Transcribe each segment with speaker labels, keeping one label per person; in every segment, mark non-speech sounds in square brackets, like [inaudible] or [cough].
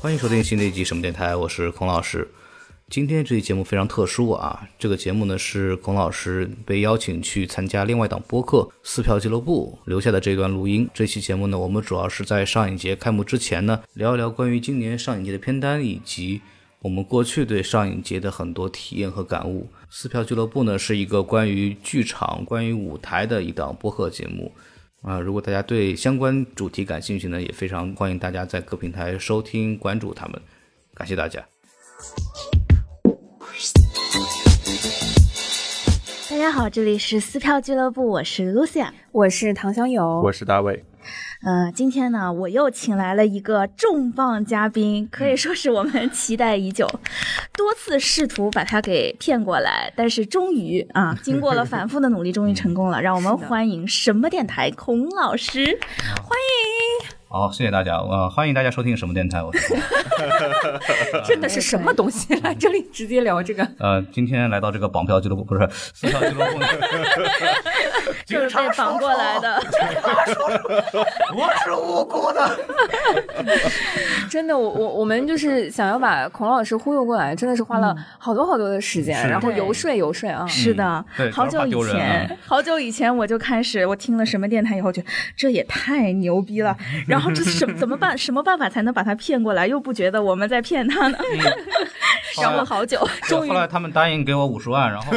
Speaker 1: 欢迎收听新的一集什么电台，我是孔老师。今天这期节目非常特殊啊，这个节目呢是孔老师被邀请去参加另外一档播客《撕票俱乐部》留下的这段录音。这期节目呢，我们主要是在上影节开幕之前呢，聊一聊关于今年上影节的片单以及我们过去对上影节的很多体验和感悟。撕票俱乐部呢是一个关于剧场、关于舞台的一档播客节目。啊、如果大家对相关主题感兴趣呢，也非常欢迎大家在各平台收听、关注他们。感谢大家。
Speaker 2: 大家好，这里是撕票俱乐部，我是 Lucia。
Speaker 3: 我是唐香友，
Speaker 4: 我是大卫，
Speaker 2: 呃，今天呢，我又请来了一个重磅嘉宾，可以说是我们期待已久，多次试图把他给骗过来，但是终于啊，经过了反复的努力，终于
Speaker 4: [laughs]
Speaker 2: 成
Speaker 4: 嗯
Speaker 2: 功了。让我们
Speaker 3: 是的
Speaker 2: 欢迎什么电台孔老师，
Speaker 1: 好，谢谢大家，呃，欢迎大家收听什么电台？我是孔
Speaker 3: 真的是什么东西来这里直接聊这个？
Speaker 1: 呃，今天来到这个绑票俱乐部，不是撕票俱乐部呢，
Speaker 2: 就是被绑过来的。
Speaker 1: 我是无辜的。
Speaker 3: [laughs] 真的，我我我们就是想要把孔老师忽悠过来，真的是花了好多好多的时间，
Speaker 1: 是
Speaker 3: 然后
Speaker 2: 对
Speaker 3: 游说游说啊。
Speaker 2: 是的，
Speaker 1: 嗯对
Speaker 2: 好
Speaker 1: 主
Speaker 2: 久
Speaker 1: 要怕
Speaker 2: 以
Speaker 1: 丢人啊
Speaker 2: 前，好久以前我就开始，我听了什么电台以后，觉得这也太牛
Speaker 1: [laughs]
Speaker 2: 逼了。然后这是什么怎么办？什么办法才能把他骗过来？又不觉得我们在骗他呢？然后好久，
Speaker 1: 对嗯后来他们答应给我五十万，然后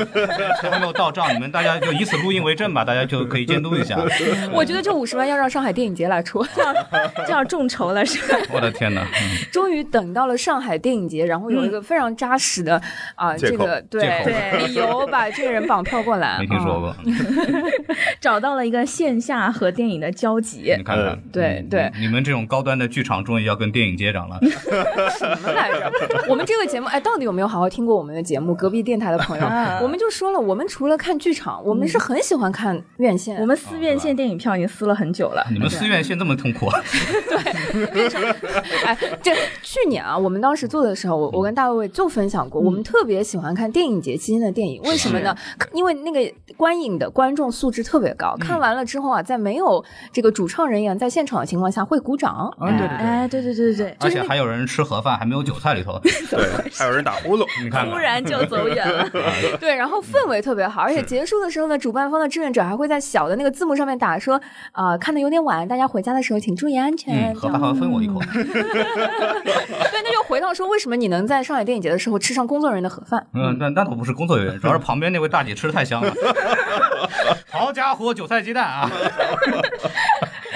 Speaker 1: 还没有到账，你们大家就以此录音为证吧，大家就可以监督一下。
Speaker 3: 我觉得这五十万要让上海电影节来出。 [laughs]
Speaker 2: 这样众筹了是吧？ [laughs]
Speaker 1: 我的天哪！嗯
Speaker 3: 终于等到了上海电影节，然后有一个非常扎实的啊、
Speaker 4: 借
Speaker 3: 这
Speaker 4: 口
Speaker 3: 个
Speaker 1: 借
Speaker 3: 对
Speaker 1: 口
Speaker 2: 对
Speaker 3: 理由把这个人绑票过来。
Speaker 1: [laughs] 没听说
Speaker 3: 嗯
Speaker 1: 过，
Speaker 2: 找到了一个线下和电影的交集
Speaker 1: 你。看看，
Speaker 3: 嗯对对嗯
Speaker 1: 你，你们这种高端的剧场终于要跟电影接壤了。
Speaker 3: 什么来着？ [laughs] 我们这个节目，哎，到底有没有好好听过我们的节目？隔壁电台的朋友
Speaker 2: 啊，
Speaker 3: 我们就说了，我们除了看剧场，我们是很喜欢看院线。
Speaker 2: 我们撕院线电影票已经撕了很久了，
Speaker 1: 啊你们寺院现在这么痛苦啊？
Speaker 3: 哎，这去年啊，我们当时做的时候，我我跟大卫就分享过，我
Speaker 1: 嗯
Speaker 3: 们特别喜欢看电影节期间的电影，为什么呢？因为那个观影的观众素质特别高，
Speaker 1: 嗯
Speaker 3: 看完了之后啊，在没有这个主唱人员在现场的情况下会鼓掌。
Speaker 1: 嗯，对对对。
Speaker 2: 哎，对对对对
Speaker 1: 而且还有人吃盒饭，还没有韭菜里头，
Speaker 3: 嗯
Speaker 4: 对， [laughs] 还有人打呼噜，
Speaker 1: 你
Speaker 2: 对，
Speaker 1: 看
Speaker 2: 突
Speaker 1: 看，
Speaker 2: 然就走远
Speaker 1: [laughs]
Speaker 2: 了。
Speaker 3: 对，然后氛围特别好，而且结束的时候呢，主办方的志愿者还会在小的那个字幕上面打说，啊，看的有点晚，大家回家的时候请注意安全。
Speaker 1: 嗯，
Speaker 3: 这
Speaker 1: 盒
Speaker 3: 样
Speaker 1: 饭还会分我一口，
Speaker 3: 对，那就回到说，为什么你能在上海电影节的时候吃上工作人员的盒饭？
Speaker 1: 嗯，那那倒不是工作人员，主要是旁边那位大姐吃的太香了，好家伙，韭菜鸡蛋啊！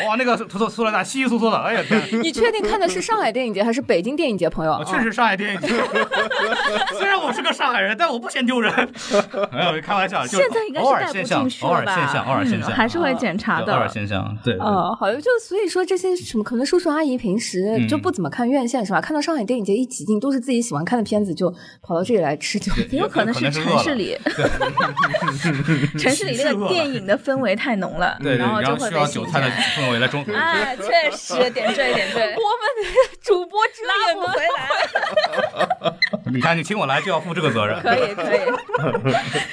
Speaker 1: 哇，那个塑塑塑料袋稀稀疏疏的，哎呀天，
Speaker 3: [laughs] 你确定看的是上海电影节还是北京电影节，朋友？
Speaker 1: 我
Speaker 3: 啊
Speaker 1: 哦确实上海电影节， [laughs] 虽然我是个上海人，但我不嫌丢人。没有，开玩笑，就
Speaker 2: 现在应该
Speaker 1: 偶
Speaker 2: 是
Speaker 1: 尔
Speaker 2: 带不
Speaker 1: 现象
Speaker 2: 进，去
Speaker 1: 偶
Speaker 2: 了
Speaker 1: 尔
Speaker 2: 吧？
Speaker 1: 现象，偶尔现象，
Speaker 2: 嗯还是会
Speaker 3: 啊
Speaker 2: 检查
Speaker 1: 对
Speaker 2: 的。
Speaker 1: 偶尔现象，对，对
Speaker 3: 哦，好的，就所以说这些什么，可能叔叔阿姨平
Speaker 4: 嗯
Speaker 3: 时就不怎么看院线、是吧？看到上海电影节一挤进，都是自己喜欢看的片子，就跑到这里来吃就。
Speaker 2: 也有可能是城市，里， [laughs]
Speaker 1: [laughs]
Speaker 2: 城市里那个电影的氛围太浓了，
Speaker 1: 对对，
Speaker 2: 嗯后就
Speaker 1: 然后
Speaker 2: 会
Speaker 1: 需
Speaker 2: 被
Speaker 1: 要
Speaker 2: 吸
Speaker 1: 韭
Speaker 2: 引
Speaker 1: 菜的
Speaker 2: 来。
Speaker 1: 氛围来
Speaker 2: [laughs]
Speaker 1: 中和。
Speaker 2: 哎，确实，点缀点
Speaker 1: [laughs]
Speaker 2: 缀，
Speaker 3: [laughs] 我们的主播之
Speaker 2: 拉
Speaker 3: 眼
Speaker 2: 不
Speaker 3: 呢？
Speaker 2: 回来。
Speaker 1: 你看，你请我来就要负这个责任，
Speaker 2: 可以可
Speaker 1: [laughs]
Speaker 2: 以，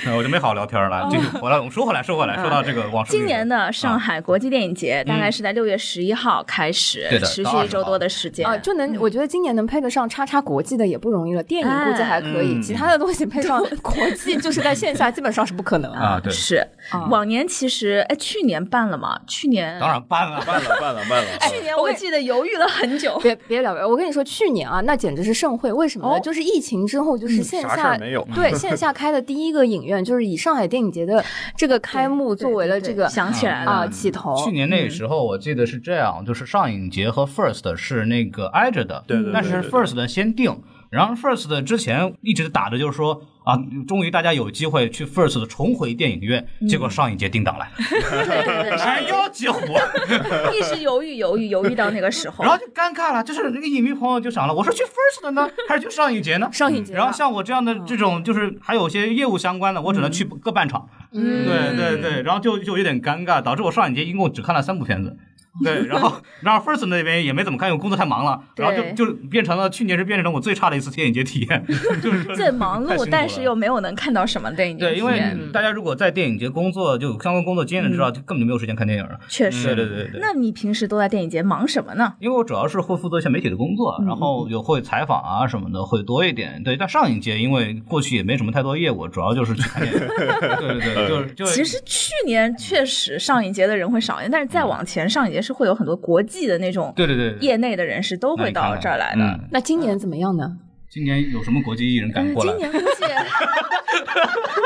Speaker 1: 那我就没好好聊天儿了。继续，回来，我们说回来，说回来，说到这个往事。
Speaker 2: 嗯今年的上海国际电影节大概是在六月十一号开始
Speaker 1: 嗯对，的
Speaker 2: 持
Speaker 1: 到
Speaker 2: 续
Speaker 1: 20
Speaker 2: 一周
Speaker 1: 号
Speaker 2: 多的时间
Speaker 3: 啊，就能，我觉得今年能配得上叉叉国际的也不容易了，电影估计还可
Speaker 4: 啊嗯
Speaker 3: 以，
Speaker 1: 哎
Speaker 3: 其他的东西
Speaker 4: [laughs]
Speaker 3: 配上国际，就是在线下基本上是不可能。
Speaker 1: 啊，对，
Speaker 2: 是
Speaker 3: 啊
Speaker 2: 往年其实哎，去年办了嘛，去年
Speaker 1: 当然办啊了，
Speaker 4: [laughs] 办了办了办了，
Speaker 2: 去年我记得犹豫了很久，
Speaker 3: 别别聊，我跟你说，去年啊，那简直是盛会，为什么呢？
Speaker 2: 哦
Speaker 3: 就是疫情之后，就是线
Speaker 4: 嗯啥事
Speaker 3: 下、
Speaker 4: 儿没有 [laughs]
Speaker 3: 对线下开的第一个影院，就是以上海电影节的这个开幕作为了这个
Speaker 2: 想起来了
Speaker 3: 啊起头。
Speaker 2: 哦
Speaker 1: 去年
Speaker 2: 嗯
Speaker 1: 那时候我记得是这样，就是上影节和 First 是那个挨着的，
Speaker 4: 对对对
Speaker 1: 但是
Speaker 4: 对对
Speaker 1: First 呢先定，然后 First 的之前一直打着就是说啊，终于大家有机会去 First 的重回电影院，结果上影节定档了，
Speaker 2: 嗯 [laughs] 对对对
Speaker 1: 哎呦，几
Speaker 2: [laughs]
Speaker 1: 乎，
Speaker 2: 对，一直犹豫犹豫犹豫到那
Speaker 1: [laughs]
Speaker 2: 个时候
Speaker 1: 然，后就尴尬了，就是那个影迷朋友就想了，我是去 First 的呢，还是去上影节
Speaker 2: [laughs] 啊
Speaker 1: 呢？
Speaker 3: 上影节
Speaker 1: 然后
Speaker 3: 吧
Speaker 1: 像我这样的
Speaker 2: 嗯
Speaker 1: 这种，就是还有些业务相关的，我只能去各半场。
Speaker 3: 嗯
Speaker 1: 嗯对对对，然后就就有点尴尬，导致我上影节一共只看了三部片子。 [laughs] 对，然后然后 First 那边也没怎么看，因为工作太忙了，然后
Speaker 2: 对
Speaker 1: 就就变成了去年是变成我最差的一次电影节体 [laughs] 验，就是说
Speaker 2: 最忙
Speaker 1: 太辛苦
Speaker 2: 碌
Speaker 1: 了，
Speaker 2: 但是又没有能看到什么电影。
Speaker 1: 对，因为大家如果在电影节工作，就有相关工作经验的知道，就根本就没有时间看电影了。
Speaker 2: 确
Speaker 1: 嗯对
Speaker 2: 实。
Speaker 1: 对对对。
Speaker 2: 那你平时都在电影节忙什么呢？
Speaker 1: 因为我主要是会负责一些媒体的工作，然后有会采访啊什么的会多一点。对，但上影节因为过去也没什么太多业务，主要就是去 [laughs] 看电影。对对对，就是就是。
Speaker 2: 其实去年确实上影节的人会少一点，但是再往前上影节是会有很多国际的那种
Speaker 1: 嗯对对对，对
Speaker 2: 业内的人士都
Speaker 1: 那
Speaker 2: 会
Speaker 1: 你看
Speaker 2: 到
Speaker 1: 看
Speaker 2: 这儿来的。
Speaker 1: 嗯
Speaker 3: 那今年怎么样呢？
Speaker 1: 今年有什么国际艺人敢
Speaker 2: 嗯，
Speaker 1: 过来
Speaker 2: 今？年
Speaker 1: [laughs]
Speaker 2: 估计，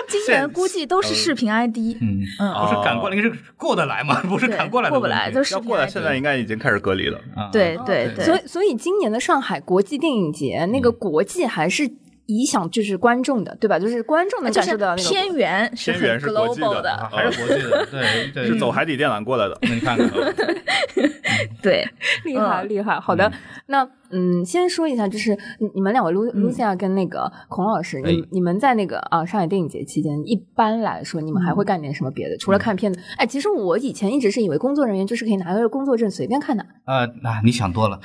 Speaker 2: 今年估计都是视频 ID，
Speaker 1: 嗯，
Speaker 2: 嗯
Speaker 1: 不是赶过来，应该是过得来嘛，不是
Speaker 2: 对
Speaker 1: 赶过来的
Speaker 2: 过不
Speaker 1: 问题
Speaker 2: 来，就是视
Speaker 4: 要
Speaker 2: 频
Speaker 4: 过来，
Speaker 2: ID。
Speaker 4: 现在应该已经开始隔离了。
Speaker 1: 啊
Speaker 2: 对对对，
Speaker 3: 所以，所以今年的上海国际电影节，那个国际还是影响就是观众的，对吧？啊就是观众能
Speaker 2: 就
Speaker 3: 感
Speaker 2: 是
Speaker 3: 受到那个
Speaker 2: 偏远是
Speaker 4: 偏
Speaker 2: 很
Speaker 4: 远是国际
Speaker 2: global
Speaker 4: 的，
Speaker 1: 还是国际 [laughs] 的，对对，
Speaker 4: 是走海底电缆过来的。
Speaker 1: 那你 [laughs] 看看，
Speaker 2: 对，
Speaker 3: 厉害
Speaker 2: 嗯
Speaker 3: 厉害。好的，那嗯，先说一下，就是你你们两位卢
Speaker 2: 嗯
Speaker 3: 卢西亚跟那个孔老师，
Speaker 1: 哎
Speaker 3: 你你们在那个啊上海电影节期间，一般来说你们还会干点什么别的？除了看片子，哎，其实我以前一直是以为工作人员就是可以拿个工作证随便看的，
Speaker 1: 呃，那你想多了。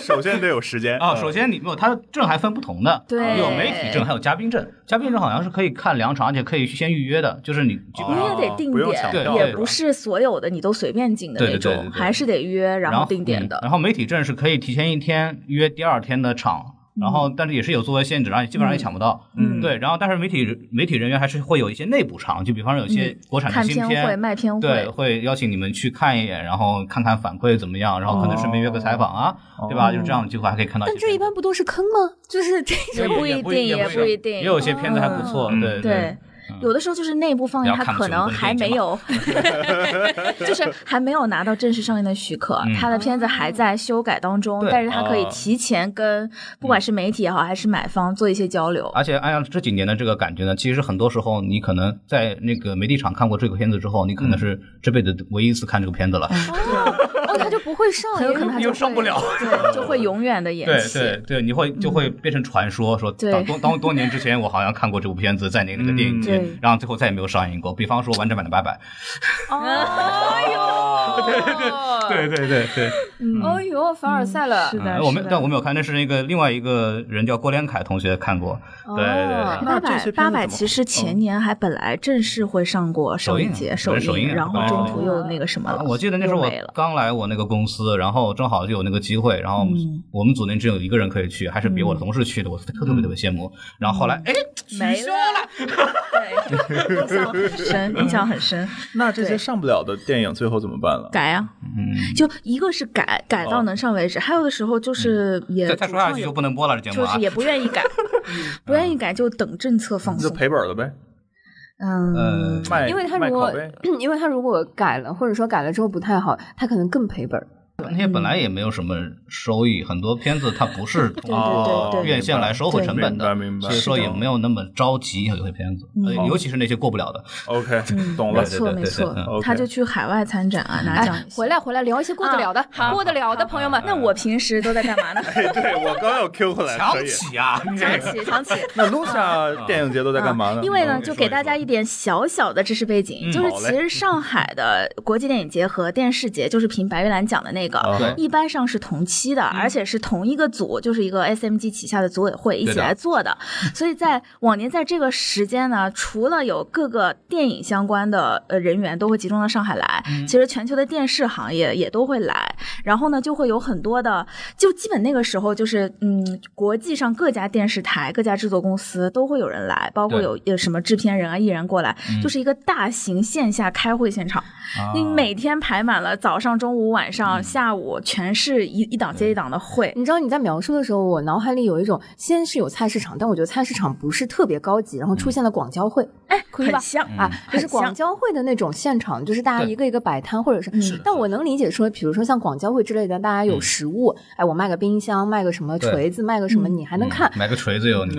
Speaker 4: 首先得有时间
Speaker 1: 啊，
Speaker 4: 嗯
Speaker 1: 首先你没有，它证还分不同的，啊
Speaker 2: 对
Speaker 1: 有媒体证，还有嘉宾证。嘉宾证好像是可以看两场，而且可以先预约的，就是你基本
Speaker 2: 你
Speaker 1: 上。
Speaker 4: 哦
Speaker 2: 也得定
Speaker 4: 不用抢
Speaker 1: 票
Speaker 2: 点，
Speaker 1: 对
Speaker 2: 也不是所有的你都随便进的
Speaker 1: 对
Speaker 2: 那
Speaker 1: 对对
Speaker 2: 种，
Speaker 1: 对对
Speaker 2: 还是得约
Speaker 1: 然
Speaker 2: 后定点
Speaker 1: 嗯
Speaker 2: 的。
Speaker 1: 然后媒体证是可以提前一天约第二天的场，然后但是也是有座位限制，然后基本上也抢不到。
Speaker 2: 嗯
Speaker 1: 对。然后但是媒体媒体人员还是会有一些内部场，就比方说有些国产的
Speaker 2: 嗯看
Speaker 1: 新
Speaker 2: 片会、卖片
Speaker 1: 对，
Speaker 2: 会，
Speaker 1: 会邀请你们去看一眼，然后看看反馈怎么样，然后可能顺便约个采访啊，对吧？就是这样的机会还可以看到些
Speaker 3: 但
Speaker 1: 片子。
Speaker 3: 这一般不都是坑吗？就是这
Speaker 2: 也不一定，
Speaker 1: 也
Speaker 2: 不一定，
Speaker 1: 也有些片子还不错，
Speaker 4: 嗯
Speaker 1: 对
Speaker 2: 对。有的时候就是内部放映，
Speaker 1: 不要
Speaker 2: 它
Speaker 1: 看不
Speaker 2: 可
Speaker 1: 起我
Speaker 2: 能
Speaker 1: 们
Speaker 2: 还没
Speaker 1: [laughs]
Speaker 2: 有，就是还没有拿到正式上映的许可
Speaker 1: 嗯，
Speaker 2: 它的片子还在修改当中
Speaker 1: 对，嗯
Speaker 2: 但是它可以
Speaker 4: 哦
Speaker 2: 提前跟不管是媒体也好，还是买方做一些交流。
Speaker 1: 而且按照这几年的这个感觉呢，其实很多时候你可能在那个媒体场看过这个片子之后，你可能是这辈子唯一一次看这个片子了。
Speaker 2: 嗯
Speaker 3: 哦，他就不会上，
Speaker 2: 很有可能他就
Speaker 3: 就
Speaker 2: 会
Speaker 1: 上不了， [laughs]
Speaker 2: 对，就会永远的延
Speaker 1: 对
Speaker 2: 期。
Speaker 1: 对对，你会就会变成传说，说
Speaker 2: 对
Speaker 1: 当多当多年之前我好像看过这部片子在那个那个电影节
Speaker 2: 嗯对，
Speaker 1: 然后最后再也没有上映过。比方说完整版的《拜拜
Speaker 3: [laughs]
Speaker 2: 哦
Speaker 4: 哦
Speaker 3: 哎呦，对
Speaker 1: 对
Speaker 3: 对》，
Speaker 1: 对对对，
Speaker 3: 哎呦，凡尔赛了，
Speaker 2: 是
Speaker 1: 嗯
Speaker 2: 的，
Speaker 1: 我没
Speaker 2: 是的
Speaker 1: 但我没有看，那是那个另外一个人叫郭连凯同学看过，对对对
Speaker 3: 哦。
Speaker 2: 八
Speaker 4: 那这
Speaker 2: 百
Speaker 4: 些片子
Speaker 2: 八
Speaker 4: 怎么
Speaker 2: 百其实前年还本来正式会上过
Speaker 1: 嗯首映
Speaker 2: 映节
Speaker 1: 首
Speaker 2: 首
Speaker 1: 映首映
Speaker 2: 然后
Speaker 1: 本来
Speaker 2: 中
Speaker 1: 首
Speaker 2: 途
Speaker 1: 映
Speaker 2: 又那个什么了，
Speaker 1: 我记得那时候
Speaker 2: 啊又
Speaker 1: 我
Speaker 2: 没了。
Speaker 1: 刚来我那个公司，然后正好就有那个机会，然后
Speaker 2: 嗯
Speaker 1: 我们组内只有一个人可以去，还是比我的同事去的，我特特别特别羡慕。然后后来，
Speaker 2: 嗯
Speaker 1: 哎，
Speaker 2: 没了， [laughs] 对，印象很深，印象很深。
Speaker 4: 那这些
Speaker 2: 对
Speaker 4: 上不了的电影最后怎么办了？
Speaker 2: 改啊，
Speaker 1: 嗯，
Speaker 2: 就一个是改，改到能上为止；还有的时候就是也
Speaker 1: 再
Speaker 2: 主
Speaker 1: 再嗯说下
Speaker 2: 创
Speaker 1: 去
Speaker 2: 也
Speaker 1: 就嗯不能播了，这节目
Speaker 2: 就
Speaker 1: 啊
Speaker 2: 是。也不愿
Speaker 1: [laughs]
Speaker 2: 意改， [laughs] 不愿意改就等政策放
Speaker 4: 就
Speaker 2: 松。
Speaker 4: 赔本了呗，
Speaker 1: 呃
Speaker 2: 嗯，
Speaker 4: 卖
Speaker 3: 因为他
Speaker 4: 卖
Speaker 3: 如果
Speaker 4: 拷贝。
Speaker 3: [clears throat] 因为他如果改了，或者说改了之后不太好，他可能更赔本儿。
Speaker 1: 那些本来也没有什么收益，很多片子它不是通
Speaker 4: 哦
Speaker 2: 对对对对
Speaker 1: 院线来收回成本
Speaker 4: 明白
Speaker 1: 的，
Speaker 4: 明白。
Speaker 1: 所以说也没
Speaker 4: 有。
Speaker 1: 有那么着急有些片
Speaker 2: 嗯
Speaker 1: 子，呃尤其是那些过不了的。
Speaker 4: OK，懂 [laughs]
Speaker 2: 没
Speaker 4: 了。
Speaker 2: 错
Speaker 1: 对对对
Speaker 2: 没错
Speaker 1: 对对
Speaker 4: 嗯，
Speaker 2: 他就去海外参展啊，拿奖
Speaker 3: 哎。，回来回来聊一些过得了的，过得了的朋
Speaker 1: 呃
Speaker 3: 友们。
Speaker 2: 那我平时都在干嘛呢？
Speaker 4: 哎，对我刚要 Q 回来，
Speaker 1: 强
Speaker 4: 可以。
Speaker 1: 起啊！
Speaker 2: [laughs] 想起想起，
Speaker 4: 那 Lucia 电影节都在干嘛呢？
Speaker 2: 啊因为呢，
Speaker 1: 嗯你
Speaker 2: 就
Speaker 1: 说
Speaker 2: 给
Speaker 1: 一
Speaker 2: 大
Speaker 1: 嗯说
Speaker 2: 家一点小小的知识背景，
Speaker 1: 嗯
Speaker 2: 就是
Speaker 4: 好嘞
Speaker 2: 其实上海的国际电影节和电视节，就是评白玉兰奖的那个，
Speaker 4: 啊
Speaker 1: 对嗯
Speaker 2: 一般上是同期的，而且是同一个组，就是一个 SMG 旗下的组委会一
Speaker 1: 对
Speaker 2: 起
Speaker 1: 的
Speaker 2: 来做的。所以在往年在这个时间呢， [laughs] 除了有各个电影相关的呃人员都会集中到上海来，
Speaker 1: 嗯
Speaker 2: 其实全球的电视行业也都会来。然后呢，就会有很多的，就基本那个时候就是嗯，国际上各家电视台、各家制作公司都会有人来，包括
Speaker 1: 对嗯
Speaker 2: 有有什么制片人啊、艺人过来，就是一个大型线下开会现场。 [laughs]
Speaker 3: 啊
Speaker 2: 你
Speaker 1: 啊
Speaker 2: 每天排满了早上、中午、晚
Speaker 3: 嗯
Speaker 2: 上、下午，全是一一档接一档的会。
Speaker 3: 你知道你在描述的时候，我脑海里有一种先是有菜市场，但我觉得菜市场不是特别高级，然后出现了广交会，
Speaker 2: 哎，
Speaker 3: 可以吧
Speaker 2: 很像
Speaker 3: 啊，就
Speaker 2: 很
Speaker 3: 是广
Speaker 2: 像。
Speaker 3: 交会的那种现场，就是大家
Speaker 1: 嗯对嗯
Speaker 3: 一个一个摆摊，或者是，但我能理解说，比如说像广网交会之类的，大家有实物，哎，我卖个冰箱，卖个什么
Speaker 1: 对嗯
Speaker 3: 锤子，卖个什么，
Speaker 2: 嗯
Speaker 3: 你还能看
Speaker 1: 买个锤子哟，
Speaker 2: [laughs]
Speaker 1: 你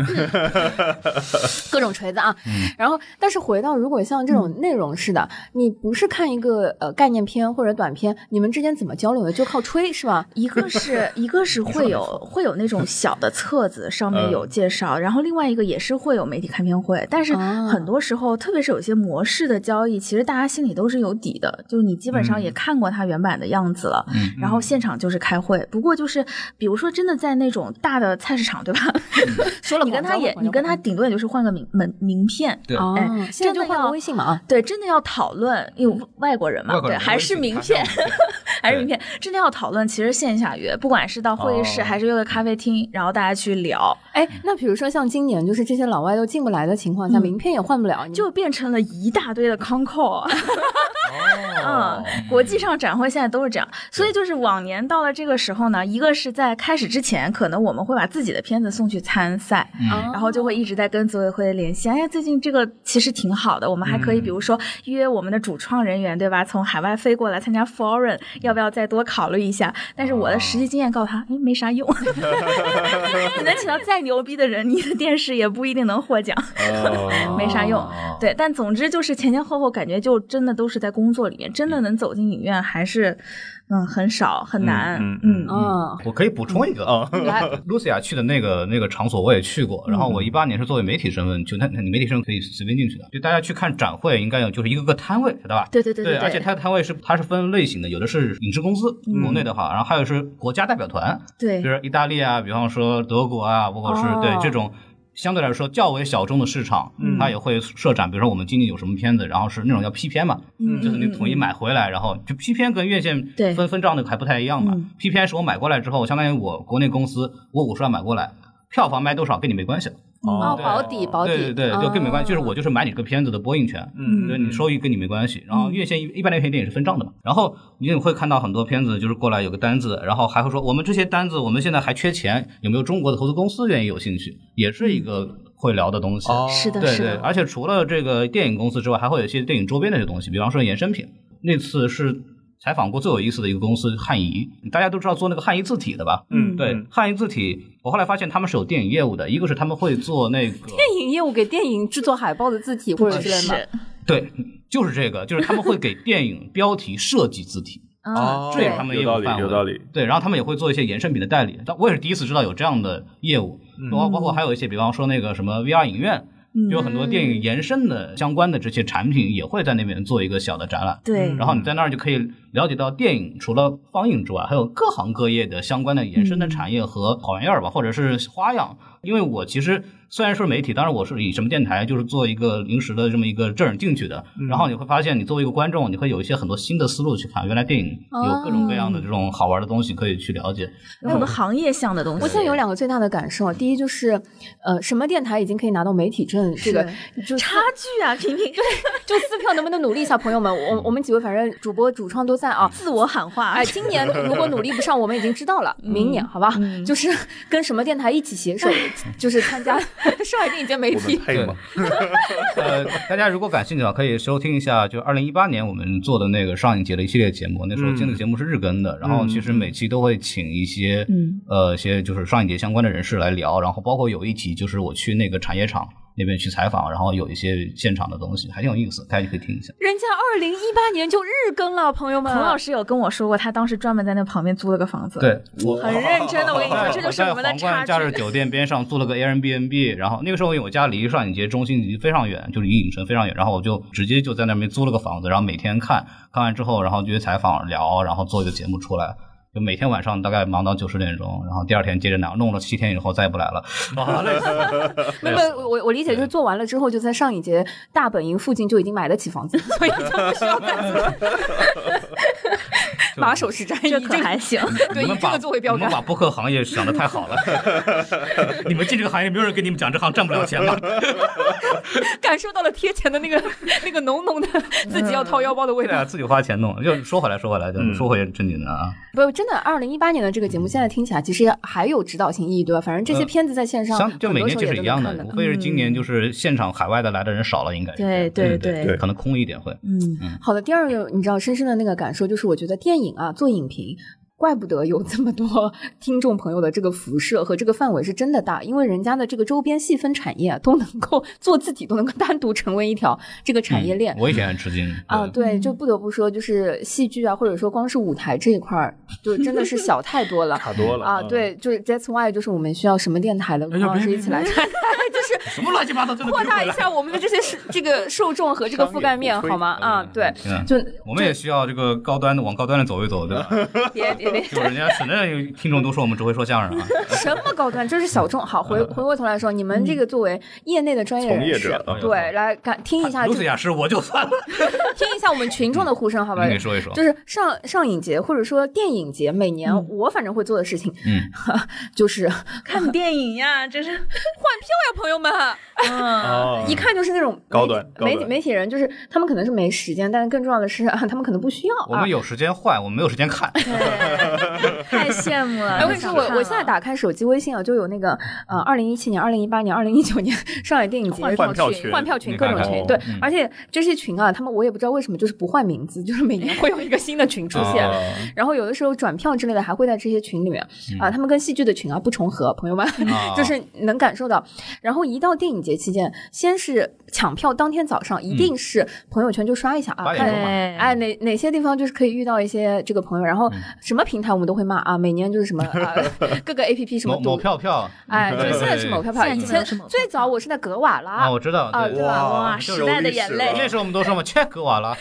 Speaker 3: 各种锤子啊。
Speaker 1: 嗯
Speaker 3: 然后，但是回到如果像这
Speaker 2: 嗯
Speaker 3: 种内容似的，你不是看一个呃概念片或者短片，你们之间怎么交流的？就靠吹是吧？
Speaker 2: 一个
Speaker 3: [laughs]
Speaker 2: 是一个是会有会有那种小的册子，上面
Speaker 3: 嗯
Speaker 2: 有介绍，然后另外一个也是会有媒体开片会，但是
Speaker 3: 啊
Speaker 2: 很多时候，特别是有些模式的交易，其实大家心里都是有底的，就你基本上
Speaker 3: 嗯
Speaker 2: 也看过它原版的样子了，然后现场就是开会。不过就是比如说真的在那种大的菜市场，对吧？
Speaker 3: [laughs]
Speaker 2: [laughs]
Speaker 3: 说了
Speaker 2: 你跟他
Speaker 3: 广告
Speaker 2: 也
Speaker 3: 广告
Speaker 2: 你跟他
Speaker 3: 广告
Speaker 2: 顶多也就是换个名门名片，
Speaker 1: 对
Speaker 3: 哦
Speaker 2: 哎，
Speaker 3: 现在就
Speaker 2: 真的
Speaker 3: 换个
Speaker 2: 要
Speaker 3: 微信嘛啊。
Speaker 2: 对，真的要讨论，因为外国人嘛，
Speaker 1: 外国
Speaker 2: 对，
Speaker 1: 人
Speaker 2: 还是名片，还是名片，真的要讨论。其实线下约，不管是到会议室
Speaker 5: 哦
Speaker 2: 还是约个咖啡厅，然后大家去聊，
Speaker 3: 哎，那比如说像今年，就是这些老外都进不来的情况
Speaker 2: 嗯
Speaker 3: 下，名片也换不了，你
Speaker 2: 就变成了一大堆的 con call。
Speaker 4: 哦
Speaker 2: 嗯，
Speaker 6: 哦
Speaker 2: 国际上展会现在都是这样，所以就是往年到了这个时候呢，一个是在开始之前，可能我们会把自己的片子送去参赛，
Speaker 1: 嗯
Speaker 2: 然后就会一直在跟组委会联系。哎呀，最近这个其实挺好的，我们还可以比如
Speaker 1: 嗯
Speaker 2: 说约我们的主创人员，对吧？从海外飞过来参加 Foreign，要不要再多考虑一下？但是我的
Speaker 1: 哦
Speaker 2: 实际经验告诉他，哎，没
Speaker 1: [laughs]
Speaker 2: 啥用。你能请到再牛逼的人，你的电视也不一定能获奖。没啥用
Speaker 1: 哦
Speaker 2: 对，但总之就是前前后后感觉就真的都是在工作里面，真的能走进影院还是，嗯，很少很难，
Speaker 5: 嗯嗯
Speaker 2: 嗯 [laughs]
Speaker 3: 嗯，
Speaker 1: 我可以补充一个
Speaker 4: 嗯
Speaker 1: 啊。 [laughs]
Speaker 3: 来，
Speaker 1: 露西亚去的那个那个场所我也去过，然
Speaker 2: 嗯
Speaker 1: 后我一八年是作为媒体身份，就那那你媒体身份可以随便进去的，就大家去看展会，应该有就是一个个摊位，知道吧？
Speaker 2: 对对对对，嗯
Speaker 1: 而且它的摊位是它是分类型的，有的是影视公司，国内的话，然后还有是国家代表团，
Speaker 2: 对
Speaker 1: 比如意大利啊，比方说德国啊，包括是、
Speaker 3: 哦
Speaker 1: 对这种相对来说较为小众的市场，
Speaker 2: 嗯
Speaker 1: 它也会设展。比如说我们今年有什么片子，然后是那种叫批片嘛，
Speaker 2: 嗯
Speaker 1: 就是你统一买回来，然后就批片跟院线
Speaker 2: 对嗯
Speaker 1: 分分账那个还不太一样嘛。批片是我买过来之后，相当于我国内公司我五十万买过来，票房卖多少跟你没关系了。
Speaker 3: 哦，
Speaker 5: 对
Speaker 3: 保底保底，
Speaker 1: 对对对，就跟你没
Speaker 2: 哦
Speaker 1: 关系，
Speaker 3: 嗯
Speaker 1: 就是我就是买你这个片子的播映权，
Speaker 5: 嗯
Speaker 1: 对你收益跟你没关系。
Speaker 2: 嗯
Speaker 1: 然后院线一一般的院线电影是分账的嘛，然后你也会看到很多片子就是过来有个单子，然后还会说我们这些单子我们现在还缺钱，有没有中国的投资公司愿意有兴趣，也是
Speaker 2: 嗯
Speaker 1: 一个会聊的
Speaker 6: 哦
Speaker 1: 东西。
Speaker 4: 哦
Speaker 2: 是的，
Speaker 1: 对
Speaker 2: 是
Speaker 1: 对，
Speaker 2: 的，
Speaker 1: 而且除了这个电影公司之外，还会有一些电影周边的一些东西，比方说衍生品。那次是采访过最有意思的一个公司汉仪，大家都知道做那个汉仪字体的吧？
Speaker 5: 嗯
Speaker 1: 对，汉仪字体，我后来发现他们是有电影业务的，一个是他们会做那个
Speaker 3: 电影业务给电影制作海报的字体或者之类的
Speaker 2: 是，
Speaker 1: 对，就是这个，就是他们会给电影标题设计字体，
Speaker 2: 嗯，
Speaker 1: 这也是他们业
Speaker 5: 有
Speaker 1: 务
Speaker 5: 道理
Speaker 1: 范围。
Speaker 5: 有道理。
Speaker 1: 对，然后他们也会做一些衍生品的代理，但我也是第一次知道有这样的业务，包、包括还有一些，比方说那个什么 VR 影院。
Speaker 2: 嗯
Speaker 1: 有很多电影延伸的相关的这些产品也会在那边做一个小的展览，
Speaker 2: 对，
Speaker 1: 然后你在那儿就可以了解到电影除了放映之外，还有各行各业的相关的延伸的产业和好玩意儿吧，或者是花样。因为我其实虽然说媒体，当然我是以什么电台就是做一个临时的这么一个证进去的，然后你会发现，你作为一个观众，你会有一些很多新的思路去看，原来电影有各种各样的这种好玩的东西可以去了解。
Speaker 2: 有很多行业向的东西。
Speaker 3: 嗯我现在有两个最大的感受，第一就是，呃，什么电台已经可以拿到媒体证，这个就
Speaker 2: 差距啊，平平，
Speaker 3: [laughs] 就撕票能不能努力一下，朋友们？我我们几位反正主播主创都在啊。
Speaker 2: 自我喊话，
Speaker 3: 哎，今年如果努力不上，我们已经知道了，明年好吧？就是跟什么电台一起携手，就是参加 [laughs] 上海电影节媒
Speaker 5: 我们
Speaker 3: 体。
Speaker 5: 配
Speaker 6: [laughs]
Speaker 5: 吗？
Speaker 1: [laughs] 呃，大家如果感兴趣的话，可以收听一下，就二零一八年我们做的那个上影节的一系列节目。那时候
Speaker 5: 嗯
Speaker 1: 那个节目是日更的，然后其实每期都会请一些、
Speaker 2: 嗯
Speaker 1: 呃一些就是上影节相关的人士来聊，然后包括有一集就是我去那个产业厂那边去采访，然后有一些现场的东西，还挺有意思，大家可以听一下。
Speaker 3: 人家二零一八年就日更了，朋友们。
Speaker 2: 孔老师有跟我说过，他当时专门在那旁边租了个房子，，
Speaker 1: 对，我
Speaker 2: 很认真的，
Speaker 1: [laughs]
Speaker 2: 我跟你说，这就是
Speaker 1: 在
Speaker 2: 我们的
Speaker 1: 皇
Speaker 2: 差
Speaker 1: 冠假日
Speaker 2: 距。
Speaker 1: 酒店边上租了个 Airbnb，然后那个时候因为我家离上影节中心离非常远，就是离影城非常远，然后我就直接就在那边租了个房子，然后每天看看完之后，然后约采访聊，然后做一个节目出来。就每天晚上大概忙到九十点钟，然后第二天接着弄，弄了七天以后再也不来 [laughs] 了。啊，累死了！ [laughs]
Speaker 3: 没有，没有，我我理解就是做完了之后，就在上影节大本营附近就已经买得起
Speaker 1: [laughs]
Speaker 3: 房子，所以就不需要再做马首是瞻，
Speaker 2: 这
Speaker 3: 以
Speaker 2: 可
Speaker 1: [laughs]
Speaker 2: 还行，
Speaker 3: 对，
Speaker 1: 你
Speaker 3: 以
Speaker 1: 们
Speaker 3: 这
Speaker 1: 把
Speaker 3: 个作为标
Speaker 1: 你们
Speaker 3: 杆。
Speaker 1: 把播客行业想的太 [laughs] 好了。你们进这个行业，没有人跟你们讲这行赚不了钱 [laughs] 吧？
Speaker 3: 感受到了贴钱的
Speaker 1: [laughs]
Speaker 3: 那个那个浓浓的自己要掏腰包的味
Speaker 1: 对啊，
Speaker 3: 道。
Speaker 1: 自己花钱弄。就说回来，说回来，就
Speaker 5: 嗯
Speaker 1: 说回正经的啊。
Speaker 3: 不，真的，二零一八年的这个节目现在听起来其实还有指导性意义，对吧？反正这些
Speaker 1: 呃
Speaker 3: 片子在线上，
Speaker 1: 相就每
Speaker 3: 很
Speaker 1: 年
Speaker 3: 多
Speaker 1: 其
Speaker 3: 时
Speaker 1: 实
Speaker 3: 候也
Speaker 1: 一
Speaker 3: 都
Speaker 1: 样
Speaker 3: 能看
Speaker 1: 的，
Speaker 3: 到嗯
Speaker 1: 无非是今年就是现场海外的来的人少了，应该是
Speaker 2: 对
Speaker 1: 这样
Speaker 2: 对
Speaker 1: 对
Speaker 2: 对
Speaker 1: 可能
Speaker 3: [laughs]
Speaker 1: 空一点会。
Speaker 2: 嗯 [laughs]
Speaker 3: 好的，第二个你知道深深的那个感受就是，我觉得电影啊做影评。怪不得有这么多 [laughs] 听众朋友的这个辐射和这个范围是真的大，因为人家的这个周边细分产业啊都能够做自己，都能够单独成为一条这个产业链。
Speaker 1: 嗯我以前很吃
Speaker 3: [laughs]
Speaker 1: 惊
Speaker 3: 啊，
Speaker 1: 对
Speaker 3: 对，就不得不说，就是戏剧啊，或者说光是舞台这一块儿，就真的是小太多了。
Speaker 2: 卡多了
Speaker 3: 啊，，
Speaker 6: 嗯
Speaker 3: 对，就是 That's why，就是我们需要什么电台的
Speaker 7: 哎
Speaker 3: 孔
Speaker 7: 呦
Speaker 3: 老师
Speaker 7: 别
Speaker 3: 一起来看， [laughs] 就是
Speaker 1: 什么乱七八糟，真的
Speaker 3: 扩大一下我们的这些是这个受众和这个覆盖面，
Speaker 2: 商业
Speaker 3: 好吗？啊，对，
Speaker 1: 天啊
Speaker 3: 就
Speaker 1: 我们也需要这个高端的往高端的走一走，对
Speaker 3: [laughs]
Speaker 1: 吧？
Speaker 3: 别别别，
Speaker 1: 就人家省内有听众都说我们只会说相声啊，
Speaker 3: 什么高端，这是小众。好，回回过头来说，你们这个作为业内的专业
Speaker 2: 从
Speaker 3: 人
Speaker 2: 业
Speaker 3: 士
Speaker 2: 者啊，
Speaker 3: 对，来感听 [laughs] 一下
Speaker 1: 卢
Speaker 3: 这
Speaker 1: 思
Speaker 3: 个，
Speaker 1: 雅是我就算了，
Speaker 3: 听一下我们群众的呼声，好吧
Speaker 1: 嗯你？给说一说
Speaker 3: 就。是上上影节或者说电影节，每年我反正会做的事情
Speaker 1: 嗯，
Speaker 3: [laughs] 就是换
Speaker 5: 看电影呀，
Speaker 1: [laughs]
Speaker 5: 这是，
Speaker 3: 票呀，朋友们。啊
Speaker 5: 嗯，
Speaker 2: 哦，
Speaker 3: 一看就是那种
Speaker 2: 高端高
Speaker 3: 媒
Speaker 2: 端
Speaker 3: 体媒体人，就是他们可能是没时间，但是更重要的是啊，他们可能不需要
Speaker 1: 我
Speaker 3: 啊
Speaker 1: 们。有时间换，我们没有时间
Speaker 3: [laughs]
Speaker 1: 看。 [laughs]
Speaker 5: 太羡慕了。
Speaker 3: 哎，我跟你说，我我现在打开手机微信啊，就有那个呃，二零一七年、二零一八年、二零一九年上海电影节
Speaker 2: 换
Speaker 3: 这种
Speaker 2: 票
Speaker 3: 群、
Speaker 2: 群
Speaker 3: 换票群、
Speaker 1: 你
Speaker 3: 各
Speaker 1: 看
Speaker 3: 种
Speaker 1: 看
Speaker 3: 群，
Speaker 1: 哦
Speaker 3: 对
Speaker 1: 嗯，
Speaker 3: 而且这些群啊，他们我也不知道为什么就是不换名字，就是每年会有一个新的群出现。
Speaker 2: 哦
Speaker 3: [laughs] 然后有的时候转票之类的还会在这些群里面啊，他们跟戏剧的群啊不重合，朋友们
Speaker 1: 啊
Speaker 3: 就是能感受到。然后一到电影节期间，先是抢票，当天早上一定是朋友圈就刷一下啊，
Speaker 1: 八点
Speaker 3: 看
Speaker 1: 钟嘛，
Speaker 5: 哎
Speaker 3: 哎，哪哪些地方就是可以遇到一些这个朋友，然
Speaker 1: 嗯
Speaker 3: 后什么平台我们都会骂啊，每年就是什么啊，各个 A P P 什么
Speaker 1: 某
Speaker 3: 赌
Speaker 1: 某，票票 [laughs]
Speaker 3: 哎，对，现在是某票票，
Speaker 5: 现在
Speaker 3: 以
Speaker 5: 基本上
Speaker 3: 前
Speaker 5: 是某票
Speaker 3: 最早我是在格瓦
Speaker 1: 啊，
Speaker 3: 拉，
Speaker 1: 我知道，
Speaker 3: 啊
Speaker 1: 对
Speaker 3: 对吧
Speaker 5: 哇，
Speaker 1: 就
Speaker 5: 时
Speaker 1: 是
Speaker 5: 代的眼泪
Speaker 2: 我，
Speaker 1: 那时候我们都说嘛，切格瓦拉，
Speaker 3: 后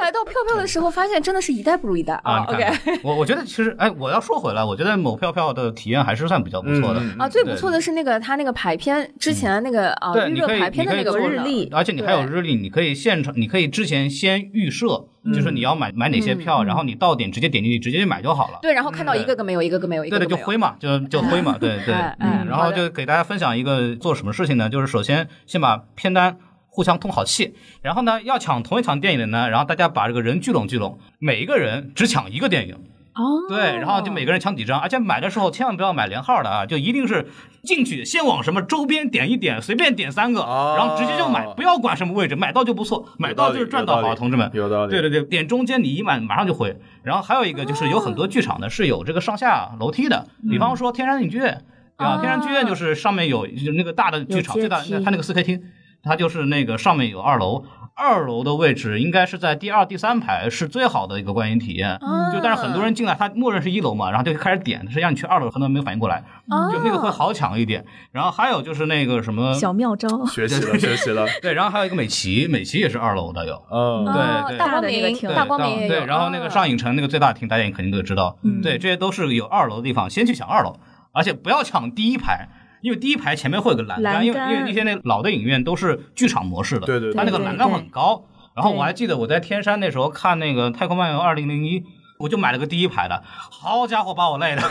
Speaker 3: 来到票票的时候，发现真的是一代不如一代
Speaker 1: 啊
Speaker 3: 啊。
Speaker 1: 你
Speaker 3: OK
Speaker 1: 看看我我觉得其实，哎，我要说回来，我觉得某票票的体验还是算比较不错的。
Speaker 2: 嗯嗯
Speaker 3: 啊，最不错的是那个他那个排片之前那个啊
Speaker 1: 对
Speaker 3: 预
Speaker 1: 你
Speaker 3: 热
Speaker 1: 可以
Speaker 3: 排片的那
Speaker 1: 你
Speaker 3: 个
Speaker 1: 可以做
Speaker 3: 功
Speaker 5: 日
Speaker 3: 能
Speaker 5: 历，
Speaker 1: 而且你还有日历，你可以现场，你可以之前先预设，就是
Speaker 3: 嗯
Speaker 1: 你要买买哪些票，然后你到点直接点进去，直接就买就好了。
Speaker 3: 对，然后看到一个个没有，一个个没有，一
Speaker 1: 嗯对
Speaker 3: 个
Speaker 1: 对，
Speaker 3: 个
Speaker 1: 就
Speaker 3: 没有。
Speaker 1: 挥嘛，就就挥
Speaker 3: [laughs]
Speaker 1: 嘛，对对
Speaker 3: 哎，哎
Speaker 1: 嗯，然
Speaker 3: 好
Speaker 1: 后
Speaker 3: 嘞
Speaker 1: 就给大家分享一个做什么事情呢？就是首先先把片单互相通好气，然后呢，要抢同一场电影的呢，然后大家把这个人聚拢聚拢，每一个人只抢一个电影，
Speaker 3: 哦，
Speaker 1: 对，然后就每个人抢几张，而且买的时候千万不要买连号的啊，就一定是进去先往什么周边点一点，随便点三个，
Speaker 2: 哦
Speaker 1: 然后直接就买，不要管什么位置，买到就不错，买到就是赚到
Speaker 2: 有道
Speaker 1: 啊，
Speaker 2: 理
Speaker 1: 同志们。
Speaker 2: 有道理，
Speaker 1: 对对对，点中间你一买马上就回。然后还有一个就是有很多剧场呢是有这个上下楼梯的，比方说天山影剧院，对吧？
Speaker 3: 哦
Speaker 1: 天山剧院就是上面有就是那个大的剧场，
Speaker 5: 有阶
Speaker 1: 最大
Speaker 5: 梯
Speaker 1: 它那个四 K 厅，它就是那个上面有二楼。二楼的位置应该是在第二、第三排，是最好的一个观影体验。
Speaker 3: 啊
Speaker 1: 嗯就但是很多人进来，他默认是一楼嘛，然后就开始点，是让你去二楼，很多人没有反应过来，
Speaker 3: 啊
Speaker 1: 就那个会好抢一点。然后还有就是那个什
Speaker 2: 嗯
Speaker 1: 么，
Speaker 5: 小妙招，
Speaker 2: 学习了学习了，
Speaker 1: 对，然后还有一个美琪，美琪也是二楼的有，
Speaker 2: 嗯
Speaker 1: 对
Speaker 3: 哦
Speaker 1: 对
Speaker 3: 大光
Speaker 5: 大的那个
Speaker 3: 明，
Speaker 5: 挺
Speaker 1: 对，
Speaker 3: 大光
Speaker 1: 当
Speaker 3: 明也有啊嗯
Speaker 1: 对，然后那个上影城那个最大厅，大家也肯定都知道。对，这些都是有二楼的地方，先去抢二楼，而且不要抢第一排。因为第一排前面会有个栏
Speaker 5: 栏杆
Speaker 1: 因为因为一些那老的影院都是剧场模式的，
Speaker 2: 对对对
Speaker 1: 它那个
Speaker 5: 对
Speaker 1: 栏杆
Speaker 5: 对
Speaker 1: 很高。然后
Speaker 5: 对
Speaker 1: 我还记得我在天山那时候看那个《太空漫游二零零一》，我就买了个第一排的，好家伙，把我累的，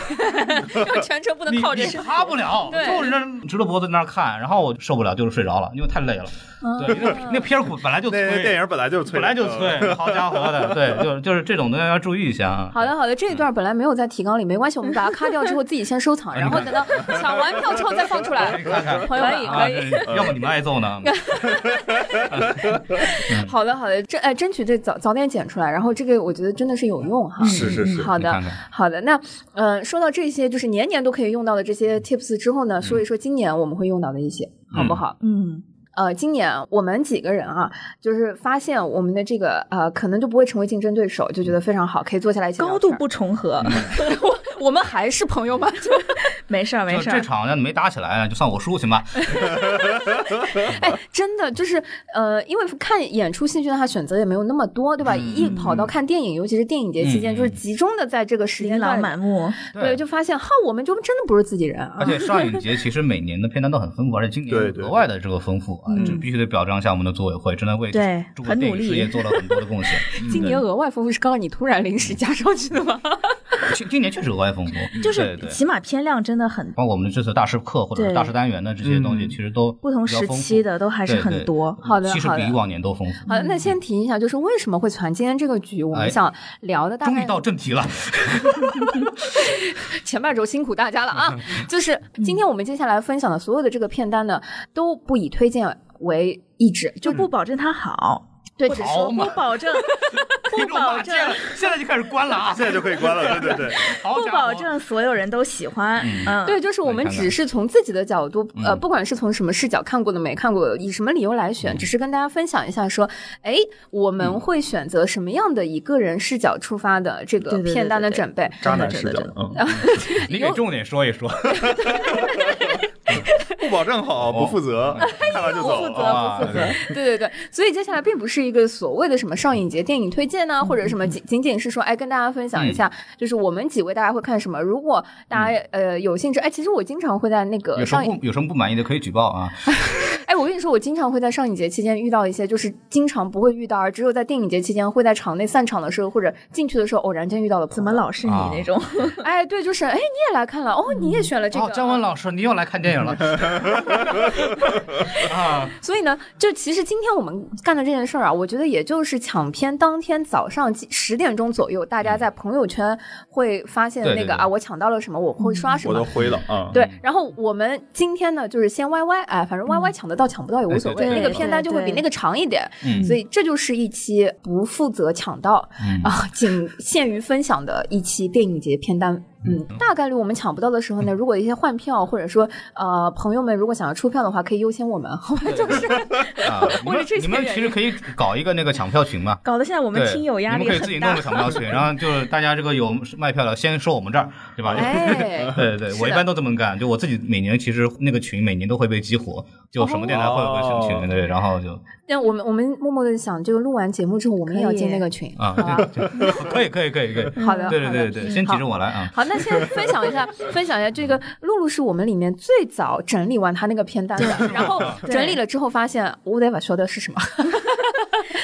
Speaker 3: 因为全程不能
Speaker 1: 你
Speaker 3: 靠着
Speaker 1: 你。趴不了，
Speaker 3: 对
Speaker 1: 就是那直着脖子在那儿看，然后我受不了，就是睡着了，因为太累了。
Speaker 3: 嗯
Speaker 1: 对，因为那片儿本来就
Speaker 2: 那
Speaker 1: 催，
Speaker 2: 电影本来就是催
Speaker 1: 本
Speaker 2: 人
Speaker 1: 来
Speaker 2: 的，
Speaker 1: 就
Speaker 6: 嗯
Speaker 1: 脆，好家伙的，
Speaker 2: [laughs]
Speaker 1: 对，就是就是这种东西要注意一下啊。
Speaker 3: 好的，好的，这一段本来没有在提纲里，没关系，我 [laughs] 们把它咔掉之后自己先收藏，然后 [laughs] 等到抢完票之后再放出 [laughs] 来。
Speaker 1: 看看
Speaker 3: 朋友们
Speaker 1: 啊，
Speaker 3: 可以。
Speaker 1: 这要不你们挨揍呢？
Speaker 3: 好的，好的，争哎，争取这早早点剪出来，然后这个我觉得真的是有用哈。嗯
Speaker 2: 是是是，
Speaker 3: 好的
Speaker 1: 你看看，
Speaker 3: 好的。那呃，说到这些就是年年都可以用到的这些 tips 之后呢，说一说今年我们会用到的一些，好不好？
Speaker 5: 嗯，
Speaker 3: 呃，今年我们几个人啊，就是发现我们的这个呃，可能就不会成为竞争对手，就觉得非常好，可以坐下来一起聊
Speaker 5: 高度
Speaker 3: 天儿，
Speaker 5: 不重合，
Speaker 1: 嗯
Speaker 3: 我们还是朋友嘛，就
Speaker 5: 没事儿 [laughs] 没
Speaker 1: 就
Speaker 5: 事
Speaker 1: 这
Speaker 5: 儿，
Speaker 1: 场要你没打起来，啊就算我输行
Speaker 5: [laughs]
Speaker 1: 吧？
Speaker 3: 哎，真的就是呃，因为看演出戏剧的话选择也没有那么多，对吧？一跑到看电影，尤其是电影节期间，
Speaker 1: 嗯
Speaker 3: 就是集中的在这个时
Speaker 5: 琳
Speaker 3: 间
Speaker 5: 琅
Speaker 3: 段，
Speaker 5: 满目，
Speaker 3: 对，就发现哈，我们就真的不是自己人啊
Speaker 1: 而。且上影节其实每年的片单都很丰富，而且今年
Speaker 2: 对对对
Speaker 1: 额外的这个丰富啊，这必须得表彰一下我们的组委会，真的为
Speaker 5: 嗯对
Speaker 1: 中国
Speaker 5: 很
Speaker 1: 电
Speaker 5: 努
Speaker 1: 影
Speaker 5: 力
Speaker 1: 事业做了很多的贡
Speaker 5: [laughs]
Speaker 1: 献。
Speaker 3: 今
Speaker 1: 嗯
Speaker 3: 年额外丰富是刚刚你突然临时加上去的
Speaker 1: [laughs]
Speaker 3: 吗？
Speaker 1: 今今年确实额外丰富，
Speaker 5: [laughs] 就
Speaker 1: 对
Speaker 5: 是
Speaker 1: 对
Speaker 5: 起码片量真的很，
Speaker 1: 包括我们这次大师课或者是
Speaker 5: 对嗯
Speaker 1: 大师单元的这些东西，其实都
Speaker 5: 不同
Speaker 1: 比较
Speaker 5: 时
Speaker 1: 丰富
Speaker 5: 期的都还是
Speaker 1: 对
Speaker 5: 很
Speaker 1: 对
Speaker 5: 多
Speaker 3: 好的
Speaker 1: 其实
Speaker 3: 好的
Speaker 1: 比往年都丰富。
Speaker 3: 好的，那先提一下，就是为什么会传今天这个局？我们
Speaker 1: 哎
Speaker 3: 想聊的大
Speaker 1: 终于
Speaker 3: 概
Speaker 1: 到正
Speaker 5: [laughs]
Speaker 1: 题了，
Speaker 3: [laughs] 前半周辛苦大家
Speaker 1: [laughs]
Speaker 3: 了啊！就是今天我们接下来分享的所有的这个片单呢，都不以推荐为意志，
Speaker 5: 就不保证它好，
Speaker 2: 对，只
Speaker 1: 嗯好
Speaker 2: 说
Speaker 1: 嘛
Speaker 2: 不保证，
Speaker 1: 听
Speaker 2: 不
Speaker 1: 众
Speaker 2: 保
Speaker 1: 骂这
Speaker 2: 证，
Speaker 1: 样现在就开始关了
Speaker 5: [laughs]
Speaker 1: 啊！
Speaker 5: 现在就可以关了。对对对，
Speaker 1: [laughs] 好
Speaker 2: 不
Speaker 1: 家伙
Speaker 2: 保证所有人都喜欢。嗯，
Speaker 3: 对，就是我们只是从自己的角度，呃，
Speaker 1: 嗯
Speaker 3: 不管是从什么视角看过的没看过的，以什么理由来选，
Speaker 2: 嗯
Speaker 3: 只是跟大家分享一下，说，哎，我们会选择什么样的以个人视角出发的这个
Speaker 2: 对对对
Speaker 3: 片单的
Speaker 2: 对对
Speaker 3: 准备。
Speaker 5: 渣男
Speaker 2: 真
Speaker 5: 视
Speaker 2: 的
Speaker 5: 角
Speaker 2: 真，
Speaker 5: 嗯，
Speaker 6: 哎
Speaker 1: 你给重点说一说，
Speaker 5: 不保证好，不负责，看完就走。
Speaker 3: 不负责
Speaker 5: 啊
Speaker 1: 啊对
Speaker 3: 对对对，所以接下来并不是一个所谓的什么上影节电影推荐呢、啊
Speaker 2: 嗯
Speaker 3: 或者什么仅仅仅是说，哎，跟大家分享一下，就是我们几位大家会看什么。如果大家、
Speaker 2: 嗯
Speaker 3: 呃有兴致，哎，其实我经常会在那个
Speaker 1: 有什么
Speaker 3: 上影，
Speaker 1: 不有什么不满意的可以举报啊。
Speaker 3: 哎，我跟你说，我经常会在上影节期间遇到一些，就是经常不会遇到，而只有在电影节期间会在场内散场的时候或者进去的时候偶然间遇到的朋友。
Speaker 2: 怎么老是你那
Speaker 1: 啊
Speaker 2: 种？
Speaker 3: 哎，对，就是哎，你也来看了哦，你也选了这个。
Speaker 1: 哦，张文老师，你又来看电影
Speaker 3: [laughs]
Speaker 1: 了 [laughs] 啊？
Speaker 3: 所以呢，就其实今天我们干的这件事儿啊，我觉得也就是抢片当天早上十点钟左右，大家在朋友圈会发现
Speaker 1: 嗯对
Speaker 3: 那
Speaker 1: 对
Speaker 3: 个
Speaker 1: 对嗯
Speaker 3: 啊，我抢到了什么，我会刷什
Speaker 5: 我都
Speaker 3: 么。
Speaker 5: 灰了啊！嗯
Speaker 3: 对，然后我们今天呢，就是先 Y Y，哎，反正 Y Y 抢得到抢不到也无所
Speaker 1: 嗯对
Speaker 3: 谓，
Speaker 1: 对对
Speaker 3: 那个片单就会比那个长一点，
Speaker 1: 嗯
Speaker 3: 所以这就是一期不负责抢到
Speaker 1: 嗯
Speaker 3: 啊，仅限于分享的一期电影节片单。嗯，大概率我们抢不到的
Speaker 1: 嗯
Speaker 3: 时候呢，如果一些换票或者说呃朋友们如果想要出票的话，可以优先我们，好吧？就是 [laughs]
Speaker 1: 啊，你
Speaker 3: 我
Speaker 1: 们
Speaker 3: 是这些
Speaker 1: 你们
Speaker 3: 原
Speaker 1: 其实可以搞一个那个抢票群嘛。
Speaker 2: 搞得现在我们
Speaker 1: 对，
Speaker 2: 听友压
Speaker 1: 你
Speaker 2: 力
Speaker 1: 们可以自己
Speaker 2: 很
Speaker 1: 弄
Speaker 2: 大
Speaker 1: 个。抢票群，然后就是大家这个有卖票的先收我们这儿，对吧？
Speaker 3: 哎，
Speaker 1: [laughs] 对对，对我一般都这么干，就我自己每年其实那个群每年都会被激活，就什么电台会有个小群，
Speaker 5: 哦
Speaker 1: 对，然后就
Speaker 3: 但我们我们默默的想，这个录完节目之后，我们也要进那个群，
Speaker 1: 啊，
Speaker 3: 好吧？
Speaker 1: 对对 [laughs] 可以可以可以可以，
Speaker 3: 好的，
Speaker 1: 对对
Speaker 3: 好
Speaker 1: 对
Speaker 3: 的。
Speaker 1: 对，先挤着我来啊。
Speaker 3: 好，那先分享一下，分享一下这个露露是我们里面最早整理完她那个片单的，然
Speaker 1: [laughs]
Speaker 3: 后
Speaker 2: 对
Speaker 3: 整理了之后发现乌德瓦说的是什么？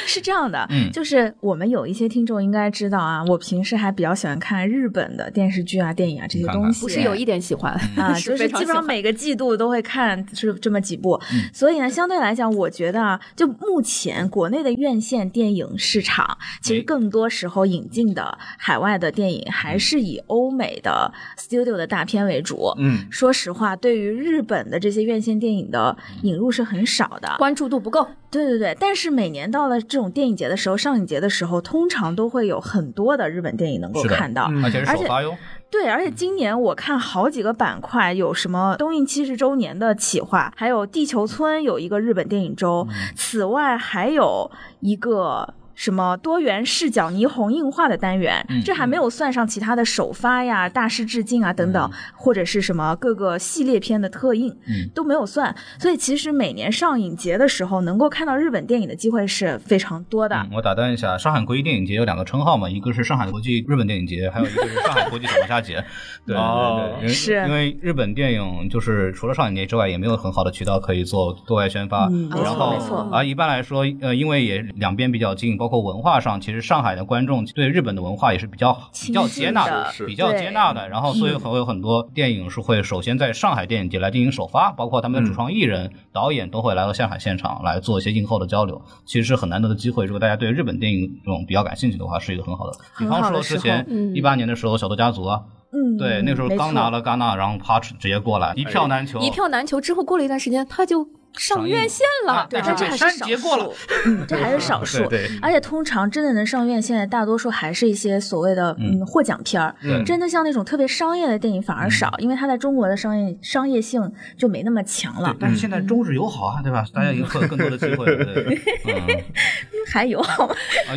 Speaker 2: 是这样的，
Speaker 1: 嗯
Speaker 2: 就是我们有一些听众应该知道啊，我平时还比较喜欢看日本的电视剧啊、电影啊这些
Speaker 1: 你看看
Speaker 2: 东西。
Speaker 3: 不是有一点喜欢 [laughs]
Speaker 2: 啊，就
Speaker 3: 非
Speaker 2: 是
Speaker 3: 常
Speaker 2: 基本
Speaker 3: 喜
Speaker 2: 上
Speaker 3: 欢
Speaker 2: 每个季度都会看，是这么几部。所以呢，相对来讲，我觉得啊，就目前国内的院线电影市场，其实
Speaker 1: 哎
Speaker 2: 更多时候引进的海外的电影还是以欧美的 studio 的大片为主。
Speaker 5: 嗯，
Speaker 2: 说实话，对于日本的这些院线电影的引入是很少的。
Speaker 3: 关注度不够，
Speaker 2: 对对对，但是每年到了这种电影节的时候，上影节的时候，通常都会有很多的日本电影能够
Speaker 1: 是的
Speaker 2: 看到。
Speaker 3: 嗯
Speaker 1: 而且是首发哟，
Speaker 2: 对，而
Speaker 1: 嗯
Speaker 2: 且今年我看好几个板块，有什么东映七十周年的企划，还有地球村有一个日本电影周，
Speaker 1: 嗯
Speaker 2: 此外还有一个。什么多元视角霓虹映画的单元，
Speaker 1: 嗯
Speaker 2: 这还没有算上其他的首发呀、大师致敬啊等等，或者是什么各个系列片的特映、
Speaker 1: 嗯
Speaker 2: 都没有算。所以其实每年上影节的时候，能够看到日本电影的机会是非常多的。
Speaker 1: 嗯我打断一下，上海国际电影节有两个称号嘛，一个是上海国际日本电影节，还有一个是上海国际小龙虾节。 [laughs] 对对
Speaker 5: 哦
Speaker 1: 对对，因为
Speaker 2: 是
Speaker 1: 因为日本电影就是除了上影节之外，也没有很好的渠道可以做对外宣发。
Speaker 2: 嗯没错
Speaker 1: 然后
Speaker 2: 没错
Speaker 1: 啊，一般来说，呃，因为也两边比较近，包括文化上，其实上海的观众对日本的文化也是比较比较接纳
Speaker 2: 亲
Speaker 1: 的
Speaker 5: 近，的
Speaker 1: 比较接纳
Speaker 2: 嗯
Speaker 1: 的。然后所以会有很多电影是会首先在上海电影节来进行首发，包括他
Speaker 2: 嗯
Speaker 1: 们的主创艺人、导演都会来到上海现场来做一些映后的交流，其实是很难得的机会。如果大家对日本电影这种比较感兴趣的话，是一个很好的。比
Speaker 2: 很
Speaker 1: 方
Speaker 2: 好的
Speaker 1: 说
Speaker 2: 时
Speaker 1: 之
Speaker 2: 候
Speaker 1: 前
Speaker 3: 嗯
Speaker 1: 一八年的时候，《小偷家族》啊，
Speaker 2: 嗯，
Speaker 1: 对，那时候
Speaker 2: 没
Speaker 1: 刚
Speaker 2: 错
Speaker 1: 拿了戛纳，然后啪直接过来，一票难求，
Speaker 3: 一票难求。之后过了一段时间，他就上院线了
Speaker 1: 啊，
Speaker 3: 对
Speaker 1: 对
Speaker 2: 但
Speaker 3: 吧
Speaker 2: 这
Speaker 1: 对
Speaker 2: 还
Speaker 1: 删
Speaker 2: 是少
Speaker 1: 节过了
Speaker 2: 数，嗯，这还是少数。
Speaker 1: [laughs] 对对
Speaker 2: 而且通常真的能上院线的，大多数还是一些所谓的嗯嗯获奖片儿。
Speaker 1: 对
Speaker 2: 真的像那种特别商业的电影反而少，因为它在中国的商业商业性就没那么强了
Speaker 1: 对，。但是现在中日友好啊，对吧？大家已经会有更多的机会了，
Speaker 2: [laughs]
Speaker 1: 对，嗯，
Speaker 2: 还有
Speaker 1: 啊，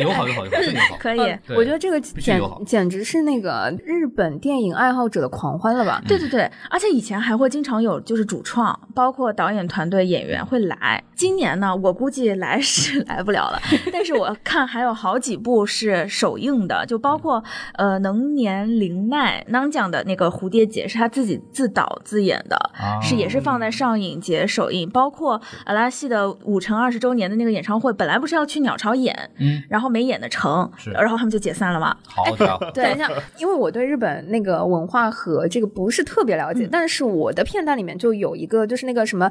Speaker 1: 友好友好友好，真友好。
Speaker 2: [laughs] 可以，
Speaker 1: 对
Speaker 3: 我觉得这个
Speaker 1: 须
Speaker 3: 简
Speaker 1: 友好
Speaker 3: 简直是那个日本电影爱好者的狂欢了吧？
Speaker 1: 嗯
Speaker 2: 对对对，而且以前还会经常有，就是主创，包括导演团队、演员会来。今年呢，我估计来是 [laughs] 来不了了，但是我看还有好几部是首映的，就包括呃能年玲奈囊奖的那个《蝴蝶结》是他自己自导自演的，
Speaker 1: 啊
Speaker 2: 是也是放在上影节首映，包括阿拉西的五城二十周年的那个演唱会，本来不是要去鸟巢演，
Speaker 1: 嗯，
Speaker 2: 然后没演得成，
Speaker 1: 是
Speaker 2: 然后他们就解散了嘛。
Speaker 1: 好家伙，
Speaker 2: 哎对嗯
Speaker 3: 等
Speaker 1: [laughs]
Speaker 3: 一下，因为我对日本那个文化和这个不是特别
Speaker 1: 嗯
Speaker 3: 了解，但是我的片段里面就有一个，就是那个什么，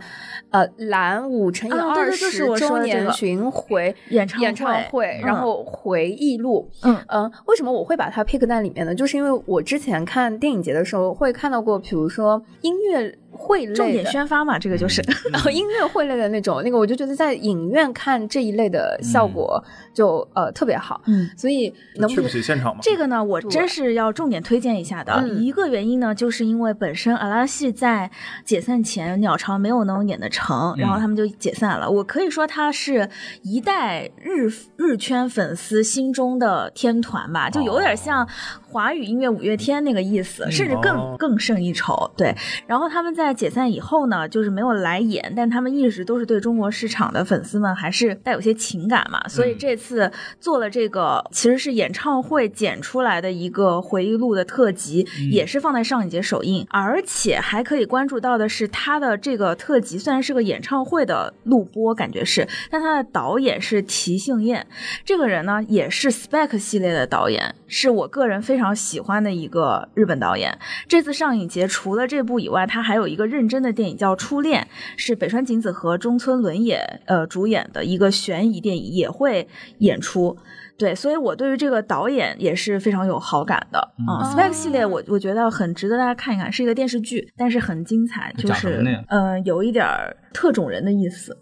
Speaker 3: 呃，蓝五乘以
Speaker 2: 啊对
Speaker 3: 二
Speaker 2: 对就是
Speaker 3: 十
Speaker 2: 我说
Speaker 3: 周
Speaker 2: 的这个
Speaker 3: 年巡回
Speaker 2: 演唱会
Speaker 3: 演唱会，
Speaker 2: 嗯
Speaker 3: 然后回忆录。
Speaker 2: 嗯
Speaker 3: 嗯、为什么我会把它 pick 在里面呢？就是因为我之前看电影节的时候会看到过，比如说音乐。会类的
Speaker 2: 重点宣发嘛，这个就是。
Speaker 3: 然后 [laughs] 音乐会类的那种，那个我就觉得在影院看这一类的效果就、呃特别好，
Speaker 2: 嗯， [laughs]
Speaker 3: 所以能
Speaker 4: 去
Speaker 3: 不
Speaker 4: 不起现场嘛？
Speaker 2: 这个呢，我
Speaker 3: 对
Speaker 2: 真是要重点推荐一下的。
Speaker 3: 嗯
Speaker 2: 一个原因呢，就是因为本身阿拉西在解散前鸟巢没有能演得成，然后他们就解散了。我可以说他是一代日日圈粉丝心中的天团吧，就有点像华语音乐五月天那个意思，甚至更、
Speaker 4: 哦
Speaker 2: 更胜一筹。对，然后他们在解散以后呢，就是没有来演，但他们一直都是对中国市场的粉丝们还是带有些情感嘛，所以这次做了这个其实是演唱会剪出来的一个回忆录的特辑，也是放在上影节首映，而且还可以关注到的是他的这个特辑虽然是个演唱会的录播，感觉是，但他的导演是提性彦，这个人呢也是 Spec 系列的导演，是我个人非常喜欢的一个日本导演。这次上影节除了这部以外，他还有一个认真的电影叫《初恋》，是北川景子和中村伦也呃主演的一个悬疑电影，也会演出。对，所以我对于这个导演也是非常有好感的啊。
Speaker 3: 嗯
Speaker 2: Spec 系列我我觉得很值得大家看一看，是一个电视剧，但是很精彩，就
Speaker 5: 讲什
Speaker 2: 是
Speaker 5: 么的呀
Speaker 2: 呃有一点儿特种人的意思。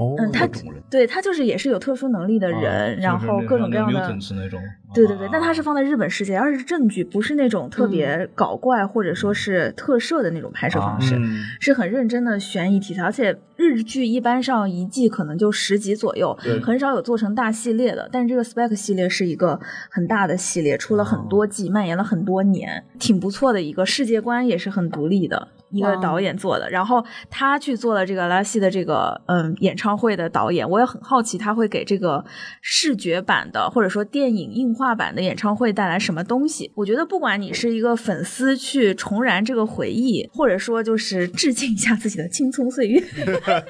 Speaker 4: 哦
Speaker 2: 嗯，他
Speaker 5: 各种人
Speaker 2: 对他就是也是有特殊能
Speaker 5: 哦
Speaker 2: 力的
Speaker 5: 啊
Speaker 2: 人，然后各种各样的。
Speaker 5: 是那种，啊
Speaker 2: 对对对，但
Speaker 4: 啊
Speaker 2: 它是放在日本世界，而是正剧，不是那种
Speaker 4: 嗯
Speaker 2: 特别搞怪或者说是特摄的那种拍摄方式，
Speaker 4: 嗯
Speaker 2: 是很认真的悬疑题材。而且日剧一般上一季可能就十集左右
Speaker 4: 对，
Speaker 2: 很少有做成大系列的。但是这个 Spec 系列是一个很大的系列，出了很
Speaker 4: 哦
Speaker 2: 多季，蔓延了很多年，挺不错的一个世界观，也是很独立的。一个
Speaker 3: 哇
Speaker 2: 导演做的，然后他去做了这个拉西的这个嗯演唱会的导演，我也很好奇他会给这个视觉版的或者说电影映画版的演唱会带来什么东西。我觉得不管你是一个粉丝去重燃这个回忆，或者说就是致敬一下自己的青葱岁月， [laughs]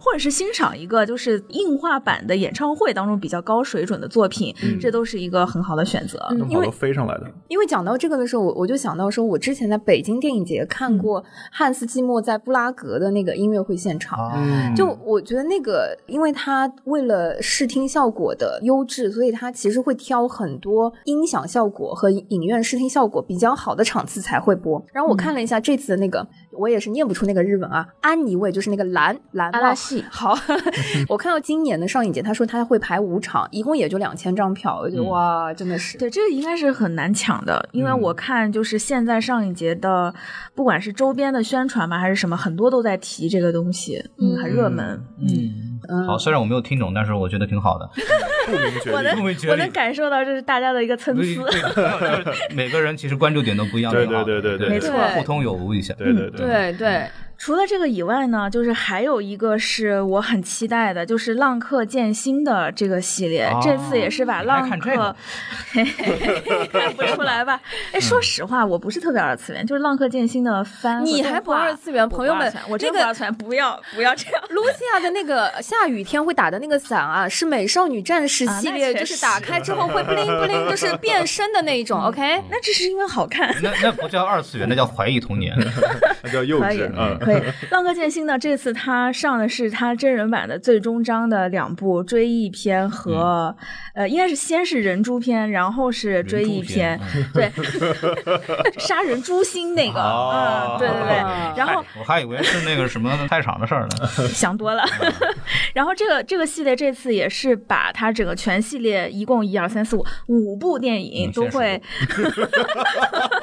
Speaker 2: 或者是欣赏一个就是映画版的演唱会当中比较高水准的作品，这都是一个很好的选择。
Speaker 3: 嗯
Speaker 4: 正
Speaker 3: 因
Speaker 4: 好
Speaker 3: 为
Speaker 4: 都飞上来的，
Speaker 3: 因为讲到这个的时候，我我就想到说，我之前在北京电影节
Speaker 2: 嗯
Speaker 3: 看过汉斯季默在布拉格的那个音乐会现场。
Speaker 4: 嗯
Speaker 3: 就我觉得那个，因为它为了视听效果的优质，所以它其实会挑很多音响效果和影院视听效果比较好的场次才会播。然后
Speaker 5: 嗯
Speaker 3: 我看了一下这次的那个，我也是念不出那个日文啊，安妮味就是那个蓝蓝
Speaker 2: 阿拉
Speaker 3: 系。 [laughs] 好，我看到今年的上影节，他说他会排五场，一共也就两千张票，我觉得
Speaker 5: 嗯
Speaker 3: 哇，真的是。
Speaker 2: 对，这个应该是很难抢的，因为
Speaker 5: 嗯
Speaker 2: 我看就是现在上影节的，不管是周边的宣传嘛，还是什么，很多都在提这个东西，嗯，很热门。
Speaker 5: 嗯，
Speaker 3: 嗯
Speaker 5: 好，虽然我没有听懂，但是我觉得挺
Speaker 2: [laughs]
Speaker 5: 好的，
Speaker 4: 不明觉
Speaker 2: 我
Speaker 4: 厉
Speaker 2: 能
Speaker 5: 不明觉厉
Speaker 2: 我能感受到这是大家的一个参
Speaker 5: 对
Speaker 2: 差。
Speaker 5: 对，就是 [laughs] 每个人其实关注点都不一样，
Speaker 4: 对
Speaker 5: 挺好的
Speaker 4: 对对对
Speaker 2: 对没错
Speaker 5: 互通有无一下。
Speaker 4: 对对，
Speaker 3: 嗯对对，
Speaker 2: [laughs] 除了这个以外呢，就是还有一个是我很期待的，就是《浪客剑心》的这个系列，
Speaker 5: 哦
Speaker 2: 这次也是把
Speaker 5: 你还
Speaker 2: 浪
Speaker 5: 看这
Speaker 2: 客
Speaker 5: 个，
Speaker 2: 嘿嘿嘿 [laughs] 看不出来吧？哎，
Speaker 5: 嗯
Speaker 2: 说实话，我不是特别二次元，就是《浪客剑心》的番和动画。
Speaker 3: 你还不二次元
Speaker 2: 我不
Speaker 3: 朋友
Speaker 2: 二
Speaker 3: 们
Speaker 2: 次元我真
Speaker 3: 那
Speaker 2: 不
Speaker 3: 个
Speaker 2: 二次元，不要不要这样。
Speaker 3: 露西亚的那个下雨天会打的那个伞啊，是美少女战士系
Speaker 2: 啊那
Speaker 3: 列，
Speaker 2: 确实嗯
Speaker 3: 就是打开之后会 bling bling，就是变身的那
Speaker 2: [laughs]
Speaker 3: 一种。OK，
Speaker 2: 那只是因为好看。
Speaker 5: 那那不叫二次元，那叫怀疑童年。
Speaker 4: 那叫幼
Speaker 2: 可以
Speaker 4: 稚，嗯，
Speaker 2: 可以，《浪客剑心》呢，这次他上的是他真人版的最终章的两部追忆篇和，呃，应该是先是人猪篇，然后是 [laughs] 追忆篇，对，杀人诛心那个，
Speaker 4: 哦
Speaker 2: 嗯，对对对
Speaker 3: 哦，
Speaker 2: 然后
Speaker 5: [laughs] 我还以为是那个什么菜场的事儿呢。
Speaker 2: 想多了。 [laughs] 然后这个这个系列这次也是把它整个全系列一共一二三四五五部电影
Speaker 5: 嗯
Speaker 2: 都会、 [laughs]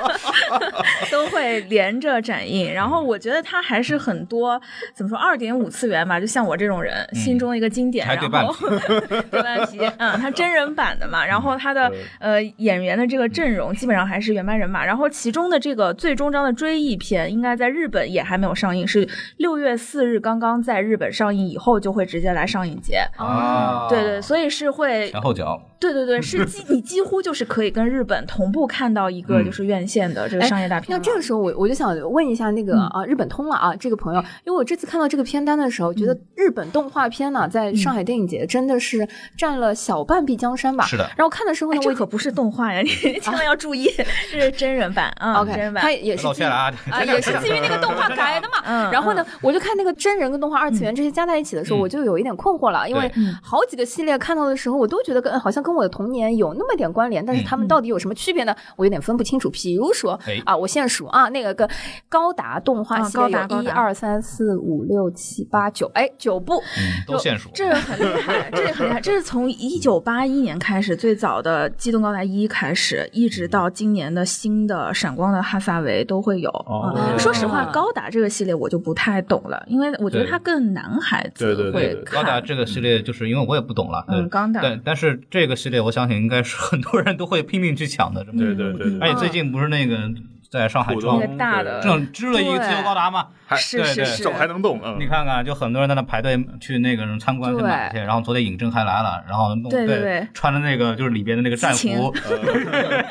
Speaker 2: 都会连着展映。然后我觉得它还是很多怎么说二点五次元吧，就像我这种人、心中一个经典。
Speaker 5: 还对半
Speaker 2: 然后 [laughs] 对半皮，嗯，它真人版的嘛，然后它的呃演员的这个阵容基本上还是原班人马。然后其中的这个最终章的追忆篇，应该在日本也还没有上映，是六月四日刚刚在日本上映以后就会直接来上影节。
Speaker 5: 啊
Speaker 2: 哦对对，所以是会
Speaker 5: 前，后脚
Speaker 2: 对对
Speaker 5: [laughs]
Speaker 2: 对，是几你几乎就是可以跟日本同步看到一个
Speaker 5: 嗯
Speaker 2: 就是院线的这个
Speaker 3: 哎
Speaker 2: 商业大片
Speaker 3: 那
Speaker 2: 了。
Speaker 3: 这个时候我我就想问一下那个、
Speaker 2: 嗯
Speaker 3: 啊，日本通了啊，这个朋友，因为我这次看到这个片单的时候，觉得
Speaker 2: 嗯
Speaker 3: 日本动画片呢、在上海电影节真的是占了小半壁江山吧。
Speaker 5: 是的
Speaker 3: 然后看的时候
Speaker 2: 哎
Speaker 3: 呢，
Speaker 2: 这
Speaker 3: 我。
Speaker 2: 可不是动画呀，你千万要注意，这是真人版啊，真
Speaker 3: 啊 OK，
Speaker 2: 人版
Speaker 3: 它。也是
Speaker 5: 道
Speaker 3: 基于
Speaker 5: 歉了 [laughs] 啊
Speaker 1: [laughs]
Speaker 3: 啊，也是基于那个动画改的嘛。
Speaker 2: 嗯
Speaker 3: 然后呢，我就看那个真人跟动画二次元这些加在一起的时候，
Speaker 5: 嗯
Speaker 3: 我就有一点困惑了，因为
Speaker 5: 对
Speaker 3: 好几个系列看到的时候，我都觉得跟好像跟跟我的童年有那么点关联，但是他们到
Speaker 2: 嗯
Speaker 3: 底有什么区别呢？我有点分不清楚。比如说
Speaker 1: 哎
Speaker 3: 啊，我现数啊，那个个高达动画
Speaker 2: 啊
Speaker 3: 系列
Speaker 2: 高达
Speaker 3: 有
Speaker 2: 高
Speaker 3: 一
Speaker 2: 达
Speaker 3: 二三四五六七八九，哎，九部。
Speaker 1: 嗯，都现数。
Speaker 2: 这个很厉害，这个很厉害，这是从一九八一年开始最早的《机动高达一》开始，一直到今年的新的《闪光的哈萨维》都会有。
Speaker 5: 哦
Speaker 2: 啊说实话
Speaker 3: 哦，
Speaker 2: 高达这个系列我就不太懂了，因为我觉得它更男孩
Speaker 5: 对对
Speaker 2: 子会
Speaker 5: 对
Speaker 1: 对高
Speaker 2: 看。
Speaker 1: 达这个系列，就是因为我也不懂了，
Speaker 5: 呃
Speaker 2: 嗯，
Speaker 1: 对
Speaker 2: 高达
Speaker 1: 但但是这个系列，我相信应该是很多人都会拼命去抢的，这
Speaker 2: 嗯
Speaker 1: 么。
Speaker 5: 对对对
Speaker 1: 而
Speaker 5: 对，
Speaker 1: 且最近不是那个在上海
Speaker 5: 浦
Speaker 1: 撞
Speaker 5: 东
Speaker 2: 那个大的
Speaker 5: 对
Speaker 1: 正支了一个自由高达嘛，
Speaker 5: 还
Speaker 2: 是
Speaker 1: 对
Speaker 2: 是
Speaker 1: 对
Speaker 2: 是，
Speaker 5: 手还能动，嗯，
Speaker 1: 你看看，就很多人在那排队去那个参观去买去，然后昨天尹正还来了，然后弄
Speaker 2: 对对对
Speaker 1: 穿的那个就是里边的那个战
Speaker 2: 激情
Speaker 1: 服， [laughs]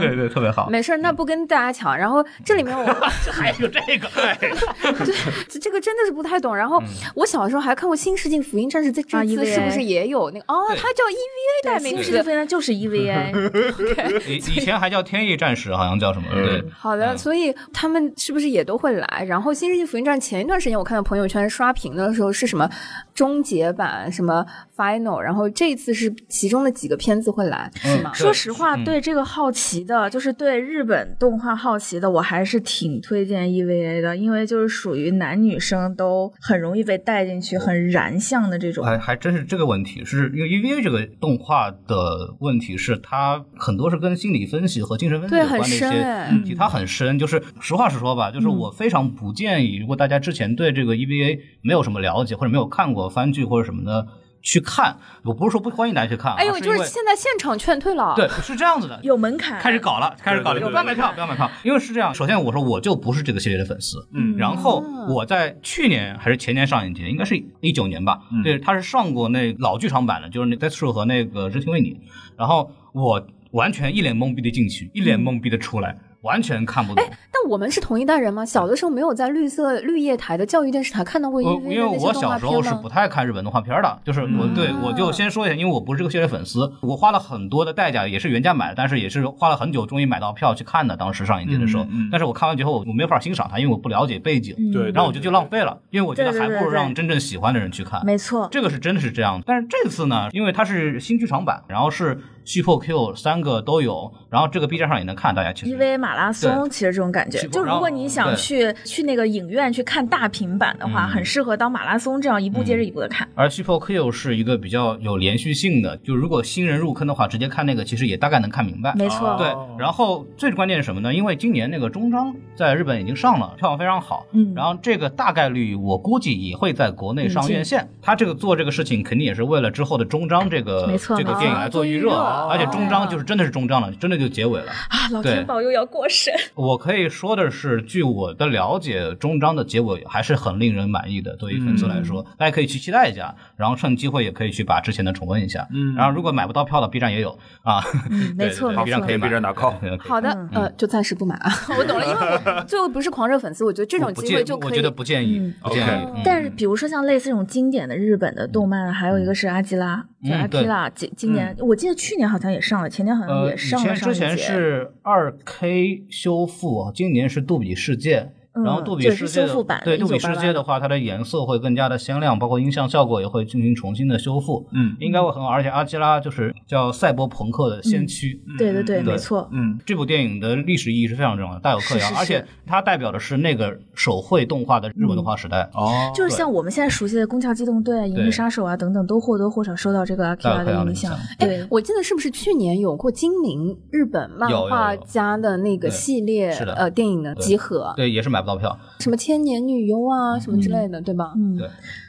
Speaker 1: 对对，特别 [laughs]
Speaker 2: 嗯
Speaker 1: 好。
Speaker 3: 没事儿，那不跟大家抢。然后这里面我
Speaker 1: 还有这个，哎
Speaker 2: [laughs]
Speaker 3: [laughs] 这这个真的是不太懂。然
Speaker 1: 嗯
Speaker 3: 后我小时候还看过《新世纪福音战士》，在
Speaker 2: 啊
Speaker 3: 这次
Speaker 2: ，EVA
Speaker 3: 是不是也有那个？哦，
Speaker 1: 对
Speaker 3: 它叫 EVA 代名
Speaker 2: 新世
Speaker 3: 词
Speaker 2: 纪。飞呢就是 E EVA，
Speaker 1: 以以前还叫天意战士，好像叫什么？
Speaker 5: 嗯
Speaker 1: 对，
Speaker 3: 好的，
Speaker 1: 嗯
Speaker 3: 所以他们是不是也都会来？然后《新世纪福音战》前一段时间我看到朋友圈刷屏的时候是什么终结版、什么 final，然后这次是其中的几个片子会来，
Speaker 1: 嗯
Speaker 3: 是吗？
Speaker 2: 说实话，
Speaker 1: 嗯
Speaker 2: 对这个好奇的，就是对日本动画好奇的，我还是挺推荐 EVA 的，因为就是属于男女生都很容易被带进去，很燃向的这种。
Speaker 1: 还还真是这个问题，是因为 EVA 这个动画的问题是它很多是跟心理分析和精神分析
Speaker 3: 对
Speaker 1: 有关的一些
Speaker 3: 很深嗯哎
Speaker 1: 嗯题，它很深。就是实话实说吧，就是我非常不建议，如果大家之前对这个 EVA 没有什么了解或者没有看过番剧或者什么的。去看，我不是说不欢迎大家去看啊，
Speaker 3: 哎呦，
Speaker 1: 是
Speaker 3: 就
Speaker 1: 因
Speaker 3: 是
Speaker 1: 为
Speaker 3: 现在现场劝退了。
Speaker 1: 对，是这样子的，
Speaker 2: 有门槛，
Speaker 1: 开始搞了，开始搞了，
Speaker 5: 对对
Speaker 1: 不要买票，不要买票，因为是这样。首先我说我就不是这个系列的粉丝，
Speaker 5: 嗯
Speaker 1: 然后我在去年还是前年上映节，应该是一九年吧，
Speaker 5: 嗯
Speaker 1: 对，他是上过那老剧场版的，就是那 Death Show 和那个真情为你，然后我完全一脸懵逼的进去，一脸懵逼的出来，完全看不懂。
Speaker 3: 但我们是同一代人吗？小的时候没有在绿色绿叶台的教育电视台看到过 EVA
Speaker 1: 我
Speaker 3: 的那
Speaker 1: 呃因为
Speaker 3: 些
Speaker 1: 我
Speaker 3: 动
Speaker 1: 小
Speaker 3: 画
Speaker 1: 时候
Speaker 3: 片
Speaker 1: 是
Speaker 3: 吗
Speaker 1: 不？太看日本动画片儿的，就是
Speaker 5: 嗯
Speaker 1: 我对我就先说一下，因为我不是这个系列粉丝，我花了很多的代价，也是原价买的，但是也是花了很久，终于买到票去看的。当时上映节的时候
Speaker 5: 嗯嗯，
Speaker 1: 但是我看完之后，我没法欣赏它，因为我不了解背景，
Speaker 2: 嗯
Speaker 5: 对
Speaker 1: 然后我就就浪费了，因为我觉得
Speaker 2: 对对
Speaker 1: 还
Speaker 2: 对
Speaker 1: 不如
Speaker 2: 对
Speaker 1: 让真正喜欢的人去看。
Speaker 2: 没错，
Speaker 1: 这个是真的是这样的，但是这次呢，因为它是新剧场版，然后是续破 Q 三个都有，然后这个 B 站上也能看，大家其实
Speaker 2: 因为马拉松
Speaker 1: 对
Speaker 2: 其实这种感觉
Speaker 1: 去，
Speaker 2: 就如果你想
Speaker 1: 对
Speaker 2: 去去那个影院去看大屏版的话，
Speaker 1: 嗯
Speaker 2: 很适合当马拉松这样一步接着一步的看。
Speaker 1: 而 s u p e Q 是一个比较有连续性的，就如果新人入坑的话，直接看那个其实也大概能看明白。
Speaker 2: 没错，
Speaker 1: 啊对
Speaker 5: 哦，
Speaker 1: 然后最关键是什么呢？因为今年那个终章在日本已经上了，票房非常好。
Speaker 2: 嗯
Speaker 1: 然后这个大概率我估计也会在国内上院
Speaker 2: 嗯
Speaker 1: 线。他这个做这个事情肯定也是为了之后的终章这个
Speaker 2: 没错啊
Speaker 1: 这个
Speaker 2: 没错
Speaker 1: 电影来做预热，啊
Speaker 3: 做预热
Speaker 1: 而且终章就是真的是终章了，真的就结尾了。
Speaker 2: 啊，老
Speaker 1: 对
Speaker 2: 天保
Speaker 1: [laughs]
Speaker 2: 佑要过审，
Speaker 1: 我可以说的是，据我的了解，终章的结尾还是很令人满意的。对于粉丝来
Speaker 5: 嗯
Speaker 1: 说，大家可以去期待一下，然后趁机会也可以去把之前的重温一下。
Speaker 5: 嗯
Speaker 1: 然后如果买不到票的，B 站也有啊，
Speaker 2: 嗯没错
Speaker 1: 对
Speaker 2: 没
Speaker 1: 对对 B
Speaker 2: 错
Speaker 1: 站可以买
Speaker 5: B 站打 call
Speaker 1: 对可以
Speaker 3: 好的，呃，就暂时不买
Speaker 1: [laughs]
Speaker 3: 啊。我懂了，因为我最后不是狂热粉丝，我觉得这种
Speaker 1: 不
Speaker 3: 机会
Speaker 1: 建，
Speaker 3: 就
Speaker 1: 我
Speaker 3: 可
Speaker 1: 觉
Speaker 3: 以
Speaker 1: 得不建议
Speaker 2: 嗯，
Speaker 1: 不建议
Speaker 5: OK。
Speaker 1: 嗯
Speaker 2: 但是，比如说像类似这种经典的日本的动漫，还有一个是阿基拉，
Speaker 1: 嗯
Speaker 2: 就阿基拉，今今年我记得去年好像也上了，前年好像
Speaker 1: 呃，
Speaker 2: 嗯也
Speaker 1: 以
Speaker 2: 上了
Speaker 1: 前
Speaker 2: 上
Speaker 1: 之
Speaker 2: 一
Speaker 1: 前
Speaker 2: 节。
Speaker 1: 是二 K 修复，今年是杜比世界。
Speaker 2: 嗯
Speaker 1: 然后杜比
Speaker 2: 对
Speaker 1: 世
Speaker 2: 是
Speaker 1: 界
Speaker 2: 修
Speaker 1: 的
Speaker 2: 复版
Speaker 1: 对杜比
Speaker 2: 1988
Speaker 1: 世界的话，它的颜色会更加的鲜亮，包括音像效果也会进行重新的修复。
Speaker 5: 嗯
Speaker 1: 应该会很好。而且阿基拉就是叫赛博朋克的先驱。
Speaker 2: 对对对，
Speaker 1: 对
Speaker 2: 没错，
Speaker 5: 嗯
Speaker 1: 这部电影的历史意义是非常重要的，大有
Speaker 2: 是
Speaker 1: 克
Speaker 2: 是
Speaker 1: 洋，
Speaker 2: 是
Speaker 1: 而且它代表的是那个手绘动画的日本动画时代。
Speaker 6: 嗯
Speaker 5: 哦，
Speaker 2: 就是像我们现在熟悉的《宫壳机动队》啊、《银翼杀手》啊等等，都或多或少受到这个阿基拉
Speaker 1: 大有克
Speaker 2: 的
Speaker 1: 洋的
Speaker 2: 影响
Speaker 1: 影。
Speaker 2: 哎对，
Speaker 3: 我记得是不是去年有过精灵日本漫
Speaker 1: 有有
Speaker 3: 画
Speaker 1: 有
Speaker 3: 家的那个
Speaker 1: 对
Speaker 3: 系列
Speaker 1: 是的
Speaker 3: 呃电影的
Speaker 1: 对
Speaker 3: 集合，
Speaker 1: 对，也是买不到票。
Speaker 3: 什么千年女优啊什么之类的，对
Speaker 1: [laughs]
Speaker 3: 吧？
Speaker 2: 嗯
Speaker 1: 对，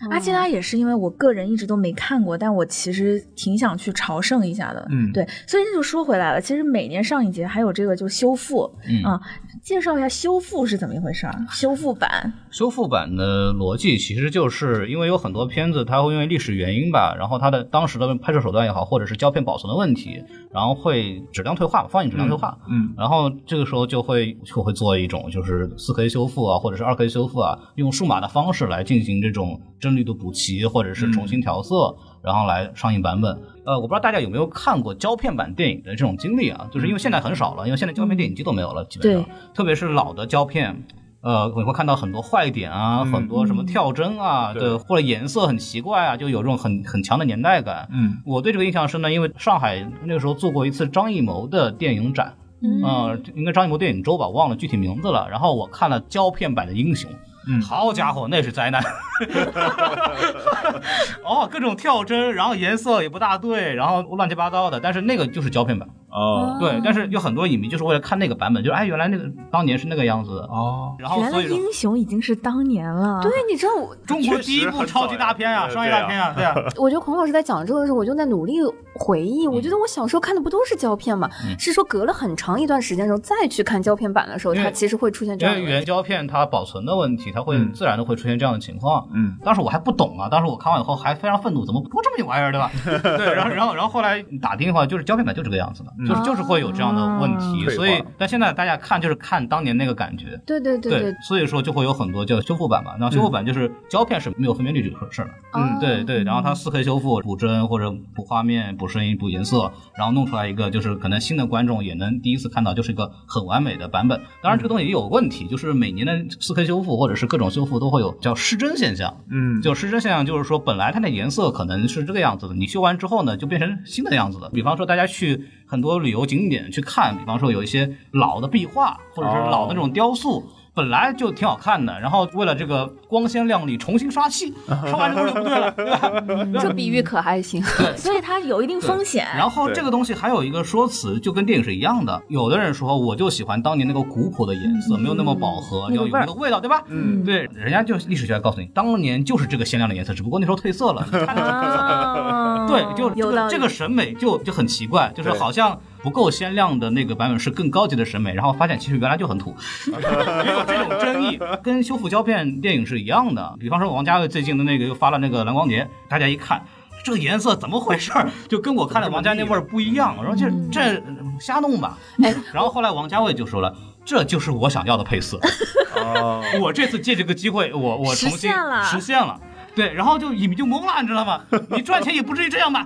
Speaker 2: 阿基拉也是因为我个人一直都没看过，但我其实挺想去朝圣一下的。
Speaker 5: 嗯
Speaker 2: 对，所以这就说回来了，其实每年上一节还有这个就是修复
Speaker 1: 嗯
Speaker 2: 啊，介绍一下修复是怎么一回事儿？修复版，
Speaker 1: 修复版的逻辑其实就是因为有很多片子，它会因为历史原因吧，然后它的当时的拍摄手段也好，或者是胶片保存的问题，然后会质量退化，放映质量退化。
Speaker 5: 嗯
Speaker 1: 然后这个时候就会就会做一种就是四 K 修复啊，或者是二 K 修复啊，用数码的方式来进行这种帧率的补齐，或者是重新调色，然后来上映版本。呃，我不知道大家有没有看过胶片版电影的这种经历啊，就是因为现在很少了，因为现在胶片电影机都没有了，基本上
Speaker 2: 对，
Speaker 1: 特别是老的胶片。呃，你会看到很多坏点啊，
Speaker 5: 嗯
Speaker 1: 很多什么跳帧啊，
Speaker 5: 对
Speaker 1: 对，或者颜色很奇怪啊，就有这种很很强的年代感。
Speaker 5: 嗯，
Speaker 1: 我对这个印象深呢，因为上海那个时候做过一次张艺谋的电影展，
Speaker 2: 嗯
Speaker 1: 呃，应该张艺谋电影周吧，忘了具体名字了。然后我看了胶片版的《英雄》，
Speaker 5: 嗯
Speaker 1: 好家伙，那是灾难！ [laughs] 哦，各种跳帧，然后颜色也不大对，然后乱七八糟的。但是那个就是胶片版，
Speaker 5: 哦
Speaker 1: 对。
Speaker 2: 嗯
Speaker 1: 但是有很多影迷就是为了看那个版本，就是哎，原来那个当年是那个样子的。
Speaker 5: 哦，
Speaker 1: 然后
Speaker 2: 原
Speaker 1: 所
Speaker 2: 来
Speaker 1: 以说
Speaker 2: 英雄已经是当年了，
Speaker 3: 对，你知
Speaker 1: [laughs]
Speaker 3: 道我，
Speaker 1: 中国第一部超级大片
Speaker 2: 呃
Speaker 1: 啊，
Speaker 5: 确实
Speaker 1: 商
Speaker 5: 很早呀
Speaker 1: 业大片啊，对啊，
Speaker 3: 我觉得孔老师在讲这个的时候，我就在努力回忆。我
Speaker 1: 嗯
Speaker 3: 觉得我小时候看的不都是胶片嘛？是说隔了很长一段时间的时候再去看胶片版的时候，
Speaker 1: 因为
Speaker 3: 它其实会出现这
Speaker 1: 因
Speaker 3: 样
Speaker 1: 为
Speaker 3: 的
Speaker 1: 原
Speaker 3: 问题。
Speaker 1: 胶片它保存的问题，它会
Speaker 5: 嗯
Speaker 1: 自然的会出现这样的情况。
Speaker 5: 嗯
Speaker 1: 当时我还不懂啊，当时我看完以后还非常愤怒，怎么播这么一玩意儿，对吧？ [laughs] 对，然后然后然后后来打听的话，就是胶片版就这个样子的，
Speaker 5: 嗯
Speaker 1: 就是就是会有这样的问题，
Speaker 5: 啊
Speaker 1: 所
Speaker 5: 退
Speaker 1: 以
Speaker 5: 化
Speaker 1: 但现在大家看就是看当年那个感觉。
Speaker 3: 对对对嗯对，
Speaker 1: 所以说就会有很多叫修复版嘛，然后修复版就是胶片是没有分辨率这个事儿的，
Speaker 3: 嗯
Speaker 1: 对对，然后它四 K 修复补帧或者补画面、补声音、补颜色，然后弄出来一个就是可能新的观众也能第一次看到，就是一个很完美的版本。当然这个东西也有问题，就是每年的四 K 修复或者是各种修复都会有叫失真现象，
Speaker 5: 嗯，
Speaker 1: 就失真现象，就是说本来它的颜色可能是这个样子的，你修完之后呢，就变成新的样子的。比方说大家去很多旅游景点去看，比方说有一些老的壁画或者是老的那种雕塑。本来就挺好看的，然后为了这个光鲜亮丽重新刷漆，刷完之后就不对了，对吧？
Speaker 3: 这比喻可还行。
Speaker 2: 所以它有一定风险。
Speaker 1: 然后
Speaker 5: 对
Speaker 1: 这个东西还有一个说辞，就跟电影是一样的。有的人说我就喜欢当年那个古朴的颜色，没有那么饱和，
Speaker 3: 那个
Speaker 1: 要有
Speaker 3: 味儿
Speaker 1: 那个味道，对吧？
Speaker 5: 嗯
Speaker 1: 对，人家就历史学家告诉你，当年就是这个鲜亮的颜色，只不过那时候褪色了。你看
Speaker 2: 啊
Speaker 1: [laughs] 对，就这
Speaker 2: 有
Speaker 1: 个
Speaker 2: 道理
Speaker 1: 这个审美就就很奇怪，就是
Speaker 5: 对
Speaker 1: 好像不够鲜亮的那个版本是更高级的审美，然后发现其实原来就很土，也有这种争议，跟修复胶片电影是一样的。比方说王家卫最近的那个又发了那个《蓝光碟》，大家一看。这个颜色怎么回事儿？就跟我看的王家那味儿不一样。我说这
Speaker 2: 嗯
Speaker 1: 这瞎弄吧。
Speaker 2: 哎
Speaker 1: 然后后来王家卫就说了，这就是我想要的配
Speaker 2: [laughs]
Speaker 1: 色。
Speaker 5: 哦，
Speaker 1: 我这次借这个机会，我我重新
Speaker 2: 实现了
Speaker 1: 实现了对，然后就你们就懵了，你知道吗？你赚钱也不至于这样吧？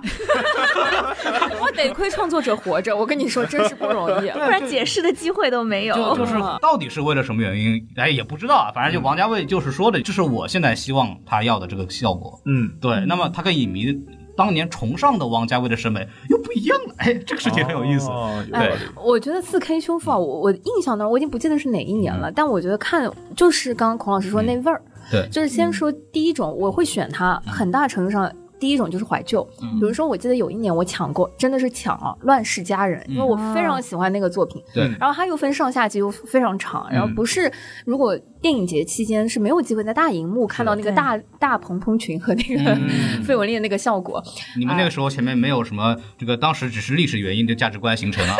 Speaker 3: [laughs] 我得亏创作者活着，我跟你说，真是不容
Speaker 1: [laughs]
Speaker 3: 易。
Speaker 2: 不然解释的机会都没
Speaker 1: 就
Speaker 3: 哦
Speaker 2: 有
Speaker 1: 就。是
Speaker 3: 嗯
Speaker 1: 到底是为了什么原因，哎也不知道啊。反正就王家卫就是说的，这是我现在希望他要的这个效果。
Speaker 5: [laughs] 嗯，
Speaker 1: 对，那么他跟影迷当年崇尚的王家卫的审美又不一样了。哎，这个事情很有意思。
Speaker 5: 哦有
Speaker 1: 对
Speaker 5: 道理
Speaker 3: 我觉得四 K 修复啊，我我印象当中我已经不记得是哪一年了，但我觉得看就是刚刚孔老师说那味儿，
Speaker 1: 嗯对嗯
Speaker 3: 就是先说第一种，我会选它，很大程度上。第一种就是怀旧，比如说，我记得有一年我抢过，真的是抢啊，《乱世佳人》，因为我非常喜欢那个作品。
Speaker 1: 对
Speaker 3: 然后它又分上下集，又非常长。
Speaker 1: 嗯
Speaker 3: 然后不是，如果电影节期间是没有机会在大荧幕看到那个
Speaker 2: 对
Speaker 3: 大大蓬蓬裙和那个
Speaker 1: 嗯
Speaker 3: [laughs] 费雯丽的那个效果。
Speaker 1: 你们那个时候前面没有什么这个，当时只是历史原因的价值观形成啊。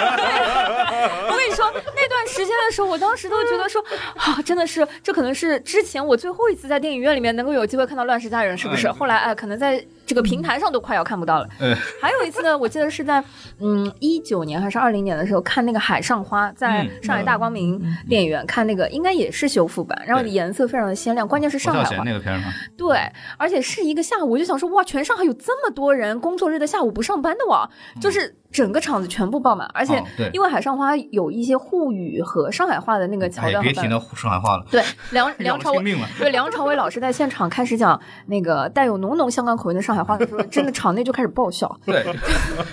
Speaker 3: 我跟你说，那段时间的时候，我当时都觉得说，啊，真的是，这可能是之前我最后一次在电影院里面能够有机会看到《乱世佳人》，是不是？
Speaker 1: 嗯
Speaker 3: 后来哎，可能在这个平台上都快要看不到了。
Speaker 1: 哎
Speaker 3: [laughs] 还有一次呢，我记得是在嗯一九年还是二零年的时候看那个《海上花》，在
Speaker 1: 嗯
Speaker 3: 上海大光明电影院看那个，应该也是修复版，然后
Speaker 1: 对
Speaker 3: 颜色非常的鲜亮，关键是
Speaker 1: 侯
Speaker 3: [laughs] 上海
Speaker 1: 孝
Speaker 3: 话
Speaker 1: 贤那个片儿嘛，
Speaker 3: 对，而且是一个下午，我就想说，哇，全上海有这么多人工作日的下午不上班的哇，就是整个场子全部爆满，而且
Speaker 1: 嗯哦对
Speaker 3: 因为海上花有一些沪语和上海话的那个桥
Speaker 1: 哎，
Speaker 3: 段
Speaker 1: 别
Speaker 3: 和
Speaker 1: 提
Speaker 3: 版。
Speaker 1: 那上海话
Speaker 3: [laughs]
Speaker 1: 了， [laughs]
Speaker 3: 对，梁梁
Speaker 1: 要
Speaker 3: 朝
Speaker 1: 了亲
Speaker 3: 伟。
Speaker 1: 命了。
Speaker 3: 对，梁朝伟老师在现场开始讲那个带有浓浓香港口音的上海话的时候，真的场内就开始爆笑。
Speaker 1: 对，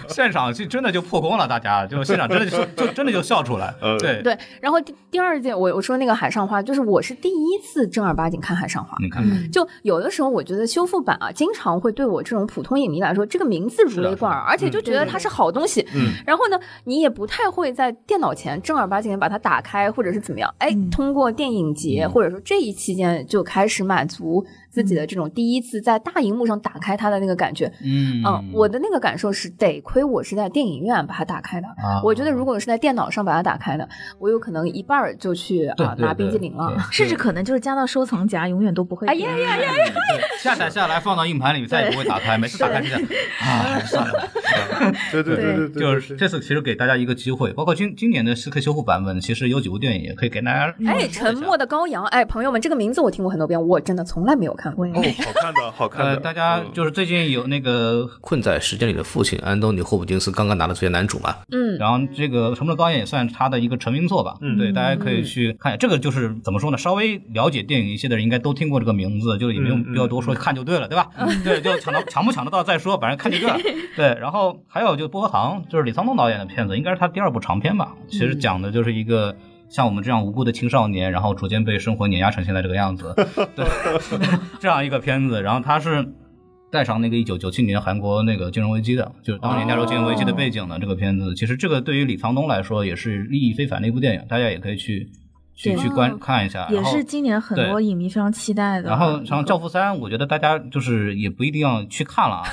Speaker 1: 现场就真的就破功了，大
Speaker 3: [laughs]
Speaker 1: 家就现场真的就就真的就笑出来。
Speaker 5: 呃
Speaker 1: 对，
Speaker 3: 对，然后第第二件，我我说那个海上花，就是我是第一次正儿八经看海上花，
Speaker 1: 你看，
Speaker 3: 就有的时候，我觉得修复版啊，经常会对我这种普通影迷来说，这个名字如
Speaker 1: 啊
Speaker 3: 雷贯耳，而
Speaker 1: 嗯
Speaker 3: 且就觉得它是好东西。
Speaker 5: 嗯，
Speaker 3: 然后呢，你也不太会在电脑前正儿八经地把它打开，或者是怎么样。哎，通过电影
Speaker 1: 嗯
Speaker 3: 节或者说这一期间就开始满足自己的这种第一次在大荧幕上打开它的那个感觉。
Speaker 1: 嗯
Speaker 3: 嗯，我的那个感受是，得亏我是在电影院把它打开的。
Speaker 1: 啊
Speaker 3: 我觉得如果是在电脑上把它打开的，我有可能一半儿就去
Speaker 1: 对
Speaker 3: 啊
Speaker 1: 对
Speaker 3: 拿冰
Speaker 1: 对
Speaker 3: 激凌了。
Speaker 1: 对
Speaker 2: 甚至可能就是加到收藏夹，永远都不会
Speaker 3: 哎
Speaker 2: 变。
Speaker 3: 呀呀呀！
Speaker 1: 下载下来放到硬盘里，再也不会打开，每次打开是这样，啊，算了吧，
Speaker 5: 对对对对对，
Speaker 1: 就是这次其实给大家一个机会，包括今今年的四 K 修复版本，其实有几部电影也可以给大家。
Speaker 3: 哎，沉默的羔羊，哎，朋友们，这个名字我听过很多遍，我真的从来没有看过。哎
Speaker 5: 哦，好看
Speaker 1: [laughs]
Speaker 5: 的，好看
Speaker 1: 呃，
Speaker 5: 的，
Speaker 1: 大家
Speaker 5: 嗯
Speaker 1: 就是最近有那个困在时间里的父亲安东尼·霍普金斯刚刚拿了最佳男主嘛，
Speaker 3: 嗯，
Speaker 1: 然后这个《沉默的羔羊》也算他的一个成名作吧，
Speaker 5: 嗯
Speaker 1: 对，大家可以去看一下。这个就是怎么说呢？稍微了解电影一些的人应该都听过这个名字，就是也不用
Speaker 5: 嗯嗯
Speaker 1: 不要多说，看就对了，对吧？对，就抢到抢不抢得到再说，反正看就对了。对，然后还有就《薄荷糖》，就是李沧东导演的片子，应该是他第二部长片吧。其实讲的就是一个。像我们这样无辜的青少年，然后逐渐被生活碾压成现在这个样子，对，这样一个片子。然后他是带上那个一九九七年韩国那个金融危机的，就是当年亚洲金融危机的背景的这个片子。其实这个对于李沧东来说也是意义非凡的一部电影，大家也可以去去
Speaker 2: 对
Speaker 1: 去观看一下。
Speaker 2: 也
Speaker 1: 然后
Speaker 2: 是今年很多
Speaker 1: 对
Speaker 2: 影迷非常期待的。
Speaker 1: 然后像《教父三》，我觉得大家就是也不一定要去看
Speaker 2: [laughs]
Speaker 1: 了啊，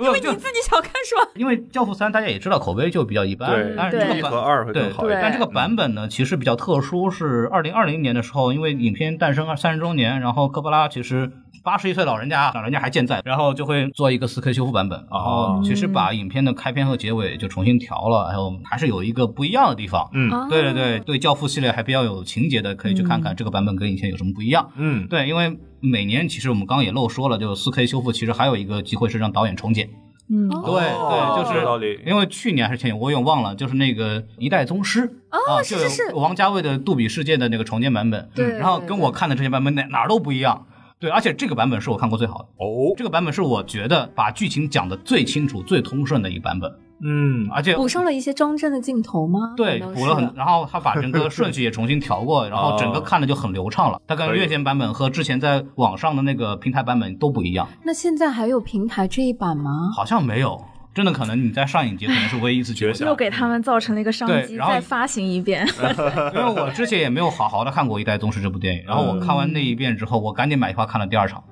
Speaker 1: 因为
Speaker 3: 你自己想看是吧？
Speaker 1: 因为《教父三》大家也知道口碑就比较一般
Speaker 5: 对，，
Speaker 1: 但是这
Speaker 5: 一
Speaker 1: 个
Speaker 5: 和
Speaker 1: 版。
Speaker 5: 二会
Speaker 1: 对
Speaker 5: 更，好一点。
Speaker 1: 但这个版本呢，其实比较特殊，是二零二零年的时候，因为影片诞生三十周年，然后科波拉其实八十一岁老人家，老人家还健在，然后就会做一个四 K 修复版本，然
Speaker 5: 哦
Speaker 1: 后其实把影片的开篇和结尾就重新调了，还有还是有一个不一样的地方。
Speaker 6: 哦
Speaker 5: 嗯
Speaker 3: 哦
Speaker 1: 对对对对，教父系列还比较有情节的，可以去看看这个版本跟以前有什么不一样。
Speaker 5: 嗯，
Speaker 1: 对，因为每年其实我们刚刚也漏说了，就是四 K 修复其实还有一个机会是让导演重剪。
Speaker 2: 嗯，
Speaker 3: 哦
Speaker 1: 对对，就是
Speaker 5: 哦有道理
Speaker 1: 因为去年还是前年，我有点忘了，就是那个《一代宗师》
Speaker 3: 哦
Speaker 1: 啊，就是
Speaker 3: 是
Speaker 1: 王家卫的杜比世界的那个重建版本，
Speaker 3: 对
Speaker 1: 然后
Speaker 3: 对
Speaker 1: 跟
Speaker 3: 对
Speaker 1: 我看的这些版本哪哪儿都不一样。对，而且这个版本是我看过最好的，
Speaker 5: 哦，
Speaker 1: 这个版本是我觉得把剧情讲的最清楚、最通顺的一个版本，
Speaker 5: 嗯，
Speaker 1: 而且
Speaker 3: 补上了一些装帧的镜头吗？
Speaker 1: 对，
Speaker 3: 难道
Speaker 1: 补了
Speaker 3: 是
Speaker 1: 很，然后他把整个顺序也重新调
Speaker 5: [laughs]
Speaker 1: 过，然后整个看的就很流畅了。它跟
Speaker 5: 哦可以
Speaker 1: 院线版本和之前在网上的那个平台版本都不一样，
Speaker 3: 那现在还有平台这一版吗？
Speaker 1: 好像没有，真的可能你在上影节可能是唯一一次绝
Speaker 5: [laughs] 绝
Speaker 2: 又给他们造成了一个商
Speaker 1: 对
Speaker 2: 机，
Speaker 1: 然后
Speaker 2: 再发行
Speaker 1: [laughs]
Speaker 2: 一遍。
Speaker 1: 因为我之前也没有好好的看过《一代宗师》这部电影，然后
Speaker 5: 嗯
Speaker 1: 我看完那一遍之后，我赶紧买票看了第二场。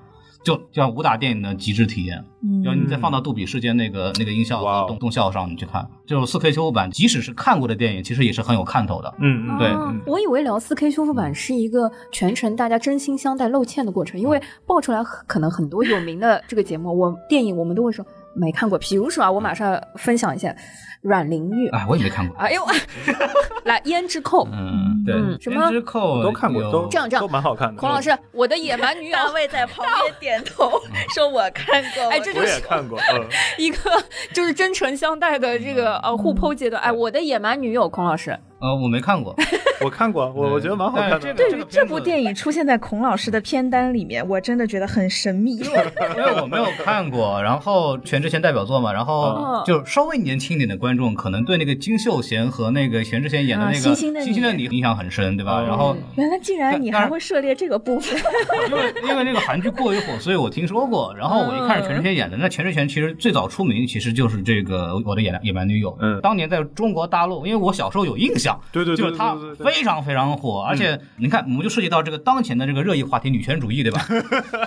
Speaker 1: 就就像武打电影的极致体验，然
Speaker 2: 嗯
Speaker 1: 后你再放到杜比世界那个那个音效
Speaker 5: 嗯哇
Speaker 1: 和
Speaker 5: 哦
Speaker 1: 动动效上，你去看，就是四 K 修复版，即使是看过的电影，其实也是很有看头的。
Speaker 5: 嗯嗯，
Speaker 1: 对嗯
Speaker 3: 哦我以为聊四 K 修复版是一个全程大家真心相待、露怯的过程，
Speaker 1: 嗯
Speaker 3: 因为爆出来很可能很多有名的这个节目，我电影我们都会说没看过。比如说啊，我马上分享一下《阮玲玉》，
Speaker 1: 哎，我也没看过。
Speaker 3: 哎呦， [laughs] 来胭脂扣，
Speaker 1: 嗯，对，
Speaker 3: 嗯什么
Speaker 1: 胭脂扣
Speaker 5: 我都看过，
Speaker 1: 有
Speaker 5: 都
Speaker 3: 这样这样
Speaker 5: 都蛮好看的。
Speaker 3: 孔老师，我的野蛮女友
Speaker 8: 大。卫在旁边点头
Speaker 1: 嗯
Speaker 8: 说：“我看过。”
Speaker 3: 哎，这就
Speaker 5: 我也
Speaker 3: 是
Speaker 5: 看过，嗯，
Speaker 3: [laughs] 一个就是真诚相待的这个呃互剖阶段。哎，我的野蛮女友，孔老师，
Speaker 1: 呃，我没看过。
Speaker 5: 我看过，我我觉得蛮好看的。
Speaker 1: 对
Speaker 2: 对于这部
Speaker 1: 影，
Speaker 2: 电影出现在孔老师的片单里面，我真的觉得很神秘。因为我
Speaker 1: [laughs] 因为我没有看过，然后全智贤代表作嘛，然后
Speaker 3: 嗯
Speaker 1: 就稍微年轻一点的观众，可能对那个金秀贤和那个全智贤演的那个
Speaker 2: 嗯星星的你
Speaker 1: 你印象很深，对吧？
Speaker 5: 嗯
Speaker 1: 然后
Speaker 2: [laughs] 原来竟然你
Speaker 1: 但
Speaker 2: 还会涉猎这个部分，
Speaker 1: 因为因为那个韩剧过于火，所以我听说过。然后我一看是全智贤演的，那全智贤其实最早出名其实就是这个《我的野蛮野蛮女友》。
Speaker 5: 嗯
Speaker 1: 当年在中国大陆，因为我小时候有印象，
Speaker 5: 对对对
Speaker 1: 就是她
Speaker 5: 对对对对嗯
Speaker 1: 非常非常火。而且你看，我们就涉及到这个当前的这个热议话题——女权主义，对
Speaker 5: [laughs]
Speaker 1: 吧？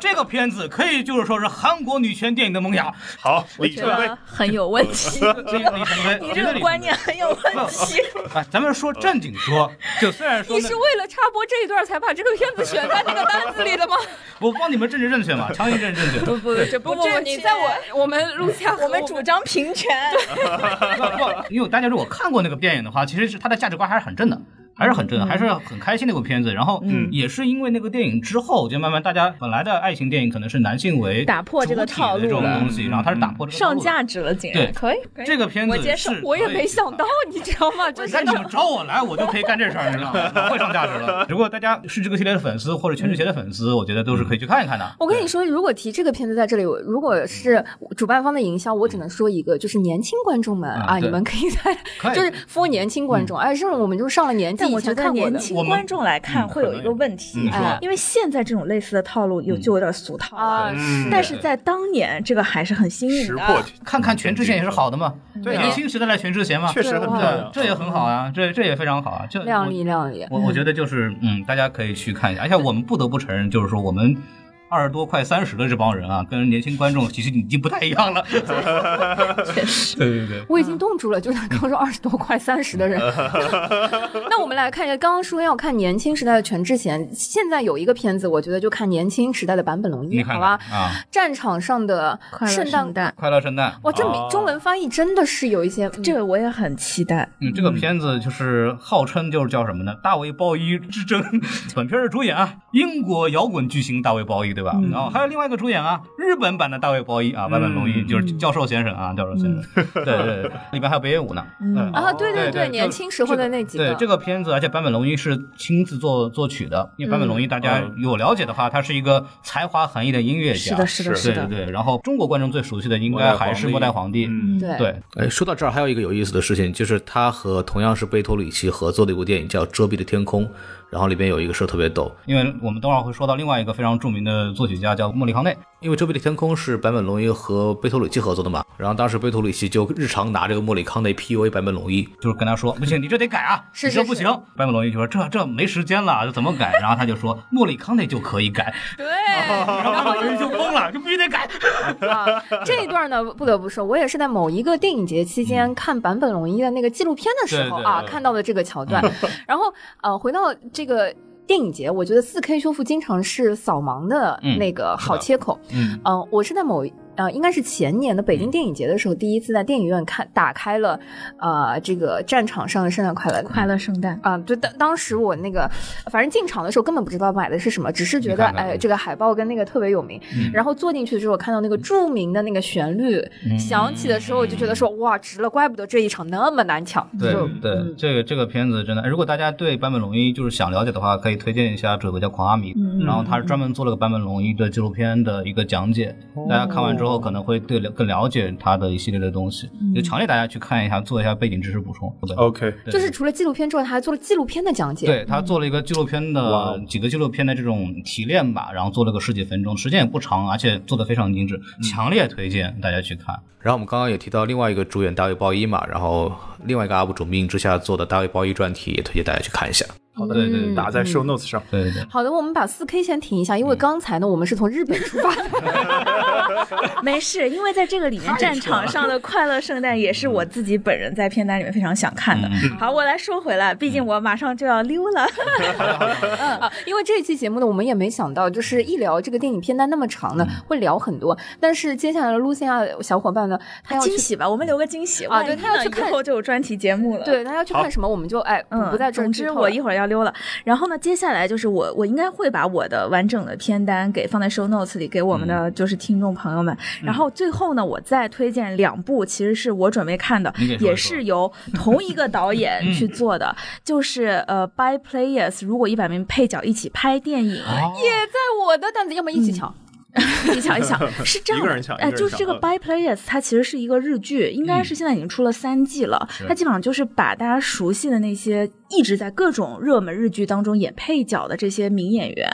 Speaker 1: 这个片子可以就是说是韩国女权电影的萌芽。
Speaker 5: 好，李
Speaker 2: 觉
Speaker 5: 正威
Speaker 2: 得很有问
Speaker 1: [laughs]
Speaker 2: 题。
Speaker 1: 这个李晨飞，
Speaker 8: 你
Speaker 1: 我
Speaker 8: 这
Speaker 1: 觉得
Speaker 8: 个
Speaker 1: 李
Speaker 8: 观念很有问
Speaker 1: [laughs]
Speaker 8: 题。
Speaker 1: 哎，咱们说正经说，就虽然说
Speaker 3: 你
Speaker 1: 呢
Speaker 3: 是为了插播这一段才把这个片子选在那个单子里
Speaker 2: [laughs]
Speaker 3: 的吗？
Speaker 1: 我帮你们政治正确嘛，强行政治正确。
Speaker 3: 不，这不不不，
Speaker 8: 正
Speaker 3: 你
Speaker 8: 确
Speaker 3: 在我我们录下，
Speaker 8: 我们主张平权，
Speaker 1: 不，因为大家如果看过那个电影的话，其实是它的价值观还是很正的，还是很正的，还是很开心的一部片子。然后也是因为那个电影之后，就慢慢大家本来的爱情电影可能是男性为
Speaker 2: 打破这个
Speaker 1: 主体的
Speaker 2: 套路
Speaker 1: 这种
Speaker 2: 了
Speaker 1: 东西，然后它是打破这个套
Speaker 2: 上
Speaker 1: 路的
Speaker 2: 价值了，竟
Speaker 1: 对
Speaker 2: 然可以，可以
Speaker 1: 这个片子
Speaker 8: 我接受
Speaker 1: 是
Speaker 3: 我也
Speaker 1: 可以
Speaker 3: 没想到，你知道吗？这
Speaker 1: 那
Speaker 3: 是
Speaker 1: 你们找我来，我就可以干这事儿，你知道吗？太上价值了。如果大家是这个系列的粉丝或者全智贤的粉丝，我觉得都是可以去看一看的。
Speaker 3: 我跟你说，如果提这个片子在这里，我如果是主办方的营销，我只能说一个，就是年轻观众们
Speaker 1: 嗯
Speaker 3: 啊，
Speaker 1: 对
Speaker 3: 你们可以在
Speaker 1: 可以嗯
Speaker 3: 就是服务年轻观众，哎，是我们就是上了年纪
Speaker 2: 但
Speaker 3: 以
Speaker 2: 我觉
Speaker 3: 前
Speaker 2: 得
Speaker 3: 看过
Speaker 2: 年
Speaker 3: 的。
Speaker 2: 轻
Speaker 1: 我们
Speaker 2: 观众来看
Speaker 1: 嗯
Speaker 2: 会有一个问题
Speaker 1: 嗯
Speaker 2: 哎
Speaker 1: 说，
Speaker 2: 因为现在这种类似的套路有就有点俗套了，
Speaker 3: 啊，
Speaker 5: 嗯
Speaker 2: 但是在当年这个还是嗯啊很新颖
Speaker 5: 识
Speaker 2: 的。
Speaker 5: 破题，
Speaker 1: 看看全智贤也是好的嘛，
Speaker 5: 对啊
Speaker 1: 年轻时代的全智贤嘛，
Speaker 5: 确实很漂
Speaker 1: 对
Speaker 5: 亮，，
Speaker 1: 这也很好啊，这这也非常好啊，这
Speaker 3: 靓丽。亮丽，
Speaker 1: 我我我觉得就是，嗯，大家可以去看一下，而且我们不得不承认，就是说我们二十多快三十的这帮人啊，跟年轻观众其实已经不太一样了。
Speaker 2: 确实，
Speaker 1: [laughs] 对对对，
Speaker 3: 我已经冻住了，就是他刚说二十多快三十的人。
Speaker 1: 嗯
Speaker 3: [laughs] 那我们来看一下，刚刚说要看年轻时代的全智贤，现在有一个片子，我觉得就看年轻时代的坂本龙一，
Speaker 1: 你看看
Speaker 3: 好吧？
Speaker 1: 啊，
Speaker 3: 战场上的
Speaker 2: 快乐
Speaker 3: 圣诞
Speaker 2: 圣诞，
Speaker 1: 快乐圣诞。
Speaker 3: 哇，这
Speaker 9: 哦
Speaker 3: 中文翻译真的是有一些嗯
Speaker 2: 这个我也很期待。
Speaker 1: 嗯，这个片子就是号称就是叫什么呢？大卫鲍伊之争。 [laughs] 本片的主演啊，英国摇滚巨星大卫鲍伊，对吧？然后还有另外一个主演啊，日本版的大卫鲍伊啊，坂本龙一就是教授先生啊，教授先生。 [laughs] 对对对，里面还有北野武呢。嗯
Speaker 3: 啊，对
Speaker 1: 对
Speaker 3: 对，
Speaker 1: 就
Speaker 3: 年轻时候的那几
Speaker 1: 对
Speaker 3: 个，
Speaker 1: 这个片子，而且坂本龙一是亲自作作曲的，因为坂本龙一大家
Speaker 9: 嗯
Speaker 1: 有了解的话，他是一个才华横溢的音乐家。
Speaker 2: 是的，是的，
Speaker 9: 是
Speaker 2: 是
Speaker 1: 对
Speaker 2: 的。
Speaker 1: 对对。然后中国观众最熟悉的应该还是末代皇帝。
Speaker 9: 嗯，
Speaker 3: 对
Speaker 1: 对，
Speaker 5: 哎，说到这儿，还有一个有意思的事情，就是他和同样是贝托里奇合作的一部电影叫《遮蔽的天空》，然后里边有一个事儿特别逗，
Speaker 1: 因为我们等会儿会说到另外一个非常著名的作曲家叫莫里康内，
Speaker 5: 因为《遮蔽的天空》是坂本龙一和贝托里奇合作的嘛，然后当时贝托里奇就日常拿这个莫里康内 PUA 坂本龙一，
Speaker 1: 就是跟他说不行，你这得改啊，
Speaker 3: 是
Speaker 1: 你这
Speaker 3: 是
Speaker 1: 不
Speaker 3: 是
Speaker 1: 行。坂本龙一就说这这没时间了，这怎么改？然后他就说莫里康内就可以改，
Speaker 3: 对，
Speaker 1: [laughs] 哦然后坂本龙一就懵了，就必须得改。
Speaker 3: 啊，这一段呢，不得不说，我也是在某一个电影节期间看坂本龙一的那个纪录片的时候
Speaker 1: 对对
Speaker 3: 啊，
Speaker 1: 对嗯
Speaker 3: 看到的这个桥段。 [laughs] 然后呃，回到这个电影节，我觉得四 K 修复经常是扫盲的
Speaker 1: 嗯
Speaker 3: 那个好切口。
Speaker 1: 嗯，
Speaker 3: 嗯、我是在某呃，应该是前年的北京电影节的时候，第一次在电影院看打开了呃这个战场上的圣诞快乐。
Speaker 2: 快乐圣诞，
Speaker 3: 啊、对，当当时我那个，反正进场的时候根本不知道买的是什么，只是觉得
Speaker 1: 你看看
Speaker 3: 哎，这个海报跟那个特别有名。
Speaker 1: 嗯
Speaker 3: 然后坐进去之后，看到那个著名的那个旋律、响起的时候，我就觉得说哇，值了，怪不得这一场那么难抢。
Speaker 1: 对
Speaker 3: 就
Speaker 9: 嗯
Speaker 1: 对，这个这个片子真的，如果大家对坂本龙一就是想了解的话，可以推荐一下这个叫狂阿米，
Speaker 3: 嗯
Speaker 2: 嗯
Speaker 1: 然后他是专门做了个坂本龙一的纪录片的一个讲解，
Speaker 3: 哦
Speaker 1: 大家看完之后可能会对了更了解他的一系列的东西，
Speaker 3: 嗯
Speaker 1: 就强烈大家去看一下，做一下背景知识补充。对
Speaker 9: OK，
Speaker 1: 对
Speaker 3: 就是除了纪录片之外，他还做了纪录片的讲解。
Speaker 1: 对他做了一个纪录片
Speaker 9: 哇
Speaker 1: 的
Speaker 9: 哦
Speaker 1: 几个纪录片的这种提炼吧，然后做了个十几分钟，时间也不长，而且做的非常精致，强烈推荐大家去看。
Speaker 5: 然后我们刚刚也提到另外一个主演大卫鲍伊嘛，然后另外一个 UP 主命之下做的大卫鲍伊传题也推荐大家去看一下。
Speaker 1: 好的，对对对
Speaker 9: 打在 show notes 上。
Speaker 1: 对对对。
Speaker 3: 嗯好的，我们把四 K 先停一下，因
Speaker 1: 嗯
Speaker 3: 为刚才呢，我们是从日本出发
Speaker 1: [laughs]
Speaker 3: 的。
Speaker 2: 没事，因为在这个里面，战场上的快乐圣诞也是我自己本人在片单里面非常想看的。好，我来说回来，毕竟我马上就要溜了。
Speaker 3: 啊，因为这一期节目呢，我们也没想到，就是一聊这个电影片单那么长
Speaker 1: 嗯
Speaker 3: 呢，会聊很多。但是接下来的路线啊，小伙伴呢，他要去
Speaker 2: 惊喜吧，我们留个惊喜
Speaker 3: 啊
Speaker 2: 万一
Speaker 3: 对他要
Speaker 2: 呢
Speaker 3: 去看
Speaker 2: 以后就有专题节目了。。
Speaker 3: 对他要去看什么，我们就哎
Speaker 2: 嗯，
Speaker 3: 不在这儿
Speaker 2: 总
Speaker 3: 剧
Speaker 2: 之
Speaker 3: 透
Speaker 2: 我
Speaker 3: 了
Speaker 2: 一会儿要溜了。然后呢，接下来就是我，我应该会把我的完整的片单给放在 show notes 里，给我们
Speaker 1: 嗯
Speaker 2: 的就是听众朋友们。然后最后呢，我再推荐两部，其实是我准备看的，
Speaker 1: 你给说一说嗯
Speaker 2: 也是由同一个导演去做的，就是呃，By Players，如果一百名配角一起拍电影。
Speaker 1: 啊
Speaker 3: 也在我的担子，要么
Speaker 2: 嗯
Speaker 3: 一起抢。
Speaker 2: 你想一
Speaker 9: [laughs]
Speaker 2: 想，是这样
Speaker 9: 一个人抢嗯
Speaker 2: 的，哎，
Speaker 9: 一个人
Speaker 2: 就是这个《By Players》，它其实是一个日剧，应该是现在已经出了三季了。它基本上就是把大家熟悉的那些一直在各种热门日剧当中演配角的这些名演员，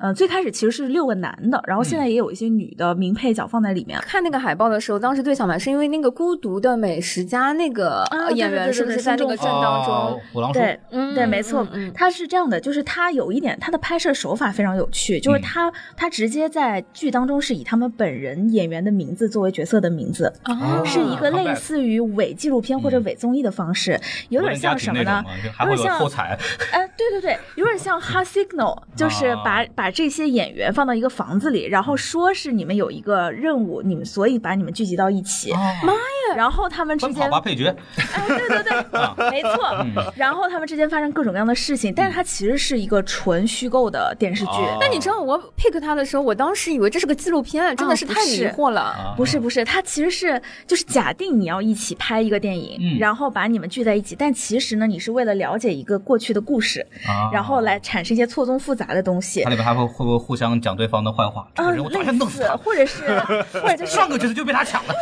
Speaker 2: 呃，最开始其实是六个男的，然后
Speaker 9: 嗯
Speaker 2: 现在也有一些女的名配角放在里面了。
Speaker 3: 看那个海报的时候，当时最想买是因为那个《孤独的美食家》那个、
Speaker 2: 啊
Speaker 3: 呃演
Speaker 2: 对对
Speaker 3: 员
Speaker 2: 对
Speaker 3: 是不
Speaker 2: 对
Speaker 3: 是
Speaker 2: 孙
Speaker 3: 在那
Speaker 2: 仲
Speaker 3: 个
Speaker 2: 谋
Speaker 3: 镇当
Speaker 1: 哦
Speaker 3: 中？
Speaker 1: 虎狼叔，
Speaker 2: 对，
Speaker 3: 嗯
Speaker 2: 对，没错
Speaker 3: 嗯嗯，
Speaker 2: 它是这样的，就是它有一点，它的拍摄手法非常有趣，
Speaker 1: 嗯
Speaker 2: 就是它它直接在剧当中是以他们本人演员的名字作为角色的名字，
Speaker 3: 啊
Speaker 2: 是一个类
Speaker 1: comeback
Speaker 2: 似于伪纪录片或者伪综艺的方式，有点像什么呢
Speaker 1: 嗯国人家庭那种嘛？就还
Speaker 2: 有
Speaker 1: 会
Speaker 2: 点
Speaker 1: 有后
Speaker 2: 像， [laughs]
Speaker 1: 采，
Speaker 2: 哎，对对对，有点像《哈 Signal》，就
Speaker 1: [laughs]
Speaker 2: 是
Speaker 1: 啊
Speaker 2: 把把这些演员放到一个房子里，
Speaker 1: 嗯
Speaker 2: 然后说是你们有一个任务，你们所以把你们聚集到一起，
Speaker 1: 妈呀，
Speaker 2: 然后他们之
Speaker 1: 哦奔跑
Speaker 2: 间
Speaker 1: 吧配角，
Speaker 2: 哎，对对
Speaker 1: [laughs] 啊
Speaker 2: 对，没
Speaker 1: 嗯
Speaker 2: 错。然后他们之间发生各种各样的事情，但是它其实是一个纯虚构的电视剧。
Speaker 1: 啊
Speaker 3: 但你知道我 pick 他的时候，我当时以为这是个纪录片，真的哦是
Speaker 2: 不
Speaker 3: 太迷
Speaker 2: 是
Speaker 3: 惑了。
Speaker 2: 不是不是，它其实是就是假定你要一起拍一个电影，
Speaker 1: 嗯
Speaker 2: 然后把你们聚在一起，但其实呢，你是为了了解一个过去的故事，
Speaker 1: 啊
Speaker 2: 然后来产生一些错综复杂的东西
Speaker 1: 它。里面还会会不会互相讲对方的坏话？这
Speaker 2: 嗯，
Speaker 1: 个人我早
Speaker 2: 类
Speaker 1: 想弄死
Speaker 2: 似，
Speaker 1: 他。
Speaker 2: 或者是或者就是
Speaker 1: 上个角色就被他抢了，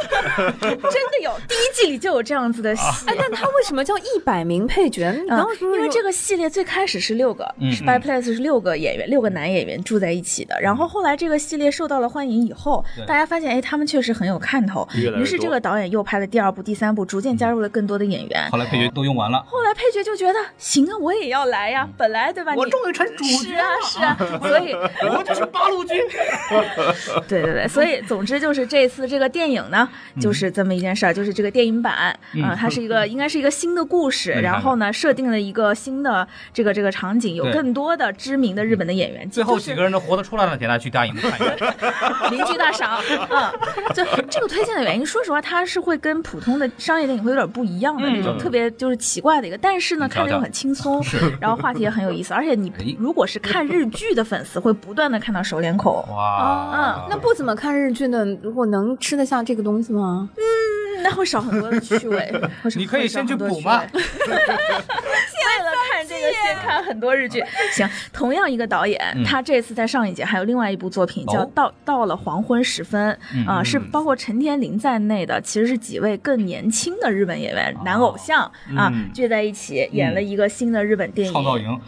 Speaker 2: 真
Speaker 10: 的有，
Speaker 2: 第一季里就有这样子的戏，
Speaker 3: 哎，
Speaker 1: 啊
Speaker 3: 但他为什么叫一百名配角？你
Speaker 2: 啊
Speaker 3: 当时
Speaker 2: 因为这
Speaker 3: 个
Speaker 2: 个系列最开始是六个、s
Speaker 5: 嗯
Speaker 2: p y Place 是六个演员，六个男演员住在一起的。
Speaker 5: 嗯
Speaker 2: 然后后来这个系列受到了欢迎以后，大家发现哎，他们确实很有看头，
Speaker 5: 越来越
Speaker 2: 于是这
Speaker 5: 多嗯
Speaker 2: 个导演又拍了第二部、第三部，逐渐加入了更多的演员。
Speaker 5: 后来配角都用完了，
Speaker 2: 后来配角就觉得行啊，我也要来呀，本来对吧？
Speaker 5: 嗯我
Speaker 2: 你
Speaker 5: 终于成主
Speaker 2: 是
Speaker 5: 角
Speaker 2: 啊
Speaker 5: 了，
Speaker 2: 是啊，所
Speaker 5: [laughs]
Speaker 2: 以
Speaker 5: 我就是八路
Speaker 2: [laughs]
Speaker 5: 军。 [laughs]
Speaker 2: 对对对，所以总之就是这次这个电影呢，
Speaker 5: 嗯
Speaker 2: 就是这么一件事儿，就是这个电影版啊、它是一个应该是一个新的故事，
Speaker 5: 看看
Speaker 2: 然后呢设定了一个新的这个这个场景，有
Speaker 5: 对嗯
Speaker 2: 更多的知名的日本的演员，
Speaker 5: 最后
Speaker 2: 就是
Speaker 5: 几个人都活得出来了，给大家去大影看一
Speaker 2: [laughs]
Speaker 5: 看。
Speaker 2: 邻居大赏，嗯，
Speaker 5: [laughs]
Speaker 2: 就这个推荐的原因，说实话，它是会跟普通的商业电影会有点不一样
Speaker 5: 嗯
Speaker 2: 的那种，特别就是奇怪的一个，但是呢，
Speaker 5: 你瞧瞧
Speaker 2: 看着又很轻松，然后话题也很有意思，而且
Speaker 5: 哎
Speaker 2: 你如果是看日剧的粉丝，会不断的看到熟脸孔，哦嗯啊
Speaker 5: 哇，
Speaker 3: 那不怎么看日剧的，如果能吃得下这个东西吗？
Speaker 2: 嗯那会少很多的趣味。会少
Speaker 5: 你可以先去补嘛
Speaker 2: 会少很多趣味 [laughs] 为了看这个，先看很多日剧。 [laughs] 行，同样一个导演，他这次在上一节还有另外一部作品叫
Speaker 5: 嗯哦嗯
Speaker 2: 《到到了黄昏时分》，啊，是包括陈天林在内的，其实是几位更年轻的日本演
Speaker 5: 哦
Speaker 2: 员男偶像啊聚在一起演了一个新的日本电
Speaker 5: 嗯创造
Speaker 2: 影。
Speaker 5: 营，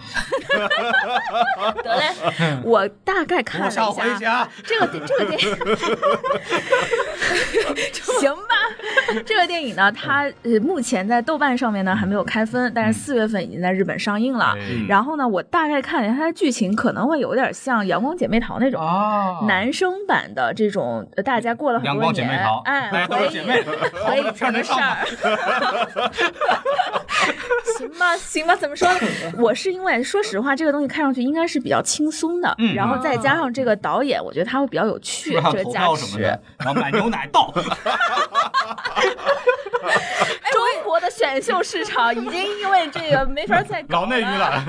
Speaker 2: 得嘞，我大概看了
Speaker 5: 我
Speaker 2: 一
Speaker 5: 下回家。
Speaker 2: 这个这个电影，
Speaker 5: [laughs]
Speaker 2: 行吧？这个电影呢，它呃目前在豆瓣上面呢还没有开分，但是四月份已经在日本上映了。
Speaker 5: 嗯
Speaker 4: 嗯
Speaker 5: 哎
Speaker 2: 然后呢，我大概看了一下它的剧情，可能会有点像《阳光姐妹淘》那种。
Speaker 5: 啊，
Speaker 2: 男生版的这种，呃大家过了很
Speaker 5: 阳
Speaker 2: 多
Speaker 5: 光姐
Speaker 2: 年
Speaker 5: 妹淘，， [laughs]
Speaker 2: 哎，
Speaker 5: 都
Speaker 2: 回
Speaker 5: 是
Speaker 2: 忆
Speaker 5: 姐妹，
Speaker 2: 回忆前的事
Speaker 5: [laughs]
Speaker 2: 儿。 [laughs] 行吧，行吧，怎么说呢？我是因为说实话，这个东西看上去应该是比较轻松的，
Speaker 5: 嗯
Speaker 2: 然后再加上这个导演，我觉得他会比较有趣，
Speaker 5: 是不是还
Speaker 2: 这
Speaker 5: 有
Speaker 2: 个
Speaker 5: 投
Speaker 2: 价
Speaker 5: 票什么
Speaker 2: 值。
Speaker 5: 的？然后买牛奶
Speaker 2: [laughs]
Speaker 5: 到，
Speaker 2: 中国的选秀市场已经因为这个没法再
Speaker 5: [laughs]
Speaker 2: 搞
Speaker 4: 脑内娱乐，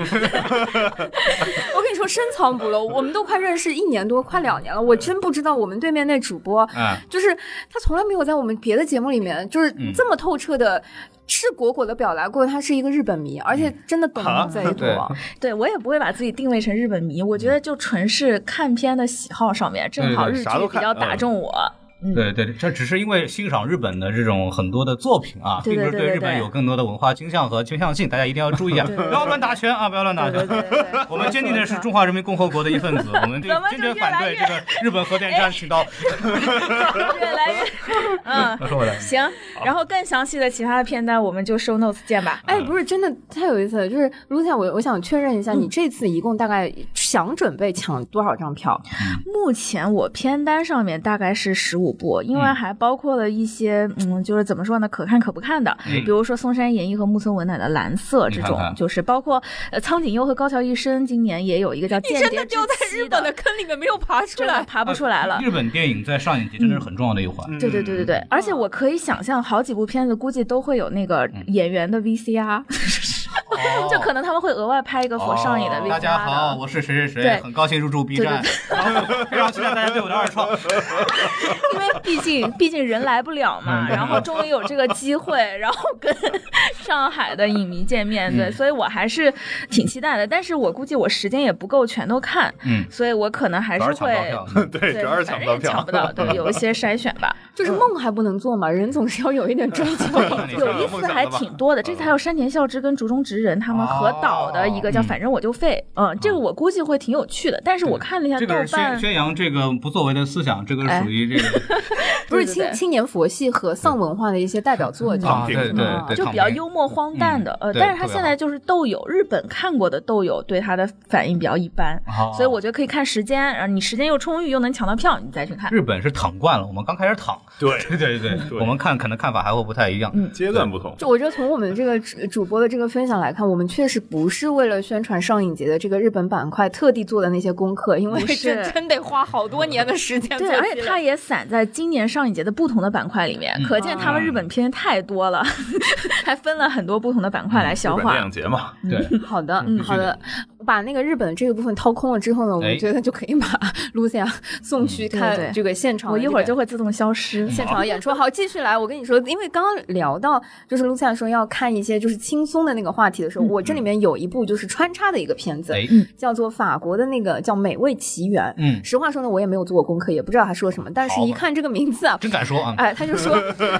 Speaker 3: [laughs] 我跟你说，深藏不露，我们都快认识一年多，快两年了，我真不知道我们对面那主
Speaker 2: 啊
Speaker 3: 播，
Speaker 5: 嗯
Speaker 3: 就是他从来没有在我们别的节目里面，就是这么透彻的。赤果果的表达过，他是一个日本迷，而且真的懂
Speaker 4: 啊
Speaker 3: 贼多。
Speaker 5: 对
Speaker 2: 对我也不会把自己定位成日本迷，我觉得就纯是看片的喜好上面，正好
Speaker 5: 嗯对
Speaker 2: 日
Speaker 4: 对啥
Speaker 2: 剧
Speaker 4: 都
Speaker 2: 比
Speaker 4: 看
Speaker 2: 较打
Speaker 4: 嗯
Speaker 2: 中我。
Speaker 5: [laughs] 对对，这只是因为欣赏日本的这种很多的作品啊，
Speaker 2: 对
Speaker 5: 并
Speaker 2: 对
Speaker 5: 不是
Speaker 2: 对对
Speaker 5: 日本
Speaker 2: 对
Speaker 5: 有更多的文化倾向和倾向性，大家一定要注意啊，
Speaker 2: 对对对
Speaker 5: 不要乱打拳啊，不要乱打
Speaker 2: 对对
Speaker 5: 拳。
Speaker 2: 对对对，
Speaker 5: 我们坚定的是
Speaker 2: 没错
Speaker 5: 中华人民共和国的一份
Speaker 2: [laughs]
Speaker 5: 子，我们对
Speaker 2: 怎么就
Speaker 5: 坚决反对
Speaker 2: 越哎
Speaker 5: 这
Speaker 2: 来
Speaker 5: 个日本核电站群
Speaker 2: [laughs]
Speaker 5: 岛。
Speaker 2: 越来越，嗯，行。然后更详细的其他的片段，我们就 show notes 见
Speaker 5: 嗯
Speaker 2: 吧。
Speaker 3: 哎，不是，真的太有意思了。就是 Lucia，我我想确认一下，你这次一共大概想准备抢多少张票？
Speaker 2: 目前我片单上面大概是十五部，因为
Speaker 5: 嗯
Speaker 2: 还包括了一些，嗯，就是怎么说呢，可看可不看的，比如说松山研一和木村文乃的《蓝色》这
Speaker 5: 嗯你看
Speaker 2: 种，
Speaker 5: 看
Speaker 2: 就是包括呃苍井优和高桥一生今年也有一个叫《间谍之妻》的，
Speaker 3: 坑里面没有爬出
Speaker 2: 真的。爬不出来了。
Speaker 5: 啊
Speaker 2: 嗯
Speaker 5: 日本电影在上影节真的是很重要的一
Speaker 4: 嗯
Speaker 5: 环。
Speaker 2: 对对对对对，而且我可以想象，好几部片子估计都会有那个
Speaker 5: 嗯
Speaker 2: 演员的 VCR，就 [laughs] 可能他们会额外拍一个佛上瘾的 VCR 的。
Speaker 5: 哦大家好，我是谁谁谁，
Speaker 2: 对
Speaker 5: 很高兴入驻 B 站， [laughs] 非常期待大家对我的二创。
Speaker 2: 因为毕
Speaker 5: [laughs]
Speaker 2: 竟毕竟人来不了
Speaker 5: 嗯
Speaker 2: 嘛，然后终于有这个机会，然后跟 [laughs] 上海的影迷见面，
Speaker 5: 嗯
Speaker 2: 对，所以我还是挺期待的。但是我估计我时间也不够全都看，
Speaker 5: 嗯
Speaker 2: 所以我可能还
Speaker 5: 抢啊
Speaker 2: 是
Speaker 5: 到
Speaker 2: 会
Speaker 5: 票。 [laughs]
Speaker 4: [laughs] 对，主要是抢
Speaker 2: 反
Speaker 4: 不到
Speaker 2: 正也抢
Speaker 4: 票
Speaker 2: 不。到，对，有一些筛选吧。
Speaker 3: 就是梦还不能做嘛，人总是要有一点追求。
Speaker 2: 有意思的还挺多的，这次还有山田孝之跟竹中直人他们合导的一个叫
Speaker 5: 嗯哦
Speaker 2: 《反正我就废》，嗯，这个我估计会挺有趣的。但是我看了一下
Speaker 5: 嗯这
Speaker 2: 豆
Speaker 5: 个是宣
Speaker 2: 瓣，哎
Speaker 5: 宣扬这个不作为的思想，这个属于这个
Speaker 3: 不
Speaker 2: 对对
Speaker 3: 是青
Speaker 2: 对
Speaker 3: 青年佛系和丧文化的一些代表作，就是
Speaker 5: 啊，
Speaker 4: 平
Speaker 5: 对对对，
Speaker 2: 就比较幽默荒诞的，
Speaker 5: 嗯
Speaker 2: 呃，
Speaker 5: 对
Speaker 2: 但是
Speaker 5: 特
Speaker 2: 他
Speaker 5: 别
Speaker 2: 现在就是豆友，日本看过的豆友对他的反应比较一般，
Speaker 5: 哦
Speaker 2: 所以我觉得可以看时间，然后你时间又充裕又能抢到票，你再去看。
Speaker 5: 日本是躺惯了，我们刚开始躺，
Speaker 4: [laughs] 对，
Speaker 5: 对对对，
Speaker 4: 对
Speaker 5: 我们看可能看法还会不太一样。
Speaker 2: 嗯
Speaker 1: 哎
Speaker 4: 阶段不同。
Speaker 3: 就我觉得从我们这个主主播的这个分享来看，我们确实不是为了宣传上影节的这个日本板块特地做的那些功课，因为
Speaker 2: 不是
Speaker 3: 这真得花好多年的时间做
Speaker 2: 对，
Speaker 3: 起来。
Speaker 2: 而且它也散在今年上影节的不同的板块里面，
Speaker 5: 嗯
Speaker 2: 可见他们日本片太多了， [laughs] 还分了很多不同的板块来
Speaker 5: 嗯
Speaker 2: 消
Speaker 4: 日本
Speaker 2: 化。
Speaker 4: 电影节嘛，
Speaker 5: 对，
Speaker 3: 好的，好的，把那个日本这个部分掏空了之后呢，我
Speaker 1: 哎
Speaker 3: 们觉得就可以把 [laughs] 露西亚送
Speaker 2: 对
Speaker 3: 去
Speaker 2: 对
Speaker 3: 看这个现场
Speaker 2: 我
Speaker 3: 的
Speaker 2: 一
Speaker 3: 这个、
Speaker 2: 会儿就会自动消
Speaker 5: 嗯
Speaker 2: 失。
Speaker 3: [laughs] 现场演出。好，继续来。我跟你说，因为刚刚聊到就是露西亚说要看一些就是轻松的那个话题的时候，我这里面有一部就是穿插的一个片子，
Speaker 1: 哎，
Speaker 3: 叫做法国的那个叫《美味奇缘》。
Speaker 1: 嗯
Speaker 3: 实话说呢，我也没有做过功课，也不知道他说什么，但是一看这个名
Speaker 1: [laughs]
Speaker 3: 字啊，
Speaker 1: 真敢说啊！
Speaker 3: 哎，他就说，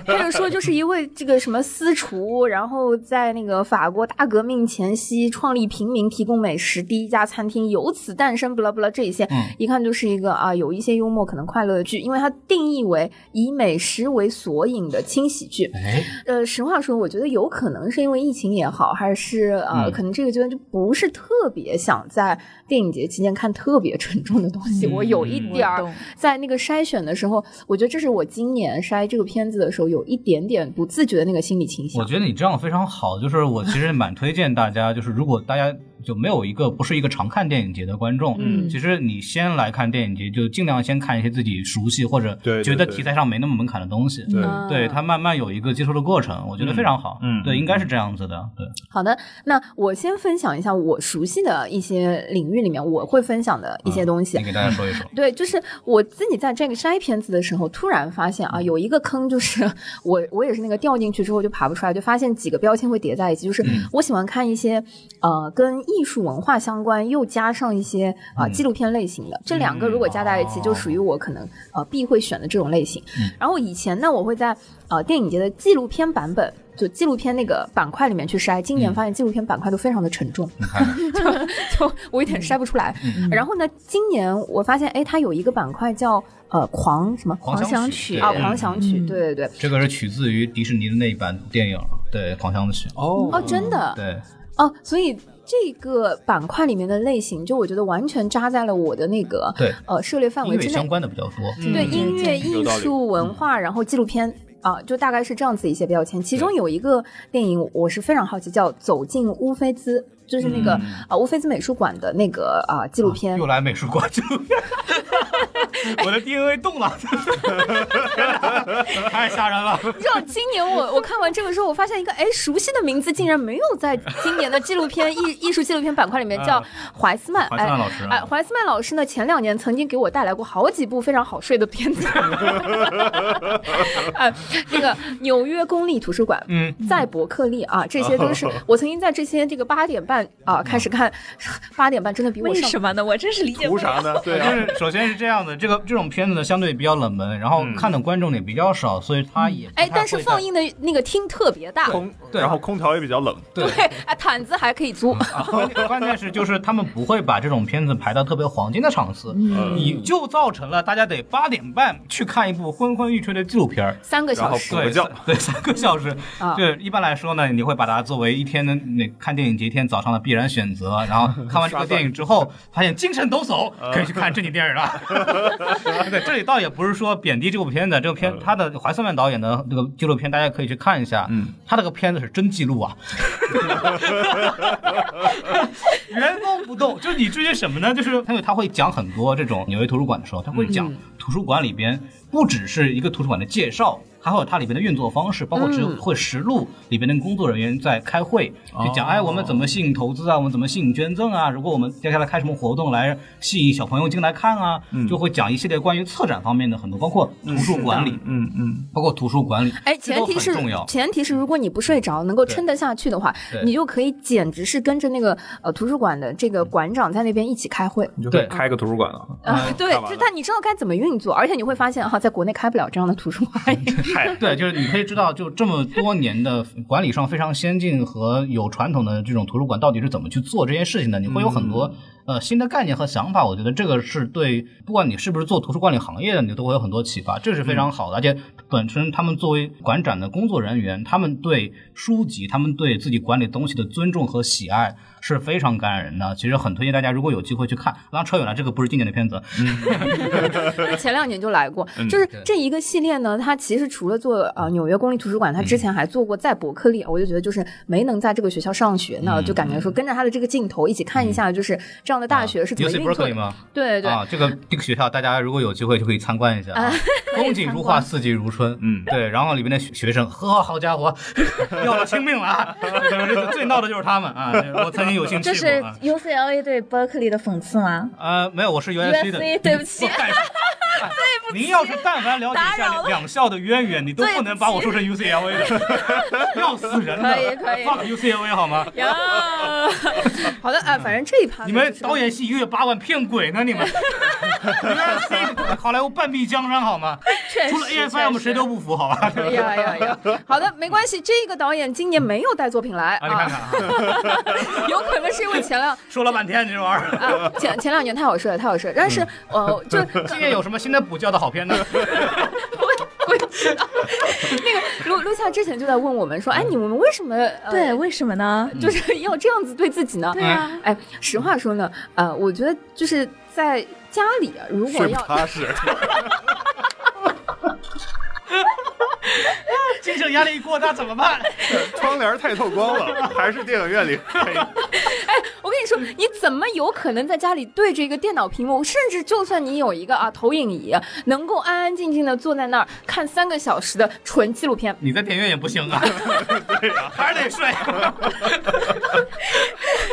Speaker 3: 他就说，就是一位这个什么私厨，然后在那个法国大革命前夕创立平民提供美食第一家餐厅，由此诞生，不啦不啦这一些，
Speaker 1: 嗯
Speaker 3: 一看就是一个啊有一些幽默可能快乐的剧，因为它定义为以美食为索引的轻喜剧。
Speaker 1: 哎，
Speaker 3: 呃，实话说，我觉得有可能是因为疫情也好，还是呃，
Speaker 1: 嗯
Speaker 3: 可能这个阶段就不是特别想在电影节期间看特别沉重的东西，我有
Speaker 1: 嗯
Speaker 3: 一点儿
Speaker 2: 懂
Speaker 3: 在那个筛选的时候，我觉得这是我今年筛这个片子的时候有一点点不自觉的那个心理倾
Speaker 1: 我
Speaker 3: 向。
Speaker 1: 觉得你这样非常好，就是我其
Speaker 2: [laughs]
Speaker 1: 实蛮推荐大家，就是如果大家就没有一个不是一个常看电影节的观众，
Speaker 3: 嗯
Speaker 1: 其实你先来看电影节，就尽量先看一些自己熟悉或者
Speaker 4: 对对
Speaker 1: 觉得
Speaker 4: 对
Speaker 1: 题材上没那么门槛的东西，
Speaker 4: 对
Speaker 3: 嗯
Speaker 1: 对它慢慢有一个接受的过程，我觉得非常好，
Speaker 4: 嗯嗯
Speaker 1: 对，
Speaker 4: 嗯
Speaker 1: 应该是这样子的，对，
Speaker 3: 好的，那我先分享一下我熟悉的一些领域里面我会分享的一些东西。啊
Speaker 1: 你给大家说一
Speaker 4: [laughs]
Speaker 1: 说，
Speaker 3: 对，就是我自己在这个筛片子的时候，突然发现啊，有一个坑，就是 [laughs] 我我也是那个掉进去之后就爬不出来，就发现几个标签会叠在一起。就是我喜欢看一些呃跟艺术文化相关，又加上一些啊、纪录片类型的，这两个如果加在一起，就属于我可能呃必会选的这种类型。然后以前呢，我会在呃电影节的纪录片版本。就纪录片那个板块里面去筛，
Speaker 1: 嗯
Speaker 3: 今年发现纪录片板块都非常的
Speaker 1: [laughs]
Speaker 3: 沉重， [laughs] 就我有点筛不出来。
Speaker 1: 嗯
Speaker 3: 然后呢，今年我发现，哎，它有一个板块叫呃狂什么
Speaker 1: 狂想
Speaker 3: 想
Speaker 1: 曲
Speaker 3: 曲啊，
Speaker 1: 对嗯
Speaker 3: 狂想曲，对对对，
Speaker 1: 这个是取自于迪士尼的那一版电影，对，《狂想曲》，
Speaker 3: 哦，真的，
Speaker 1: 嗯对，
Speaker 3: 哦，所以这个板块里面的类型，就我觉得完全扎在了我的那个
Speaker 1: 对
Speaker 3: 呃涉猎范
Speaker 1: 音
Speaker 3: 围
Speaker 1: 乐
Speaker 3: 之
Speaker 1: 相
Speaker 3: 内。
Speaker 1: 关的比较多，
Speaker 3: 对
Speaker 4: 嗯
Speaker 3: 音乐、
Speaker 4: 有
Speaker 3: 艺
Speaker 4: 道理嗯
Speaker 3: 术、文化，然后纪录片。啊，就大概是这样子一些标签，其中有一个电影我是非常好奇，叫《走进乌菲兹》，就是那个
Speaker 4: 嗯
Speaker 3: 啊、呃乌菲兹美术馆的那个啊、纪录片，
Speaker 1: 又来美术馆，就 [laughs] 我的 DNA 动了，太吓人了。
Speaker 3: 你知道今年我我看完这个之后，我发现一个哎熟悉的名字竟然没有在今年的纪录片艺 [laughs] 艺术纪录片板块里面叫怀斯曼。
Speaker 1: 呃怀斯曼老师啊
Speaker 3: 哎，哎怀斯曼老师呢，前两年曾经给我带来过好几部非常好睡的片子。 [laughs] 哎，那个纽约公立图书馆，
Speaker 1: 嗯，哦
Speaker 3: 在伯克利啊，这些都是我曾经在这些这个八点半
Speaker 1: 嗯
Speaker 3: 啊开始看， [laughs] 八点半真的比我
Speaker 2: 为
Speaker 3: 上
Speaker 2: 什么呢？我真是理解
Speaker 4: 图
Speaker 2: 不
Speaker 4: 啥
Speaker 2: 了。
Speaker 4: 呢？对
Speaker 1: 就
Speaker 4: 啊，
Speaker 1: 是首先是这样的，这个这种片子呢相对比较冷门，然后看的观众也比较少，所以它也不太
Speaker 3: 哎，但是
Speaker 1: 会在
Speaker 3: 放映的那个厅特别大，
Speaker 4: 空，
Speaker 1: 对
Speaker 4: 然后空调也比较冷。
Speaker 1: 对。
Speaker 3: 啊，毯子还可以租。
Speaker 1: 啊关键 [laughs] 关键是就是他们不会把这种片子排到特别黄金的场次，你就造成了大家得八点半去看一部昏昏欲睡的纪录片儿。
Speaker 3: 三个
Speaker 4: 然
Speaker 3: 小
Speaker 4: 后
Speaker 3: 时，
Speaker 4: 补个
Speaker 1: 对，
Speaker 4: 觉
Speaker 1: 三对，三个小时。
Speaker 3: 啊
Speaker 1: 对，一般来说呢，你会把它作为一天的那看电影节一天早上的必然选择。然
Speaker 4: [laughs]
Speaker 1: 后看完这个电影之后，发现精神抖擞，
Speaker 4: 嗯
Speaker 1: 可以去看正经电影
Speaker 4: [laughs]
Speaker 1: 了。对，这里倒也不是说贬低这部片子，这部
Speaker 4: 嗯
Speaker 1: 片他的怀斯曼导演的这个纪录片，大家可以去看一下。嗯，他这个片子是真记录啊，原封不动。就是你至于什么呢？就是他他会讲很多这种纽约图书馆的时候，他会讲图书馆里边不只是一个图书馆的介绍。还有它里边的运作方式，包括只有会实录里边的工作人员在开会，就讲哎我们怎么吸引投资啊，我们怎么吸引捐赠啊，如果我们接下来开什么活动来吸引小朋友进来看啊，就会讲一系列关于策展方面的很多，包括图书管理，
Speaker 4: 嗯嗯，
Speaker 1: 包括图书管理，
Speaker 3: 哎，
Speaker 1: 这
Speaker 3: 前
Speaker 1: 都
Speaker 3: 提
Speaker 1: 很
Speaker 3: 是
Speaker 1: 重要。
Speaker 3: 前提是，如果你不睡着，能够撑得下去的话
Speaker 1: 对，
Speaker 3: 你就可以简直是跟着那个呃图书馆的这个馆长在那边一起开会
Speaker 4: 你就
Speaker 1: 对
Speaker 4: 开个图书馆了。
Speaker 1: 嗯
Speaker 3: 啊。对，
Speaker 4: 干嘛
Speaker 3: 就
Speaker 4: 呢
Speaker 3: 但你知道该怎么运作，而且你会发现哈，啊在国内开不了这样的图书
Speaker 1: [laughs]
Speaker 3: 馆。
Speaker 4: 嗨，
Speaker 1: 对，就是你可以知道，就这么多年的管理上非常先进和有传统的这种图书馆到底是怎么去做这件事情的，你会有很多、呃新的概念和想法。我觉得这个是对，不管你是不是做图书管理行业的，你都会有很多启发，这是非常好的。而且本身他们作为馆长的工作人员，他们对书籍、他们对自己管理东西的尊重和喜爱。是非常感人的，其实很推荐大家，如果有机会去看。当然扯远了，这个不是今年的片子，
Speaker 3: 前两年就来过，
Speaker 1: 嗯
Speaker 3: 就是这一个系列呢，它其实除了做呃纽约公立图书馆，
Speaker 1: 嗯
Speaker 3: 它之前还做过在伯克利，我就觉得就是没能在这个学校上学
Speaker 1: 嗯
Speaker 3: 呢，就感觉说跟着他的这个镜头一起看一下，就是这样的
Speaker 1: 啊
Speaker 3: 大学是怎么
Speaker 1: UC
Speaker 3: 运作
Speaker 1: Berkeley
Speaker 3: 的。
Speaker 1: 吗？
Speaker 3: 对对对，
Speaker 1: 啊，这个这个学校，大家如果有机会就可以参观一下，啊、 [laughs] 风景如画，四季如春。
Speaker 4: 嗯
Speaker 1: 对，然后里面的学 [laughs] 学生，呵，好家伙，要了亲命了啊！这最闹的就是他们啊！我曾经呃
Speaker 5: 有幸去
Speaker 2: 这
Speaker 5: 过
Speaker 2: 是
Speaker 5: 啊。
Speaker 2: UCLA 对 Berkeley 的讽刺吗
Speaker 5: 啊，没有，我是原来 C 的。
Speaker 2: ？USC，对不 [laughs] 起，
Speaker 5: 对不起，您要是但凡了解一
Speaker 2: 打扰
Speaker 5: 下
Speaker 2: 了
Speaker 5: 两校的渊源，你都不能把我说成 UCLA
Speaker 2: [laughs]
Speaker 5: 的，要死人的。
Speaker 2: 可以可以
Speaker 5: 放 UCLA 好吗？
Speaker 3: 呀， [laughs] 好的啊，反正这一趴
Speaker 5: 你们导演系一个月八万骗鬼呢？你
Speaker 2: [laughs]
Speaker 5: 们，你们 C 好莱坞半壁江山好吗？
Speaker 2: [laughs] 确
Speaker 5: 除了
Speaker 2: 实
Speaker 5: AFI 我们谁都不服好
Speaker 2: [laughs]
Speaker 5: 吧？
Speaker 3: [laughs] 哎呀呀呀！好的，没关系，这个导演今年没有带作品来
Speaker 5: [laughs] 啊，你看看
Speaker 3: 啊，
Speaker 2: [laughs]
Speaker 5: 啊，
Speaker 3: [laughs] 有可能是因为前两
Speaker 5: 说了半天这玩意儿， [laughs]
Speaker 3: 啊前前两年太好睡了，太好睡了，但
Speaker 5: 嗯
Speaker 3: 是呃 [laughs] 就
Speaker 5: 今年有什么新的补教的好
Speaker 2: [laughs]
Speaker 5: 片呢？
Speaker 3: 我也不知道，那个露露夏之前就在问我
Speaker 5: 嗯
Speaker 3: 们说，哎，你们为什么呃
Speaker 2: 对，为什么
Speaker 3: [laughs]
Speaker 2: 呢？
Speaker 3: 就是要这样子对自己呢？
Speaker 2: 对啊，
Speaker 3: 哎，实话说呢，呃，我觉得就是在家里啊，如果
Speaker 4: 睡不
Speaker 3: 要
Speaker 4: 踏实，
Speaker 5: 精神压力过大怎么办？
Speaker 4: 窗帘太透光了，还是电影院 [laughs] 里黑。
Speaker 3: 我跟你说，你怎么有可能在家里对着一个电脑屏幕，甚至就算你有一个啊投影仪，能够安安静静的坐在那儿看三个小时的纯纪录片？
Speaker 5: 你在电影院也不
Speaker 2: [laughs]
Speaker 5: 行啊，
Speaker 2: 啊
Speaker 5: 还是得睡。啊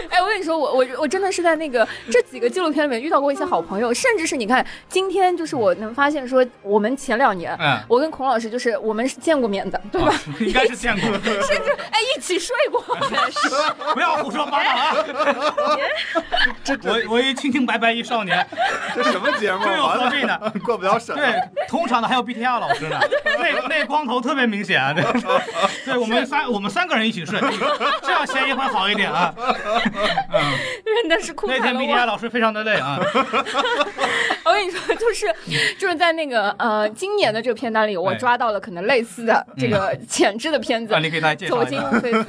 Speaker 3: 哎，我跟你说，我我我真的是在那个这几个纪录片里面遇到过一些好朋友，甚至是你看今天，就是我能发现说，我们前两年，
Speaker 5: 嗯哦
Speaker 3: 我跟孔老师就是我们是见过面的，对吧？
Speaker 5: 应该是见
Speaker 2: [laughs]
Speaker 5: 过，
Speaker 3: 甚至哎一起睡
Speaker 5: [laughs]
Speaker 3: 过，
Speaker 5: 不要胡说八道
Speaker 2: [laughs]
Speaker 5: 啊！我我一清清白白一少年，
Speaker 4: 这什么节目？啊
Speaker 5: 真有
Speaker 4: 完
Speaker 5: 何必呢
Speaker 4: 了， [laughs] 过不了
Speaker 6: [laughs]
Speaker 4: 审。
Speaker 5: 对，同场的还有 BTR 老师呢，那那光头特别明显啊！对，对我们三我们三个人一起睡，这样嫌疑会好一点
Speaker 3: [laughs]
Speaker 5: 啊。
Speaker 3: 真的是哭
Speaker 5: 那
Speaker 3: 惨
Speaker 5: 天
Speaker 3: 了
Speaker 5: BTR
Speaker 3: 我。
Speaker 5: 老师非常的累
Speaker 3: [laughs]
Speaker 5: 啊，
Speaker 3: 我跟你说，就是就是在那个呃今年的这个片单里，我
Speaker 5: 哎嗯
Speaker 3: 抓到了可能类似的这个潜质的片子
Speaker 5: 啊，。你给大家介
Speaker 3: 走
Speaker 5: 绍一
Speaker 3: 进
Speaker 5: 下，
Speaker 3: 乌菲斯，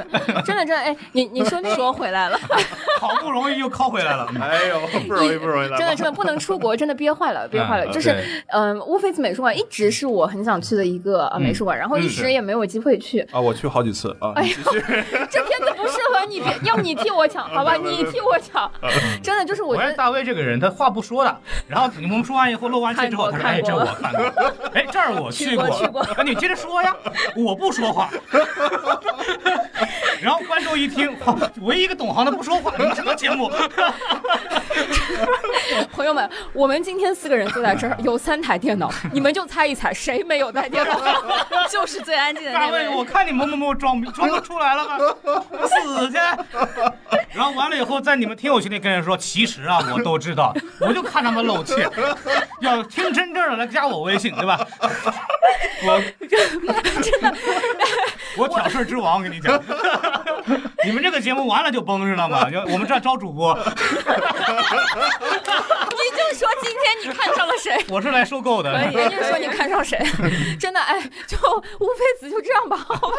Speaker 3: 真的真的，哎，你你说那个说回来了，
Speaker 5: [laughs] 好不容易又靠回来
Speaker 3: [laughs]
Speaker 5: 了。
Speaker 4: 哎呦，不容易，不容易，来吧
Speaker 3: 真的真的不能出国，真的憋坏了，憋坏了。
Speaker 5: 嗯
Speaker 3: 就是
Speaker 5: 对，嗯
Speaker 3: 嗯，乌菲兹美术馆一直是我很想去的一个呃美术馆，然后一直也没有机会去。
Speaker 4: 啊！我去好几次啊，
Speaker 3: 哎呦，这片子不适合你，别要不你替我
Speaker 5: 啊
Speaker 3: 抢，好吧？
Speaker 4: 没没
Speaker 3: 你替我抢，
Speaker 5: 嗯
Speaker 3: 真的就是我
Speaker 5: 我
Speaker 3: 觉
Speaker 5: 觉得
Speaker 3: 得
Speaker 5: 大卫这个人，他话不说的。然后我们说完以后，漏完气之后，他说：“哎，
Speaker 3: 看
Speaker 5: 这
Speaker 3: 过
Speaker 5: 我看
Speaker 3: [laughs]
Speaker 5: 过，哎，这儿我去过。
Speaker 2: 去过
Speaker 5: [laughs] 哎，你接着说呀，我不说
Speaker 3: [laughs]
Speaker 5: 话。然后观众一听，哇唯一一个懂行的不说话，你什么节目？
Speaker 3: [laughs] 朋友们，我们今天四个人坐在这儿，有三
Speaker 5: [laughs]
Speaker 3: 台电脑，你们就猜一猜谁没有带电脑？
Speaker 2: 就是最安
Speaker 3: [laughs]
Speaker 2: 静的
Speaker 5: 大
Speaker 2: 那
Speaker 5: 卫，
Speaker 2: 位。
Speaker 5: 我看你某某某装逼装不出来了吧？死去！然后完了以后，在你们听友群里跟人说，其实啊，我都知道，我就看他们漏气。要听真正的来加我微信，对吧？我我挑事之王，跟你讲，你们这个节目完了就崩，知道吗？就我们这儿招主播，
Speaker 3: 你就说今天你看上了谁？
Speaker 5: 我是来收购的。
Speaker 3: 可以，你说你看
Speaker 5: [laughs]
Speaker 3: 上谁？真的，哎，就乌菲兹就这样吧，好吧？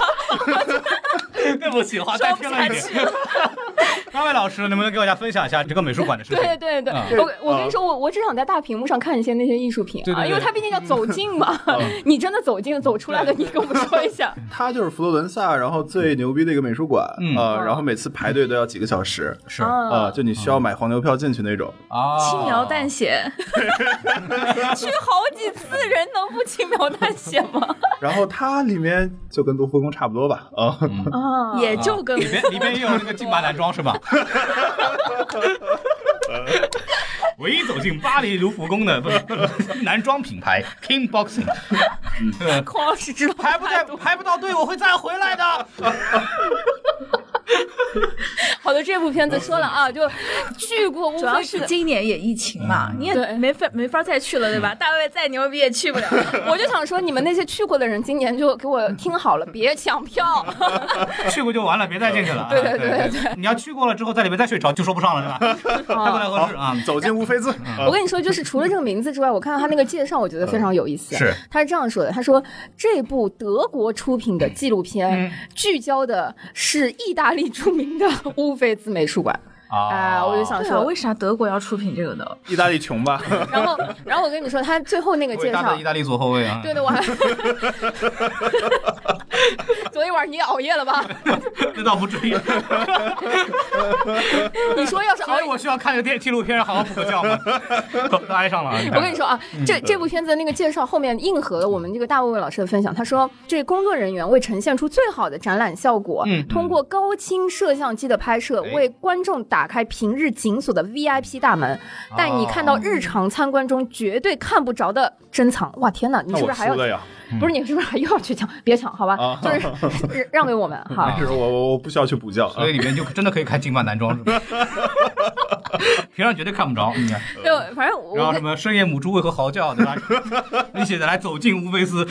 Speaker 3: [laughs]
Speaker 5: 对不起，话太偏了一点。 [laughs] 大卫老师，能不能给我家分享一下这个美术馆的事情？
Speaker 3: 对对对，
Speaker 5: 啊
Speaker 3: 我我跟你说，我我只想在大屏幕上看一些那些艺术品
Speaker 5: 对对嗯啊
Speaker 3: 啊，
Speaker 5: 对
Speaker 3: 因为它毕竟要走近嘛。 [laughs] 你真的走近了走出来的，你跟我们说一
Speaker 5: [laughs]
Speaker 3: 下。
Speaker 4: 它就是佛罗伦萨，然后最牛逼的一个美术馆
Speaker 5: 嗯
Speaker 4: 啊，然后每次排队都要几个小时
Speaker 5: 是
Speaker 6: 嗯
Speaker 1: 嗯
Speaker 4: 啊，
Speaker 3: 啊，
Speaker 4: 就你需要买黄牛票进去那种。
Speaker 5: 啊，
Speaker 2: 轻描淡写，
Speaker 3: 去好几次，人能不轻描淡写吗？
Speaker 4: 然后它里面就跟卢浮宫差不多吧啊，
Speaker 1: 嗯
Speaker 3: 啊，
Speaker 2: 也就
Speaker 1: [laughs]
Speaker 2: 跟
Speaker 5: 里边里边也有那个劲霸男装是吧？唯一走进巴黎卢浮宫的不是男装品牌 King Boxing，
Speaker 3: 孔老师知道
Speaker 5: 排不在排不到队，我会再回来的。
Speaker 3: 好的，这部片子说了啊，就去过
Speaker 2: [laughs]
Speaker 3: 乌
Speaker 2: 主要
Speaker 3: 菲
Speaker 2: 是
Speaker 3: 兹。
Speaker 2: 今年也疫情嘛，你也
Speaker 3: 对
Speaker 2: 没法没法再去了，对吧？大卫再牛逼也去不了。
Speaker 3: 我就想说，你们那些去过的人，今年就给我听好了，别抢票。
Speaker 5: 去过就完了，别再进去了啊。
Speaker 3: 对对对对哦
Speaker 5: 对，你要去过了之后在里面再睡着就说不上了是吧？太不太合适啊。
Speaker 4: 走进乌菲兹，
Speaker 1: 嗯
Speaker 3: 我跟你说，就是除了这个名字之外，我看到他那个介绍，我觉得非常有意思。
Speaker 5: 嗯是，
Speaker 3: 他是这样说的：他说这部德国出品的纪录
Speaker 2: 嗯
Speaker 3: 片聚焦的是意大利著名的乌菲兹美术馆。
Speaker 5: 哦
Speaker 3: 哎，我就想
Speaker 2: 对啊，
Speaker 3: 说
Speaker 2: 为，啥德国要出品这个呢？
Speaker 4: [laughs] 意大利穷吧？
Speaker 1: 嗯
Speaker 3: 然后，然后我跟你说，他最后那个
Speaker 5: 伟
Speaker 3: 介
Speaker 5: 大
Speaker 3: 绍
Speaker 5: [laughs] 的意，大利左后卫啊，
Speaker 3: 对的，我还。 [laughs] 昨天晚上你也熬夜了吧？
Speaker 1: 那倒不至
Speaker 3: [laughs]
Speaker 1: 于，
Speaker 3: 你说要是熬
Speaker 1: 所以
Speaker 3: 夜，
Speaker 1: 我需要看个电纪录片，好好补个觉
Speaker 3: [laughs]
Speaker 1: 嘛。都挨上了啊，你
Speaker 3: 我跟
Speaker 1: 看
Speaker 3: 你说啊，这
Speaker 1: 嗯
Speaker 3: 这部片子的那个介绍后面应和了我们这个大卫老师的分享。他说，这工作人员为呈现出最好的展览效果，
Speaker 1: 嗯
Speaker 3: 通过高清摄像机的拍摄，
Speaker 1: 哎
Speaker 3: 为观众打开平日紧锁的 VIP 大门，
Speaker 1: 哦
Speaker 3: 带你看到日常参观中绝对看不着的珍藏。哇，天哪，你
Speaker 4: 那
Speaker 3: 是不
Speaker 4: 我
Speaker 3: 是还要
Speaker 4: 输？了呀？
Speaker 1: 嗯
Speaker 3: 不是你是不是还又要去抢？别抢，好吧，
Speaker 4: 啊
Speaker 1: [laughs]
Speaker 3: 就是让给我们好
Speaker 4: 没。事，我我我不需要去补觉啊
Speaker 1: 啊所以。里面就真的可以看金发男装，是吧？平常绝对看不着，你看。
Speaker 3: 就反正我
Speaker 1: 嗯然后什
Speaker 3: 跟
Speaker 1: 么深夜母猪为何嚎叫，对吧？一起来走进乌菲斯，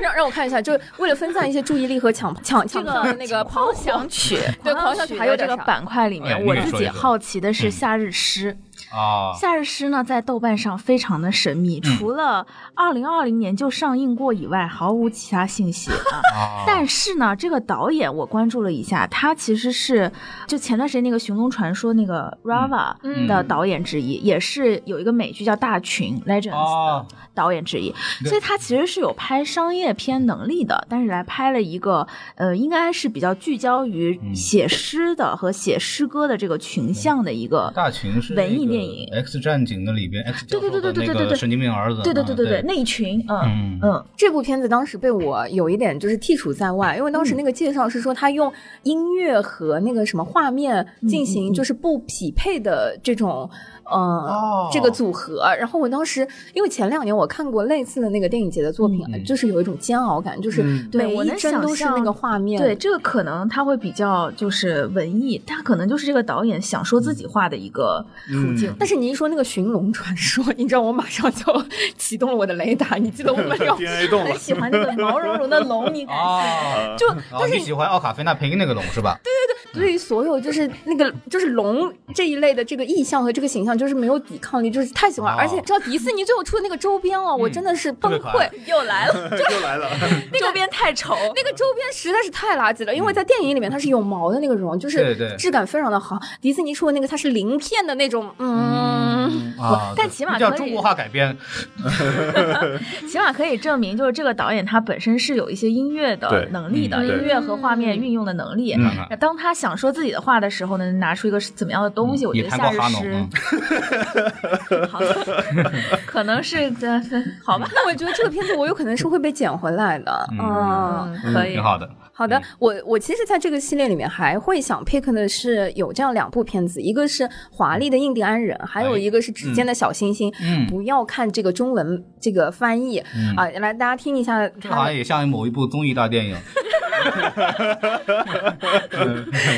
Speaker 3: 让让我看一下，就是为了分散一些注意力和抢抢抢票的那个狂想
Speaker 10: 狂。曲，
Speaker 3: [laughs] 对狂想
Speaker 10: 想
Speaker 3: 曲
Speaker 10: 曲
Speaker 3: 还有
Speaker 2: 这
Speaker 3: 点
Speaker 2: 个
Speaker 3: 啥
Speaker 2: 板块里面
Speaker 1: 哎，
Speaker 2: 我
Speaker 1: 你也
Speaker 2: 自
Speaker 1: 说
Speaker 2: 己
Speaker 1: 一说
Speaker 2: 好奇的是夏日诗。
Speaker 1: 啊
Speaker 2: 夏日诗呢，在豆瓣上非常的神
Speaker 1: 嗯
Speaker 2: 秘，除了二零二零年就上映过以外，毫无其他信息啊。
Speaker 1: [laughs] 啊
Speaker 2: 但是呢，这个导演我关注了一下，他其实是就前段时间那个《寻龙传说》那个 Rava
Speaker 3: 嗯
Speaker 2: 的导演之一，也是有一个美剧叫《大群 Legends》
Speaker 1: 啊
Speaker 2: 的导演之一，
Speaker 1: 对
Speaker 2: 所以他其实是有拍商业片能力的，但是来拍了一个呃，应该是比较聚焦于
Speaker 1: 嗯
Speaker 2: 写诗的和写诗歌的这个群像的一个
Speaker 1: 大群是
Speaker 2: 文艺电影。
Speaker 1: 《X 战警》的里边，X
Speaker 2: 对对对对对对对对
Speaker 1: 神经病儿子，
Speaker 2: 对对对对对，
Speaker 1: 啊
Speaker 2: 那一群，嗯
Speaker 1: 嗯
Speaker 2: 嗯，
Speaker 3: 这部片子当时被我有一点就是剔除在外，因为当时那个介绍是说他用音乐和那个什么画面进行就是不匹配的这种。
Speaker 1: 哦
Speaker 3: 呃，这个组合，然后我当时因为前两年我看过类似的那个电影节的作品，就是有一种煎熬感，就是
Speaker 2: 对
Speaker 3: 每
Speaker 2: 我
Speaker 3: 一
Speaker 2: 能
Speaker 3: 帧
Speaker 2: 想
Speaker 3: 都是那
Speaker 2: 象
Speaker 3: 个画面，
Speaker 2: 对，这个可能他会比较就是文艺，他可能就是这个导演想说自己画的一个
Speaker 4: 嗯
Speaker 2: 途
Speaker 4: [laughs]
Speaker 2: 径。
Speaker 3: 但是你一说那个《寻龙传说》，你知道我马上就 [laughs] 启动了我的雷达。你记得我
Speaker 6: [laughs]
Speaker 3: 们有
Speaker 4: DNA
Speaker 1: [laughs]
Speaker 4: 动了
Speaker 2: [laughs] 很，喜欢那个毛茸茸的龙，你感觉
Speaker 1: 啊，
Speaker 3: 就
Speaker 1: 然后你喜欢奥卡菲娜培根那个龙是吧？
Speaker 3: 对于所有就是那个就是龙这一类的这个意象和这个形象，就是没有抵抗力，就是太喜欢。
Speaker 1: 哦嗯
Speaker 3: 而且知道迪士尼最后出的那个周边哦，我真的是崩
Speaker 1: 特别可
Speaker 3: 溃
Speaker 1: 爱，
Speaker 10: 又来了，
Speaker 2: [laughs]
Speaker 4: 又来
Speaker 1: [laughs]
Speaker 4: 了，
Speaker 3: 那个
Speaker 10: 周边太丑，
Speaker 3: 那个周边实在是太垃圾了，因为在电影里面它是有毛的那个绒，就
Speaker 1: 嗯对
Speaker 3: 是
Speaker 1: 对
Speaker 3: 质感非常的好。迪士尼出的那个它是鳞片的那种，嗯，
Speaker 1: 啊，
Speaker 2: 但
Speaker 1: 对
Speaker 2: 起码
Speaker 1: 这叫
Speaker 2: 可以
Speaker 1: 中国话改编，
Speaker 2: 起码可以证明，就是这个导演他本身是有一些音乐的
Speaker 4: 对
Speaker 2: 能力的，
Speaker 4: 嗯对
Speaker 2: 音乐和画面运用的能力。
Speaker 1: 嗯
Speaker 2: 那当他想说自己的画的时候呢，拿出一个是怎么样的东西？我觉
Speaker 1: 也
Speaker 2: 得
Speaker 1: 谈
Speaker 2: 夏
Speaker 1: 过哈
Speaker 2: 日
Speaker 1: 农，
Speaker 2: 诗
Speaker 1: 嗯，
Speaker 2: 好的，可能是
Speaker 1: [laughs]
Speaker 2: 这好吧，
Speaker 3: 那我觉得这个片子我有可能是会被捡回来的，嗯
Speaker 2: 嗯，可以
Speaker 1: 挺。好的。
Speaker 3: 好的
Speaker 1: 嗯，
Speaker 3: 我我其实在这个系列里面还会想 pick 的是有这样两部片子，一个是《华丽的印第安人》，还有一个是《指尖的小星星》。
Speaker 1: 哎嗯
Speaker 3: 不要看这个中文这个翻译啊、来大家听一下
Speaker 1: 这好
Speaker 3: 它
Speaker 1: 像也像某一部综艺大电影，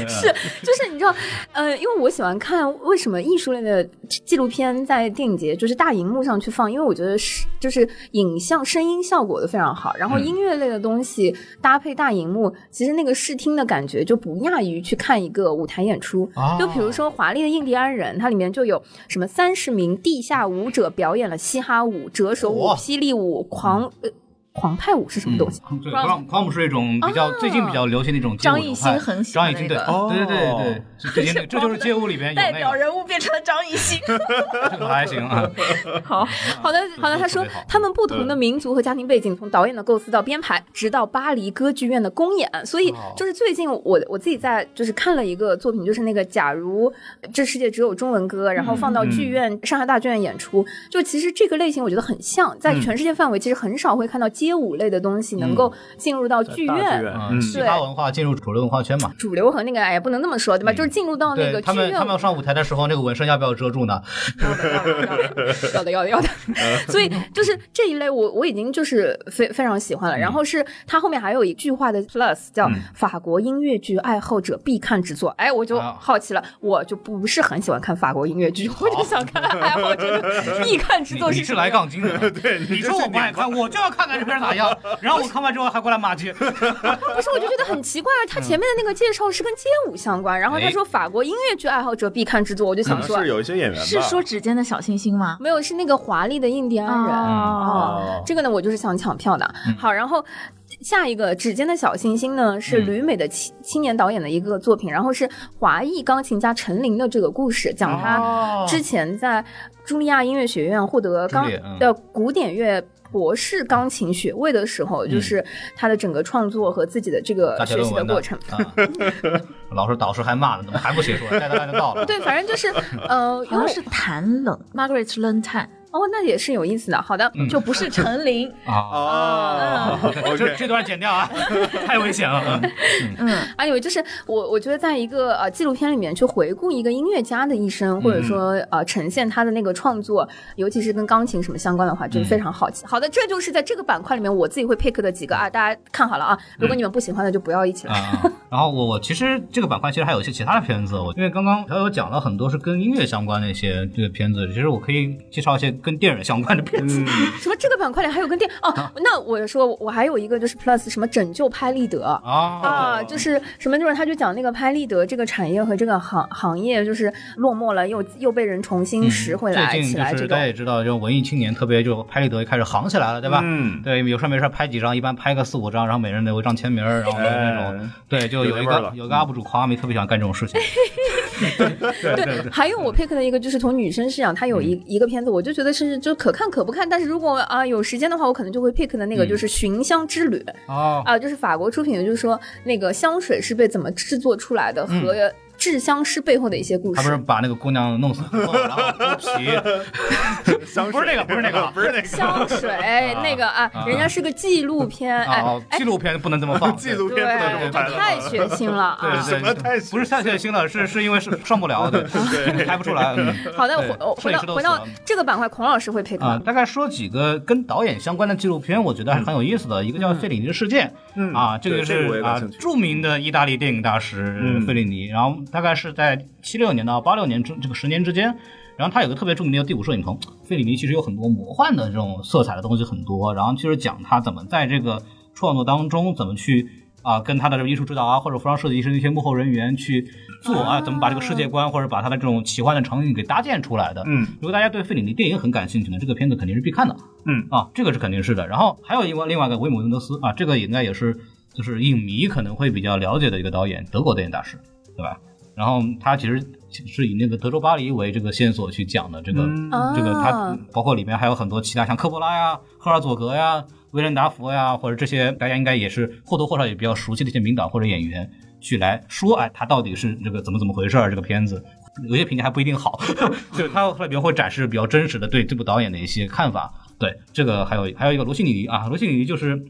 Speaker 3: 是，就是你知道，呃，因为我喜欢看为什么艺术类的纪录片在电影节就是大荧幕上去放，因为我觉得是就是影像声音效果都非常好，然后
Speaker 1: 嗯
Speaker 3: 音乐类的东西搭配大荧幕，其实那个视听的感觉就不亚于去看一个舞台演出。
Speaker 1: 哦
Speaker 3: 就比如说《华丽的印第安人》，它里面就有什么三十名地下舞者表演了嘻哈舞、折手舞、
Speaker 1: 哇
Speaker 3: 霹雳舞、狂呃狂派舞是 [laughs] 什么东西？
Speaker 1: 嗯对，克朗克姆是一种比较最近比较流行的一种街舞
Speaker 2: 张
Speaker 1: 流
Speaker 2: 艺
Speaker 1: 派
Speaker 2: 兴很
Speaker 1: 哎
Speaker 2: 喜
Speaker 1: 张
Speaker 2: 欢
Speaker 1: 艺兴
Speaker 2: 那
Speaker 1: 对，对
Speaker 2: 个
Speaker 1: 对对对，这最近那这就是街舞里边有
Speaker 10: 代
Speaker 1: 那
Speaker 10: 表
Speaker 1: 个，
Speaker 10: 人物变成了张艺兴，
Speaker 1: 我还行啊，
Speaker 2: 好，
Speaker 3: [laughs] 好的，好的。
Speaker 1: 嗯
Speaker 3: 他说
Speaker 1: 特别好，
Speaker 3: 他们不同的民族和家庭背景，从导演的构思到编排，直到巴黎歌剧院的公演。所以，
Speaker 1: 哦
Speaker 3: 就是最近我我自己在就是看了一个作品，就是那个《假如这世界只有中文歌》，
Speaker 1: 嗯
Speaker 3: 然后放到剧院、上海大剧院演出。就其实这个类型，我觉得很像，
Speaker 1: 嗯
Speaker 3: 在全世界范围，其实很少会看到街舞类的东西能够进入到剧
Speaker 4: 大
Speaker 3: 院。
Speaker 4: 剧院
Speaker 1: 嗯，嘻哈文化进入主流文化圈嘛。
Speaker 3: 主流和那个哎，也不能那么说，对吧？就是进入到那
Speaker 1: 嗯对
Speaker 3: 个剧
Speaker 1: 他们，
Speaker 3: 院
Speaker 1: 他们上舞台的时候，那个纹身要不要遮住呢？
Speaker 3: [laughs] 要的要的要的，所以就是这一类我我已经就是非非常喜欢
Speaker 1: 嗯
Speaker 3: 了。然后是它后面还有一句话的 plus 叫法国音乐剧爱好者必看之作，哎，我就
Speaker 1: 啊
Speaker 3: 好奇了，我就不是很喜欢看法国音乐剧，我就想看爱好者的必看之
Speaker 1: 你
Speaker 3: 作
Speaker 1: 哦你
Speaker 3: 什
Speaker 1: 是
Speaker 3: 么
Speaker 1: 来
Speaker 3: 样。
Speaker 1: 杠精
Speaker 6: [laughs]
Speaker 1: 的，对，你说我不爱看，我就要看看这片咋样。然后我看完之后还过来骂街，
Speaker 3: 不是，我就觉得很奇怪啊，他前面的那个介绍是跟街舞相关，然后他
Speaker 1: 哎嗯
Speaker 3: 说法国音乐剧爱好者必看之作，我就
Speaker 4: 可
Speaker 3: 想
Speaker 4: 能
Speaker 1: 啊
Speaker 3: 说
Speaker 4: 是。有一些演员吧，
Speaker 2: [laughs] 是说指尖的小星星吗？
Speaker 3: 没有，是那个华丽的印第安人，
Speaker 2: 哦
Speaker 1: 嗯
Speaker 3: 这个呢，我就是想抢票的。好，然后下一个《指尖的小星星》呢，是
Speaker 1: 嗯
Speaker 3: 旅美的青青年导演的一个作品，然后是华裔钢琴家陈琳的这个故事，讲他啊之前在茱莉亚音乐学院获得钢
Speaker 1: 哦茱莉嗯
Speaker 3: 的古典乐。博士钢琴学位的时候，就是他的整个创作和自己的这个
Speaker 1: 嗯大学
Speaker 3: 学
Speaker 1: 论
Speaker 3: 习的
Speaker 1: 文呢
Speaker 3: 过程。
Speaker 1: 啊， [laughs] 老师导师还骂呢，怎么还不写出啊来？该到该
Speaker 3: [laughs]
Speaker 1: 到了。
Speaker 3: 对，反正就是，
Speaker 1: [laughs]
Speaker 3: 呃，
Speaker 2: 好
Speaker 3: 因
Speaker 2: 像
Speaker 3: 为
Speaker 2: 是谭冷 Margaret 冷坦，
Speaker 3: 哦，那也是有意思的。好的，
Speaker 1: 嗯
Speaker 2: 就不是陈琳。
Speaker 1: 啊，
Speaker 4: 哦
Speaker 1: [laughs] 这
Speaker 4: ，OK，
Speaker 1: 这段剪掉啊，太危险了。
Speaker 2: 嗯，
Speaker 3: 还有就是我，我觉得在一个呃纪录片里面去回顾一个音乐家的一生，
Speaker 1: 嗯
Speaker 3: 或者说呃呈现他的那个创作，尤其是跟钢琴什么相关的话，
Speaker 1: 嗯
Speaker 3: 就是非常好奇。好的，这就是在这个板块里面我自己会 pick 的几个啊，大家看好了啊。如果你们不喜欢的，就不要一起来。
Speaker 1: 嗯啊， [laughs] 然后我我其实这个板块其实还有一些其他的片子，我因为刚刚小友讲了很多是跟音乐相关的一些这个片子，其实我可以介绍一些跟电影相关的片子。
Speaker 3: [laughs]
Speaker 4: 嗯
Speaker 3: 什么这个板块里还有跟电哦？
Speaker 1: 啊
Speaker 3: 那我说我还有一个就是 plus 什么拯救拍立得。
Speaker 1: [laughs] 啊，
Speaker 3: 啊，就是什么，就是他就讲那个拍立得这个产业和这个行行业，就是落寞了，又又被人重新拾回来、
Speaker 1: 嗯最近
Speaker 3: 起来
Speaker 1: 就
Speaker 3: 这
Speaker 1: 是哎
Speaker 3: 种
Speaker 1: 大家。也知道，就文艺青年特别就拍立得开始行起来了，对吧？
Speaker 4: 嗯
Speaker 1: 对，有事没事拍几张，一般拍个四五张，然后每人留一张签名儿，然后那种、
Speaker 4: 哎
Speaker 1: 对，就有一
Speaker 4: 有那味儿
Speaker 1: 个
Speaker 4: 了嗯
Speaker 1: 有一个 UP 主狂阿梅特别喜欢干这种事
Speaker 4: [laughs]
Speaker 1: 情，
Speaker 3: 对，还有我 pick 的一个就是从女生视角，她
Speaker 1: 嗯
Speaker 3: 有一一个片子，我就觉得是就可看可不看，但是如果啊、有时间的话，我可能就会 pick 的那
Speaker 1: 嗯
Speaker 3: 个就是《寻香之旅》
Speaker 1: 哦，
Speaker 3: 啊、就是法国出品的，就是说那个香水是被怎么制作出来的和制香师背后的一些故
Speaker 1: 嗯他不
Speaker 3: 事
Speaker 1: 是。把那个姑娘弄死之后，然后剥皮，
Speaker 4: [laughs] 香水
Speaker 1: 不是那个，不是那个，
Speaker 4: 哎
Speaker 1: 啊
Speaker 4: 不是那个
Speaker 1: [laughs]
Speaker 3: 香水那个啊，人家是个纪录片，哎
Speaker 1: 啊，纪录片不能这么放，
Speaker 4: [laughs] 纪录
Speaker 3: 对，
Speaker 4: 片不能这么拍
Speaker 3: 这
Speaker 4: 了，
Speaker 3: 太血腥了
Speaker 1: 对对
Speaker 3: 啊！
Speaker 4: 什么
Speaker 1: 对，
Speaker 4: 太
Speaker 1: 不是下血腥了，是是因为是上不了，对， [laughs] 拍不出
Speaker 4: [laughs]
Speaker 1: 来。嗯
Speaker 3: 好的，
Speaker 1: 对
Speaker 3: 回呃
Speaker 1: 摄
Speaker 3: 回
Speaker 1: 影师
Speaker 3: 到
Speaker 1: 都
Speaker 3: 回
Speaker 1: 死了
Speaker 3: 到这个板块，孔老师会 pick
Speaker 1: 啊，
Speaker 3: 吗？
Speaker 1: 大概说几个跟导演相关的纪录片，我觉得还是很有意思的。一个叫费里尼的事件，
Speaker 4: 嗯
Speaker 1: 啊，这个
Speaker 4: 对
Speaker 1: 就
Speaker 4: 这个我
Speaker 1: 是
Speaker 4: 也感
Speaker 1: 啊
Speaker 4: 兴趣
Speaker 1: 著名的意大利电影大师
Speaker 4: 嗯
Speaker 1: 费里尼，然后大概是在七六年到八六年这这个十年之间。然后他有个特别著名的叫第五摄影棚，费里尼其实有很多魔幻的这种色彩的东西很多，然后就是讲他怎么在这个创作当中怎么去啊、跟他的这个艺术指导啊或者服装设计师那些幕后人员去做啊，怎么把这个世界观或者把他的这种奇幻的场景给搭建出来的。
Speaker 4: 嗯，
Speaker 1: 如果大家对费里尼电影很感兴趣呢，这个片子肯定是必看的。
Speaker 4: 嗯
Speaker 1: 啊，这个是肯定是的。然后还有一个另外一个威姆·温德斯啊，这个应该也是就是影迷可能会比较了解的一个导演，德国电影大师，对吧？然后他其实是以那个德州巴黎为这个线索去讲的这个、
Speaker 3: 啊
Speaker 1: 这个他包括里面还有很多其他像科波拉呀、赫尔佐格呀、威廉达佛呀，或者这些大家应该也是或多或少也比较熟悉的一些名导或者演员去来说，哎，他到底是这个怎么怎么回事儿？这个片子有些评价还不一定好， [laughs] 就是他里面会展示比较真实的对这部导演的一些看法。对，这个还有还有一个罗西里尼啊，罗西里尼就是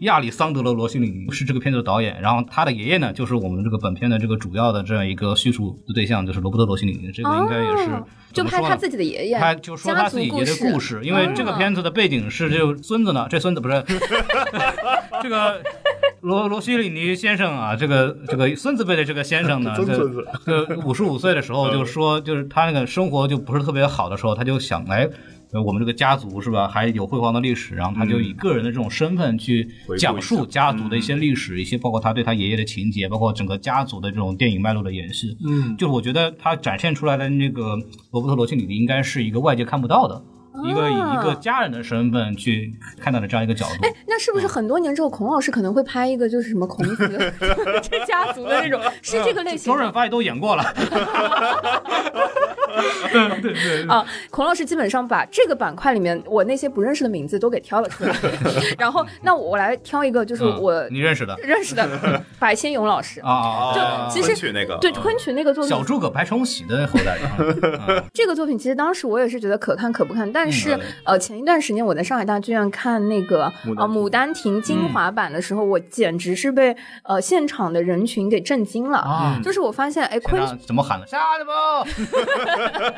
Speaker 1: 亚里桑德罗·罗西里尼是这个片子的导演，然后他的爷爷呢，就是我们这个本片的这个主要的这样一个叙述的对象，就是罗伯特·罗西里尼。这个应该也是、
Speaker 3: 哦就
Speaker 1: 怎么
Speaker 3: 拍
Speaker 1: 说
Speaker 3: 他
Speaker 1: 呢
Speaker 3: 自己的爷爷，
Speaker 1: 他就说他自己爷的
Speaker 3: 家族
Speaker 1: 故事，因为这个片子的背景是就孙子呢，这孙子不是 [laughs] 这个罗罗西里尼先生啊，这个这个孙子辈的这个先生
Speaker 4: [laughs]
Speaker 1: 呢，
Speaker 4: 曾
Speaker 1: 这
Speaker 4: 孙子
Speaker 1: [laughs] 这五十五岁的时
Speaker 4: 嗯
Speaker 1: 候就说，就是他那个生活就不是特别好的时候，他就想哎。呃我们这个家族是吧，还有辉煌的历史，然后他就以个人的这种身份去
Speaker 4: 回顾一下嗯
Speaker 1: 讲述家族的一些历史，一些包括他对他爷爷的情节，包括整个家族的这种电影脉络的延续。
Speaker 4: 嗯，
Speaker 1: 就是我觉得他展现出来的那个罗伯特·罗切里尼应该是一个外界看不到的，
Speaker 3: 啊
Speaker 1: 一个以一个家人的身份去看到的这样一个角度。
Speaker 3: 那是
Speaker 1: 嗯
Speaker 3: 不是很多年之后，孔老师可能会拍一个就是什么孔子
Speaker 1: [laughs]
Speaker 3: [laughs] 这家族的那种，是
Speaker 1: 嗯
Speaker 3: 这个
Speaker 4: 啊
Speaker 3: 类型
Speaker 1: 周
Speaker 3: 吗
Speaker 1: 润发也都演过了，
Speaker 3: 啊？孔老师基本上把这个板块里面我那些不认识的名字都给挑了
Speaker 1: [laughs]
Speaker 3: 出来，然后那我来挑一个，就是
Speaker 1: 嗯
Speaker 3: 我
Speaker 1: [laughs] 你认识的
Speaker 3: 认识的白先勇老师。
Speaker 1: 啊啊啊啊！
Speaker 4: 哦
Speaker 3: 就其实
Speaker 4: 昆曲那个
Speaker 3: 对昆曲那个作
Speaker 1: 小
Speaker 3: 品，
Speaker 1: 诸葛白崇禧的后代，嗯
Speaker 3: 这个作品其实当时我也是觉得可看可不看，但是、
Speaker 1: 嗯
Speaker 3: 呃，前一段时间我在上海大剧院看那个
Speaker 4: 牡丹
Speaker 3: 呃《牡丹亭》精华版的时候，我简直是被呃现场的人群给震惊了。
Speaker 1: 啊，
Speaker 3: 就是我发现，哎，
Speaker 1: 现
Speaker 3: 昆
Speaker 1: 场怎么喊 [laughs] 嗯的？下去吧！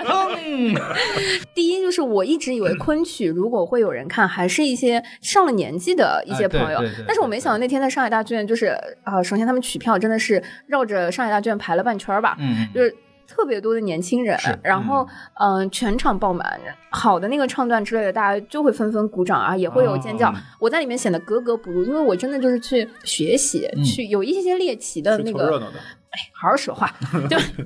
Speaker 3: 第一就是我一直以为
Speaker 1: 嗯
Speaker 3: 昆曲如果会有人看，还是一些上了年纪的一些朋友
Speaker 1: 哎对对对，
Speaker 3: 但是我没想到那天在上海大剧院，就是啊、呃首先他们取票真的是绕着上海大剧院排了半圈儿吧，
Speaker 1: 嗯，
Speaker 3: 就是。特别多的年轻人
Speaker 1: 是嗯，
Speaker 3: 然后嗯、呃全场爆满，好的那个唱段之类的，大家就会纷纷鼓掌啊，也会有尖叫。
Speaker 1: 哦
Speaker 3: 我在里
Speaker 1: 嗯
Speaker 3: 面显得格格不入，因为我真的就是去学习，去有一些些猎奇的
Speaker 4: 去
Speaker 3: 那
Speaker 4: 凑热
Speaker 3: 个哎
Speaker 4: 闹的，
Speaker 3: 好好说话，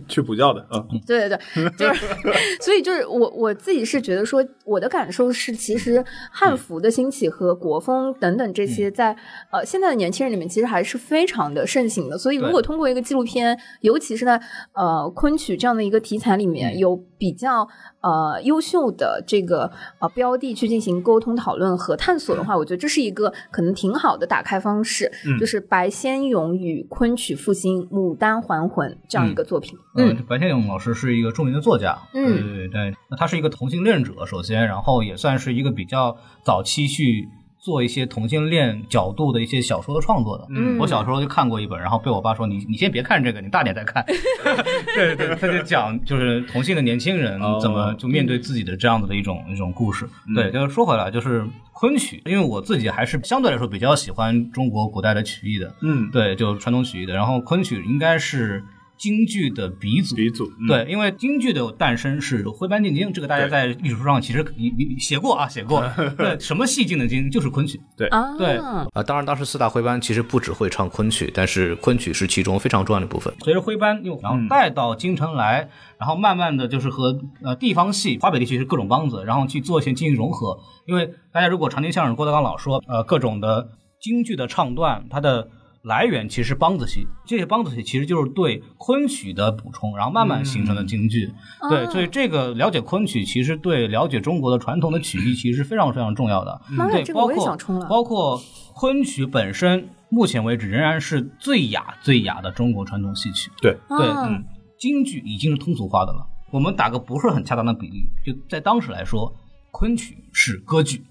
Speaker 6: 去补觉的啊，
Speaker 3: 对对对，就是， [laughs] 所以就是我我自己是觉得说，我的感受是，其实
Speaker 1: 嗯
Speaker 3: 汉服的兴起和国风等等这些在，呃现在的年轻人里面，其实还是非常的盛行的。所以如
Speaker 1: 对
Speaker 3: 果通过一个纪录片，尤其是在呃昆曲这样的一个题材里
Speaker 1: 嗯
Speaker 3: 面，有比较呃优秀的这个呃标的去进行沟通讨论和探索
Speaker 1: 嗯
Speaker 3: 的话，我觉得这是一个可能挺好的打开方式，
Speaker 6: 嗯
Speaker 3: 就是《白先勇与昆曲复兴牡丹还魂》这样一个作品。
Speaker 1: 呃，白先勇老师是一个著名的作家，
Speaker 3: 嗯
Speaker 1: 对对对，那他是一个同性恋者，首先，然后也算是一个比较早期去做一些同性恋角度的一些小说的创作的。
Speaker 3: 嗯
Speaker 1: 我小时候就看过一本，然后被我爸说你你先别看这个，你大点再看。 [laughs] 对对，他就讲就是同性的年轻人
Speaker 6: 哦
Speaker 1: 怎么就面
Speaker 3: 嗯
Speaker 1: 对自己的这样子的一种一种故事。对，就是说回来就是昆曲，因为我自己还是相对来说比较喜欢中国古代的曲艺的，
Speaker 6: 嗯，
Speaker 1: 对，就传统曲艺的。然后昆曲应该是京剧的鼻祖。
Speaker 6: 鼻祖，嗯，
Speaker 1: 对，因为京剧的诞生是徽班进京，这个大家在历史书上其实你你写过啊，写
Speaker 6: [laughs]
Speaker 1: 过。对，什么戏进的京就是昆曲。
Speaker 3: 啊，
Speaker 1: 对
Speaker 5: 啊，当然，当时四大徽班其实不只会唱昆曲，但是昆曲是其中非常重要的一部分。
Speaker 1: 随着徽班又然后带到京城来，然后慢慢的就是和呃地方戏，华北地区是各种梆子，然后去做一些进行融合。因为大家如果常听相声，郭德纲老说，呃，各种的京剧的唱段，它的来源其实是梆子戏，这些梆子戏其实就是对昆曲的补充，然后慢慢形成的京剧。
Speaker 3: 哦
Speaker 1: 对，所以这个了解昆曲，其实对了解中国的传统的曲艺其实是非常非常重要的。
Speaker 3: 妈呀
Speaker 1: 对，
Speaker 3: 嗯这个
Speaker 1: 包
Speaker 3: 我也
Speaker 1: 括
Speaker 3: 想冲浪
Speaker 1: 包括昆曲本身，目前为止仍然是最雅最雅的中国传统戏曲。
Speaker 6: 对
Speaker 1: 对，
Speaker 3: 啊
Speaker 1: 嗯，京剧已经是通俗化的了。我们打个不是很恰当的比例，就在当时来说，昆曲是歌剧，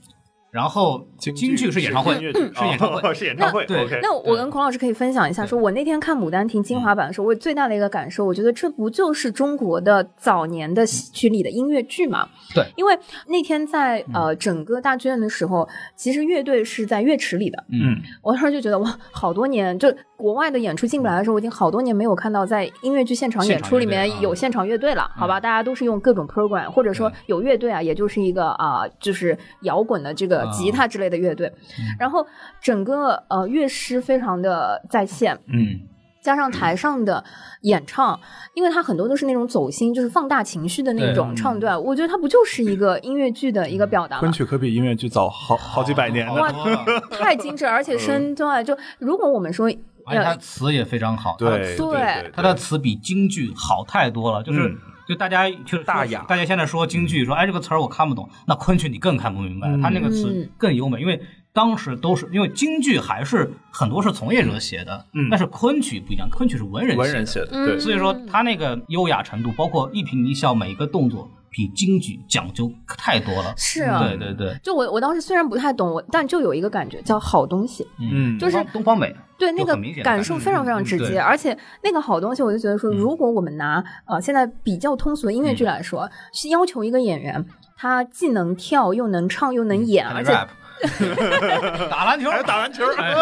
Speaker 1: 然后
Speaker 6: 京
Speaker 1: 京剧是演唱会，
Speaker 6: 是音乐剧
Speaker 1: 是演唱会。
Speaker 4: 哦是演唱
Speaker 6: 啊
Speaker 4: 会。
Speaker 1: 那
Speaker 4: OK，
Speaker 3: 那我跟孔老师可以分享一下，说我那天看《牡丹亭》精华版的时候，我最大的一个感受，我觉得这不就是中国的早年的戏曲里的音乐剧嘛？
Speaker 1: 对
Speaker 3: 因为那天在呃整个大剧院的时候，其实乐队是在乐池里的，
Speaker 1: 嗯，
Speaker 3: 我当时就觉得哇，好多年就国外的演出进不来的时候，我已经好多年没有看到在音乐剧现场演出里
Speaker 1: 现场乐队
Speaker 3: 面
Speaker 1: 啊
Speaker 3: 有现场乐队了，好吧？大家都是用各种 program，或者说有乐队啊，也就是一个啊、就是摇滚的这个吉他之类的乐队。然后整个呃乐师非常的在线，
Speaker 1: 嗯，
Speaker 3: 加上台上的演唱，因为它很多都是那种走心，就是放大情绪的那种
Speaker 1: 对
Speaker 3: 唱段，我觉得它不就是一个音乐剧的一个表达吗
Speaker 6: 昆？曲可比音乐剧早好好几百年
Speaker 1: 好
Speaker 6: 的，
Speaker 1: 多了，
Speaker 3: 太精致，而且身段就如果我们说
Speaker 1: 而且它
Speaker 3: 要
Speaker 1: 词也非常好，它
Speaker 6: 对
Speaker 3: 对
Speaker 4: 啊
Speaker 6: 对，
Speaker 1: 它的词比京剧好太多了，就是。
Speaker 6: 嗯
Speaker 1: 就大家就是
Speaker 6: 大雅
Speaker 1: 大家现在说京剧，说哎这个词儿我看不懂，那昆曲你更看不明白，
Speaker 6: 嗯
Speaker 1: 它那个词更优美，因为当时都是因为京剧还是很多是从业者写的，
Speaker 6: 嗯
Speaker 1: 但是昆曲不一样，昆曲是文人
Speaker 6: 文
Speaker 1: 写的，
Speaker 6: 人写的，
Speaker 3: 嗯
Speaker 6: 对，
Speaker 1: 所以说它那个优雅程度，包括一颦一笑每一个动作，比京剧讲究太多了。
Speaker 3: 是啊，
Speaker 1: 对对对，
Speaker 3: 就我我当时虽然不太懂，我但就有一个感觉叫好东西，
Speaker 6: 嗯，
Speaker 3: 就是
Speaker 1: 东方东方美，
Speaker 3: 对那
Speaker 1: 有
Speaker 3: 个
Speaker 1: 很明显的
Speaker 3: 感
Speaker 1: 感
Speaker 3: 受
Speaker 1: 觉
Speaker 3: 非常非常
Speaker 1: 嗯
Speaker 3: 直接，
Speaker 1: 对
Speaker 3: 而且那个好东西，我就觉得说，
Speaker 1: 嗯
Speaker 3: 如果我们拿呃现在比较通俗的音乐剧来说，是要求一个演员他既能跳又能唱又能演，啊而且
Speaker 1: 嗯 rap，打
Speaker 3: [laughs]
Speaker 1: 篮球，
Speaker 4: 还有打篮球，
Speaker 1: 哎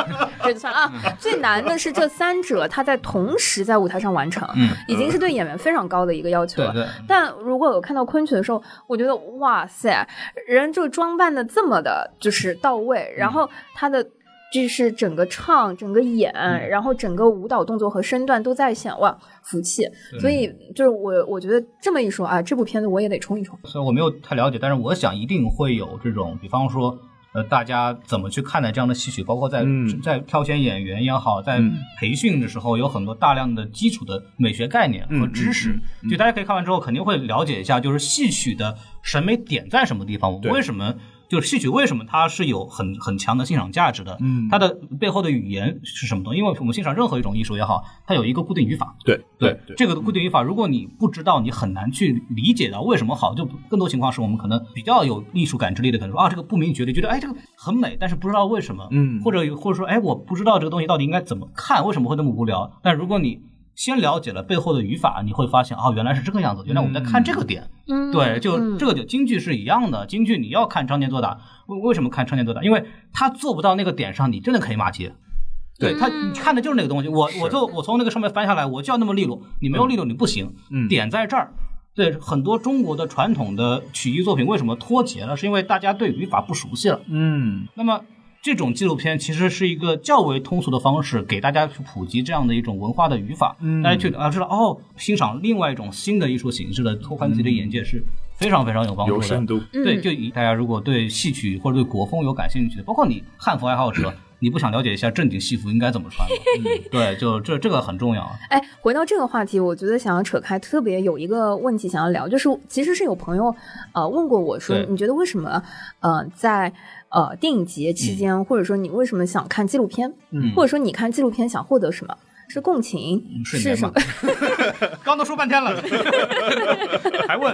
Speaker 3: 这就算了啊， [laughs] 最难的是这三者他在同时在舞台上完成，
Speaker 1: 嗯，
Speaker 3: 已经是对演员非常高的一个要求
Speaker 1: 对
Speaker 3: 了。
Speaker 1: 对，
Speaker 3: 但如果我看到昆曲的时候，我觉得哇塞，人就装扮的这么的，就是到位，然后他的。就是整个唱、整个演，然后整个舞蹈动作和身段都在线，哇，服气。所以就是我，我觉得这么一说啊，这部片子我也得冲一冲。
Speaker 1: 虽然我没有太了解，但是我想一定会有这种，比方说，呃，大家怎么去看待这样的戏曲，包括在、
Speaker 6: 嗯
Speaker 1: 在挑选演员也好，在
Speaker 6: 嗯
Speaker 1: 培训的时候，有很多大量的基础的美学概念和知识，
Speaker 6: 嗯嗯嗯
Speaker 1: 就大家可以看完之后肯定会了解一下，就是戏曲的审美点在什么地方，我
Speaker 6: 对
Speaker 1: 为什么。就是戏曲为什么它是有很很强的欣赏价值的？
Speaker 6: 嗯
Speaker 1: 它的背后的语言是什么东西？因为我们欣赏任何一种艺术也好，它有一个固定语法，
Speaker 6: 对对对，嗯
Speaker 1: 这个固定语法，如果你不知道，你很难去理解到为什么好。就更多情况是我们可能比较有艺术感知力的，可能说啊，这个不明觉厉，觉得哎这个很美，但是不知道为什么，
Speaker 6: 嗯
Speaker 1: 或者或者说哎我不知道这个东西到底应该怎么看，为什么会那么无聊？但如果你先了解了背后的语法，你会发现啊，原来是这个样子，原来我们在看这个点，
Speaker 3: 嗯，
Speaker 1: 对，就
Speaker 3: 嗯
Speaker 1: 这个就京剧是一样的，京剧你要看常年作打，为为什么看常年作打？因为他做不到那个点上，你真的可以骂街。对他，你看的就是那个东西。我我就我从那个上面翻下来，我就要那么利落，你没有利落你不行。
Speaker 6: 嗯
Speaker 1: 点在这儿。对，很多中国的传统的曲艺作品为什么脱节了？是因为大家对语法不熟悉了。
Speaker 6: 嗯
Speaker 1: 那么这种纪录片其实是一个较为通俗的方式，给大家去普及这样的一种文化的语法，
Speaker 6: 嗯
Speaker 1: 大家去啊知道哦，欣赏另外一种新的艺术形式的，拓宽自己的眼界是非常非常有帮助
Speaker 6: 嗯有
Speaker 1: 的。
Speaker 6: 深度，
Speaker 1: 对，就以大家如果对戏曲或者对国风有感兴趣的，包括你汉服爱好者，你不想了解一下正经戏服应该怎么穿吗？对，就这这个很重要。啊
Speaker 3: 哎，回到这个话题，我觉得想要扯开，特别有一个问题想要聊，就是其实是有朋友呃问过我说，
Speaker 1: 对
Speaker 3: 你觉得为什么呃在呃电影节期间，或者说你为什么想看纪录片，
Speaker 1: 嗯
Speaker 3: 或者说你看纪录片想获得什么？是共情，
Speaker 1: 睡
Speaker 3: 是
Speaker 1: 眠
Speaker 3: 什
Speaker 1: 嘛
Speaker 3: 么？
Speaker 1: 刚都说半天 [laughs] 了，还问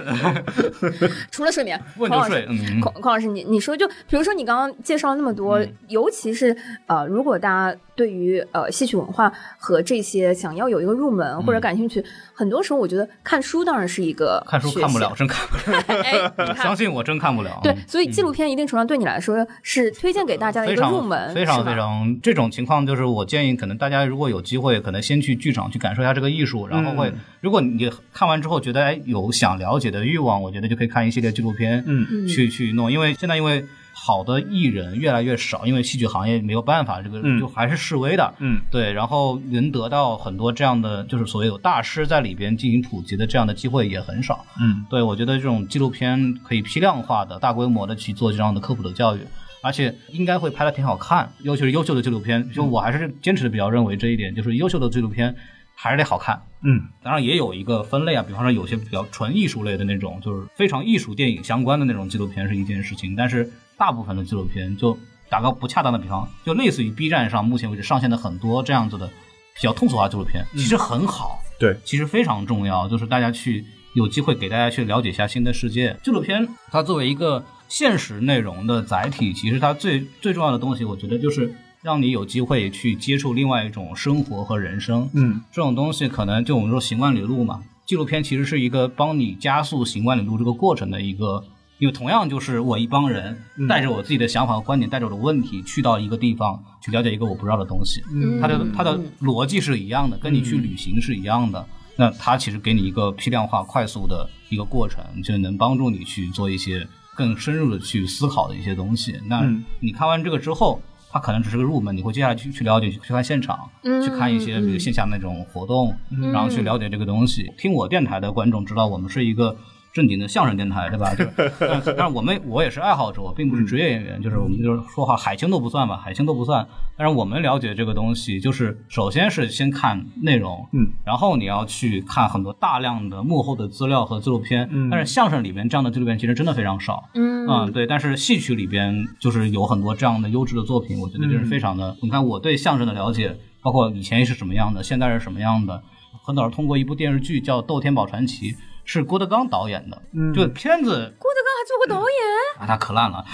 Speaker 3: [laughs] 除了睡眠，
Speaker 1: 问
Speaker 3: 孔
Speaker 1: 就
Speaker 3: 老师
Speaker 1: 睡，嗯，
Speaker 3: 孔孔老师，你你说就比如说你刚刚介绍了那么多，
Speaker 1: 嗯
Speaker 3: 尤其是呃，如果大家对于呃戏曲文化和这些想要有一个入门或者感兴趣，很多时候我觉得看书当然是一个
Speaker 1: 嗯看书
Speaker 3: 学
Speaker 1: 看不
Speaker 3: 习
Speaker 1: 了，，真看不了，
Speaker 3: 哎，你
Speaker 1: 相
Speaker 3: 看。
Speaker 1: 信我，真看不了。
Speaker 3: [laughs] 对，所以纪录片一定程度上对你来说是推荐给大家的一
Speaker 1: 嗯非
Speaker 3: 个
Speaker 1: 常
Speaker 3: 入门，
Speaker 1: 非
Speaker 3: 是
Speaker 1: 常
Speaker 3: 吧啊
Speaker 1: 非常这种情况，就是我建议，可能大家如果有机会，可能先去剧场去感受一下这个艺术，然后
Speaker 6: 嗯
Speaker 1: 会，如果你看完之后觉得哎有想了解的欲望，我觉得就可以看一系列纪录片，
Speaker 6: 嗯
Speaker 1: 去去弄，因为现在因为好的艺人越来越少，因为戏剧行业没有办法，这个
Speaker 6: 嗯
Speaker 1: 就还是示威的，
Speaker 6: 嗯，
Speaker 1: 对，然后能得到很多这样的就是所谓有大师在里边进行普及的这样的机会也很少，
Speaker 6: 嗯，
Speaker 1: 对，我觉得这种纪录片可以批量化的、大规模的去做这样的科普的教育，而且应该会拍的挺好看，尤其是优秀的纪录片。就我还是坚持的比较认为这一点，就是优秀的纪录片还是得好看。
Speaker 6: 嗯，
Speaker 1: 当然也有一个分类啊，比方说有些比较纯艺术类的那种，就是非常艺术电影相关的那种纪录片是一件事情，但是大部分的纪录片就打个不恰当的比方，就类似于 B 站上目前为止上线的很多这样子的比较通俗化纪录片，其实很好。
Speaker 6: 对，
Speaker 1: 其实非常重要，就是大家去有机会给大家去了解一下新的世界。纪录片它作为一个现实内容的载体，其实它最最重要的东西，我觉得就是让你有机会去接触另外一种生活和人生。
Speaker 6: 嗯，
Speaker 1: 这种东西可能就我们说行万里路嘛，纪录片其实是一个帮你加速行万里路这个过程的一个。因为同样就是我一帮人带着我自己的想法和观点，带着我的问题去到一个地方去了解一个我不知道的东西，
Speaker 3: 嗯
Speaker 1: 它的它的逻辑是一样的，跟你去旅行是一样的。那它其实给你一个批量化、快速的一个过程，就能帮助你去做一些更深入的去思考的一些东西。那
Speaker 6: 嗯
Speaker 1: 你看完这个之后，它可能只是个入门，你会接下来去去了解、去看现场，
Speaker 3: 嗯
Speaker 1: 去看一些比如线下那种活动，然后去了解这个东西。听我电台的观众知道，我们是一个。正经的相声电台，对吧？
Speaker 3: [laughs]
Speaker 1: 就但但是我们我也是爱好者，我并不是职业演员，就是我们就是说话海清都不算吧，海清都不算。但是我们了解这个东西，就是首先是先看内容，
Speaker 6: 嗯，
Speaker 1: 然后你要去看很多大量的幕后的资料和纪录片，
Speaker 6: 嗯
Speaker 1: 但是相声里面这样的纪录片其实真的非常少，
Speaker 3: 嗯
Speaker 1: 嗯，对，但是戏曲里边就是有很多这样的优质的作品，我觉得
Speaker 6: 嗯
Speaker 1: 这是非常的。你看我对相声的了解，包括以前是什么样的，现在是什么样的，很早是通过一部电视剧叫《窦天宝传奇》，是郭德纲导演的，
Speaker 6: 嗯
Speaker 1: 就片子
Speaker 3: 郭德纲还做过导演，
Speaker 1: 啊，他可烂了，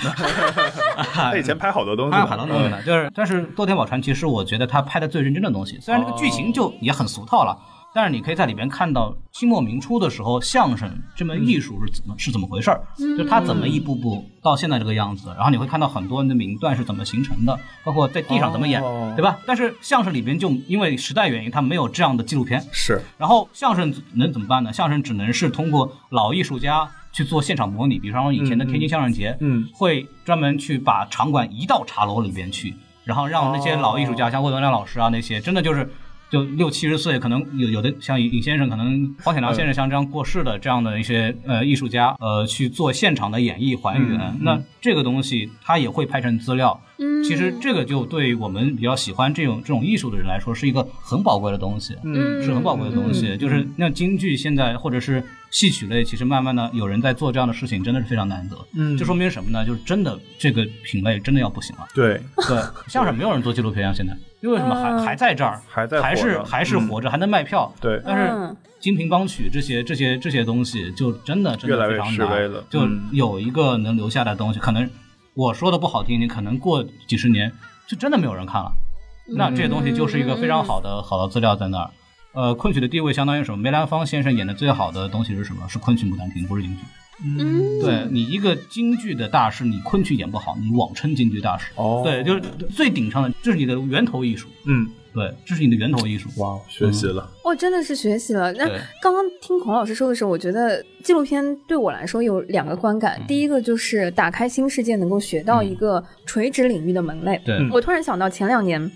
Speaker 6: 他以前拍好多东西嗯
Speaker 1: 拍
Speaker 6: 呢，
Speaker 1: 了很多东西呢，就是但是《窦天宝传奇》是我觉得他拍的最认真的东西，虽然这个剧情就也很俗套了。但是你可以在里边看到清末民初的时候，相声这门艺术是怎么、是怎么回事儿，就是它怎么一步步到现在这个样子。然后你会看到很多人的名段是怎么形成的，包括在地上怎么演，
Speaker 6: 哦
Speaker 1: 对吧？但是相声里边就因为时代原因，它没有这样的纪录片，
Speaker 6: 是，
Speaker 1: 然后相声能怎么办呢？相声只能是通过老艺术家去做现场模拟，比方说以前的天津相声节，
Speaker 6: 嗯嗯
Speaker 1: 会专门去把场馆移到茶楼里边去，然后让那些老艺术家，像魏文亮老师啊那些，真的就是。就六七十岁，可能有有的像尹尹先生，可能黄铁良先生像这样过世的这样的一些呃艺术家，呃去做现场的演绎还原。
Speaker 6: 嗯嗯嗯
Speaker 1: 那这个东西他也会拍成资料，
Speaker 3: 嗯
Speaker 1: 其实这个就对我们比较喜欢这种这种艺术的人来说，是一个很宝贵的东西。
Speaker 3: 嗯
Speaker 1: 是很宝贵的东西。就是那京剧现在或者是戏曲类，其实慢慢的有人在做这样的事情，真的是非常难得。
Speaker 6: 嗯
Speaker 1: 这说明什么呢？就是真的这个品类真的要不行了。
Speaker 6: 对，
Speaker 1: 对， [laughs] 像是没有人做纪录片啊，现在因为什么还、
Speaker 3: 嗯
Speaker 1: 还在这儿，
Speaker 6: 还在
Speaker 1: 还
Speaker 6: 火
Speaker 1: 是
Speaker 6: 着
Speaker 1: 还是
Speaker 6: 嗯
Speaker 1: 活着，还能卖票。
Speaker 6: 对
Speaker 1: 但是
Speaker 3: 嗯
Speaker 1: 《金瓶钢曲》这些这些这些东西，就真的真
Speaker 6: 越
Speaker 1: 的
Speaker 6: 来越
Speaker 1: 非常
Speaker 6: 示威
Speaker 1: 难
Speaker 6: 了，
Speaker 1: 就
Speaker 6: 嗯
Speaker 1: 有一个能留下的东西，可能我说的不好听，你可能过几十年就真的没有人看了。
Speaker 6: 嗯
Speaker 1: 那这些东西就是一个非常好的好的资料在那儿。呃，昆曲的地位相当于什么？梅兰芳先生演的最好的东西是什么？是昆曲《牡丹亭》，不是京剧。
Speaker 3: 嗯
Speaker 1: 对你一个京剧的大师，你昆曲演不好，你妄称京剧大师。
Speaker 6: 哦
Speaker 1: 对，就是最顶上的，这是你的源头艺术。
Speaker 6: 嗯
Speaker 1: 对，这是你的源头艺术。
Speaker 6: 哇，学习了，
Speaker 3: 我哦真的是学习了。那
Speaker 1: 对
Speaker 3: 刚刚听孔老师说的时候，我觉得纪录片对我来说有两个观感。
Speaker 1: 嗯
Speaker 3: 第一个就是打开新世界，能够学到一个垂直领域的门类。
Speaker 1: 对
Speaker 6: 嗯
Speaker 3: 我突然想到前两年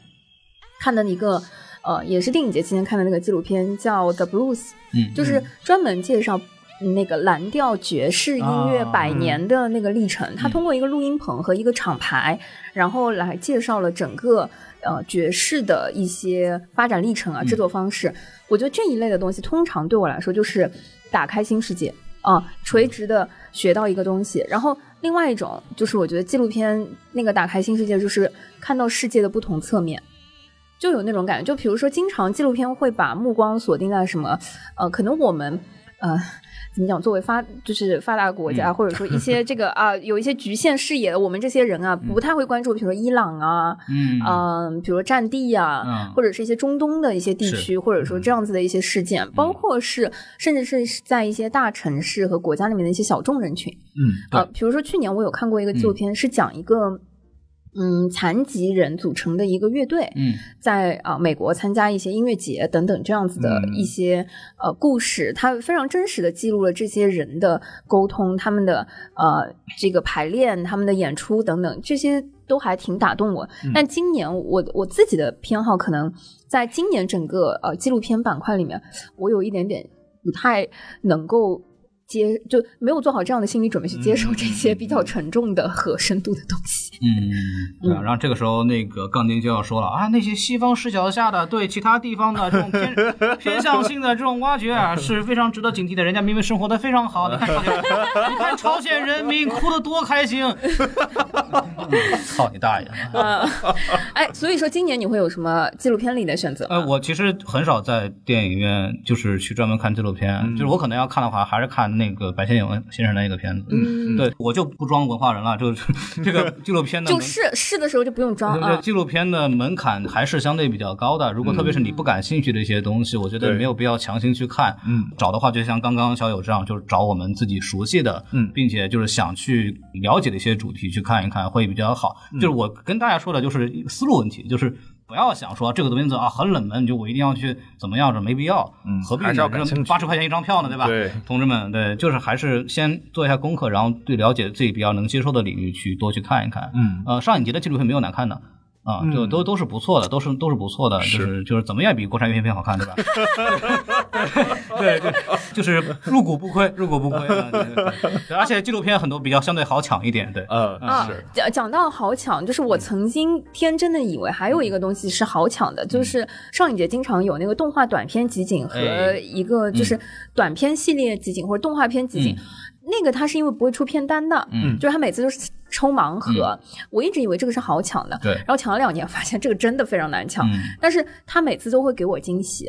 Speaker 3: 看的一个，呃，也是电影节期间看的那个纪录片，叫《The Blues》，
Speaker 1: 嗯，
Speaker 3: 就是专门介绍。那个蓝调爵士音乐
Speaker 1: 啊
Speaker 3: 百年的那个历程，
Speaker 1: 嗯
Speaker 3: 他通过一个录音棚和一个厂牌，然后来介绍了整个呃爵士的一些发展历程
Speaker 1: 嗯
Speaker 3: 啊、制作方式。我觉得这一类的东西，通常对我来说就是打开新世界
Speaker 1: 嗯
Speaker 3: 啊，垂直的学到一个东西。然后另外一种就是，我觉得纪录片那个打开新世界，就是看到世界的不同侧面。就有那种感觉。就比如说，经常纪录片会把目光锁定在什么，呃，可能我们，呃。怎么讲？作为发就是发达国
Speaker 1: 嗯
Speaker 3: 家，或者说一
Speaker 1: [laughs]
Speaker 3: 些这个啊、有一些局限视野的我们这些人啊，不太会关注，比如说伊朗啊，
Speaker 1: 嗯
Speaker 3: 嗯、比如说战地啊，
Speaker 1: 嗯
Speaker 3: 或者是一些中东的一些地区，或者说这样子的一些事
Speaker 1: 嗯
Speaker 3: 件，包括是甚至是在一些大城市和国家里面的一些小众人群。
Speaker 1: 嗯，
Speaker 3: 呃
Speaker 1: 对，，嗯
Speaker 3: 比如说去年我有看过一个纪录片，是讲一个嗯残疾人组成的一个乐队，
Speaker 1: 嗯
Speaker 3: 在啊、呃美国参加一些音乐节等等这样子的
Speaker 1: 嗯
Speaker 3: 一些、呃故事，它非常真实的记录了这些人的沟通，他们的呃这个排练、他们的演出等等，这些都还挺打动我。
Speaker 1: 嗯
Speaker 3: 但今年我我自己的偏好可能在今年整个呃纪录片板块里面，我有一点点不太能够。接就没有做好这样的心理准备去接受这些比较沉重的和深度的东 [laughs] 西。
Speaker 1: 嗯，对啊。然后这个时候，那个杠精就要说了啊，那些西方视角下的对其他地方的这种 [laughs] 偏偏向性的这种挖掘啊，是非常值得警惕的。人家明明生活的非常好，你看朝鲜，你看朝鲜人民哭得多开心。 [laughs] 操你大爷！
Speaker 3: 哎，所以说今年你会有什么纪录片里的选择
Speaker 1: [laughs]
Speaker 3: 吗？
Speaker 1: 呃，我其实很少在电影院就是去专门看纪录片，就是我可能要看的话，还是看那个白先勇先生的那个片子。嗯，对我就不装文化人了，就是 [laughs] 这个纪录片的
Speaker 3: 就
Speaker 1: 门
Speaker 3: 试试的时候就不用装
Speaker 1: 对对
Speaker 3: 啊
Speaker 6: 嗯
Speaker 1: 对，。纪录片的门槛还是相对比较高的。如果特别是你不感兴趣的一些东西，我觉得
Speaker 6: 嗯对
Speaker 1: 没有必要强行去看。
Speaker 6: 嗯，
Speaker 1: 找的话，就像刚刚小友这样，就是找我们自己熟悉的，
Speaker 6: 嗯
Speaker 1: 并且就是想去了解的一些主题去看一看，会比较好。
Speaker 6: 嗯
Speaker 1: 就是我跟大家说的，就是思路问题，就是。不要想说这个东西啊很冷门，你就我一定要去怎么样，这没必要。嗯何必
Speaker 6: 还是要
Speaker 1: 呢？
Speaker 6: 感兴趣
Speaker 1: 八十块钱一张票呢，对吧？
Speaker 6: 对，
Speaker 1: 同志们，对，就是还是先做一下功课，然后对了解自己比较能接受的领域去多去看一看。
Speaker 6: 嗯，
Speaker 1: 呃，上影节的纪录片没有难看的。啊，就都都是不错的，都是都是不错的，就是就是怎么样也比国产院线片好看，对吧？ [laughs] 对 [laughs] 对，就是入股不亏，入股不亏。啊对对对而且纪录片很多比较相对好抢一点，对。
Speaker 6: 呃，
Speaker 3: 啊
Speaker 6: 是，
Speaker 3: 讲讲到好抢，就是
Speaker 1: 嗯
Speaker 3: 我曾经天真的以为还有一个东西是好抢的，
Speaker 1: 嗯
Speaker 3: 就是上影节经常有那个动画短片集锦和
Speaker 1: 哎
Speaker 3: 一个就是短片系列集锦或者动画片集锦
Speaker 1: 嗯，
Speaker 3: 那个它是因为不会出片单的，
Speaker 1: 嗯
Speaker 3: 就是它每次都是抽盲盒，我一直以为这个是好抢的，
Speaker 1: 对
Speaker 3: 然后抢了两年，发现这个真的非常难抢，
Speaker 1: 嗯，
Speaker 3: 但是它每次都会给我惊喜，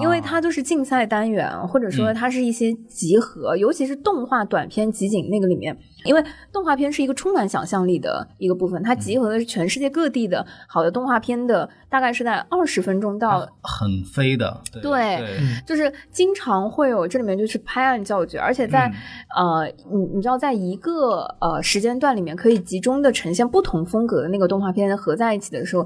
Speaker 3: 因为
Speaker 1: 啊
Speaker 3: 它就是竞赛单元，啊或者说
Speaker 1: 嗯
Speaker 3: 它是一些集合，尤其是动画短片集锦那个里面，因为动画片是一个充满想象力的一个部分，它
Speaker 1: 嗯
Speaker 3: 集合的是全世界各地的好的动画片的，大概是在二十分钟到
Speaker 1: 很飞的，对
Speaker 3: 对就是经常会有这里面就是拍案叫绝，而且在、
Speaker 1: 嗯
Speaker 3: 呃，你你知道，在一个呃时间段里面可以集中的呈现不同风格的那个动画片合在一起的时候，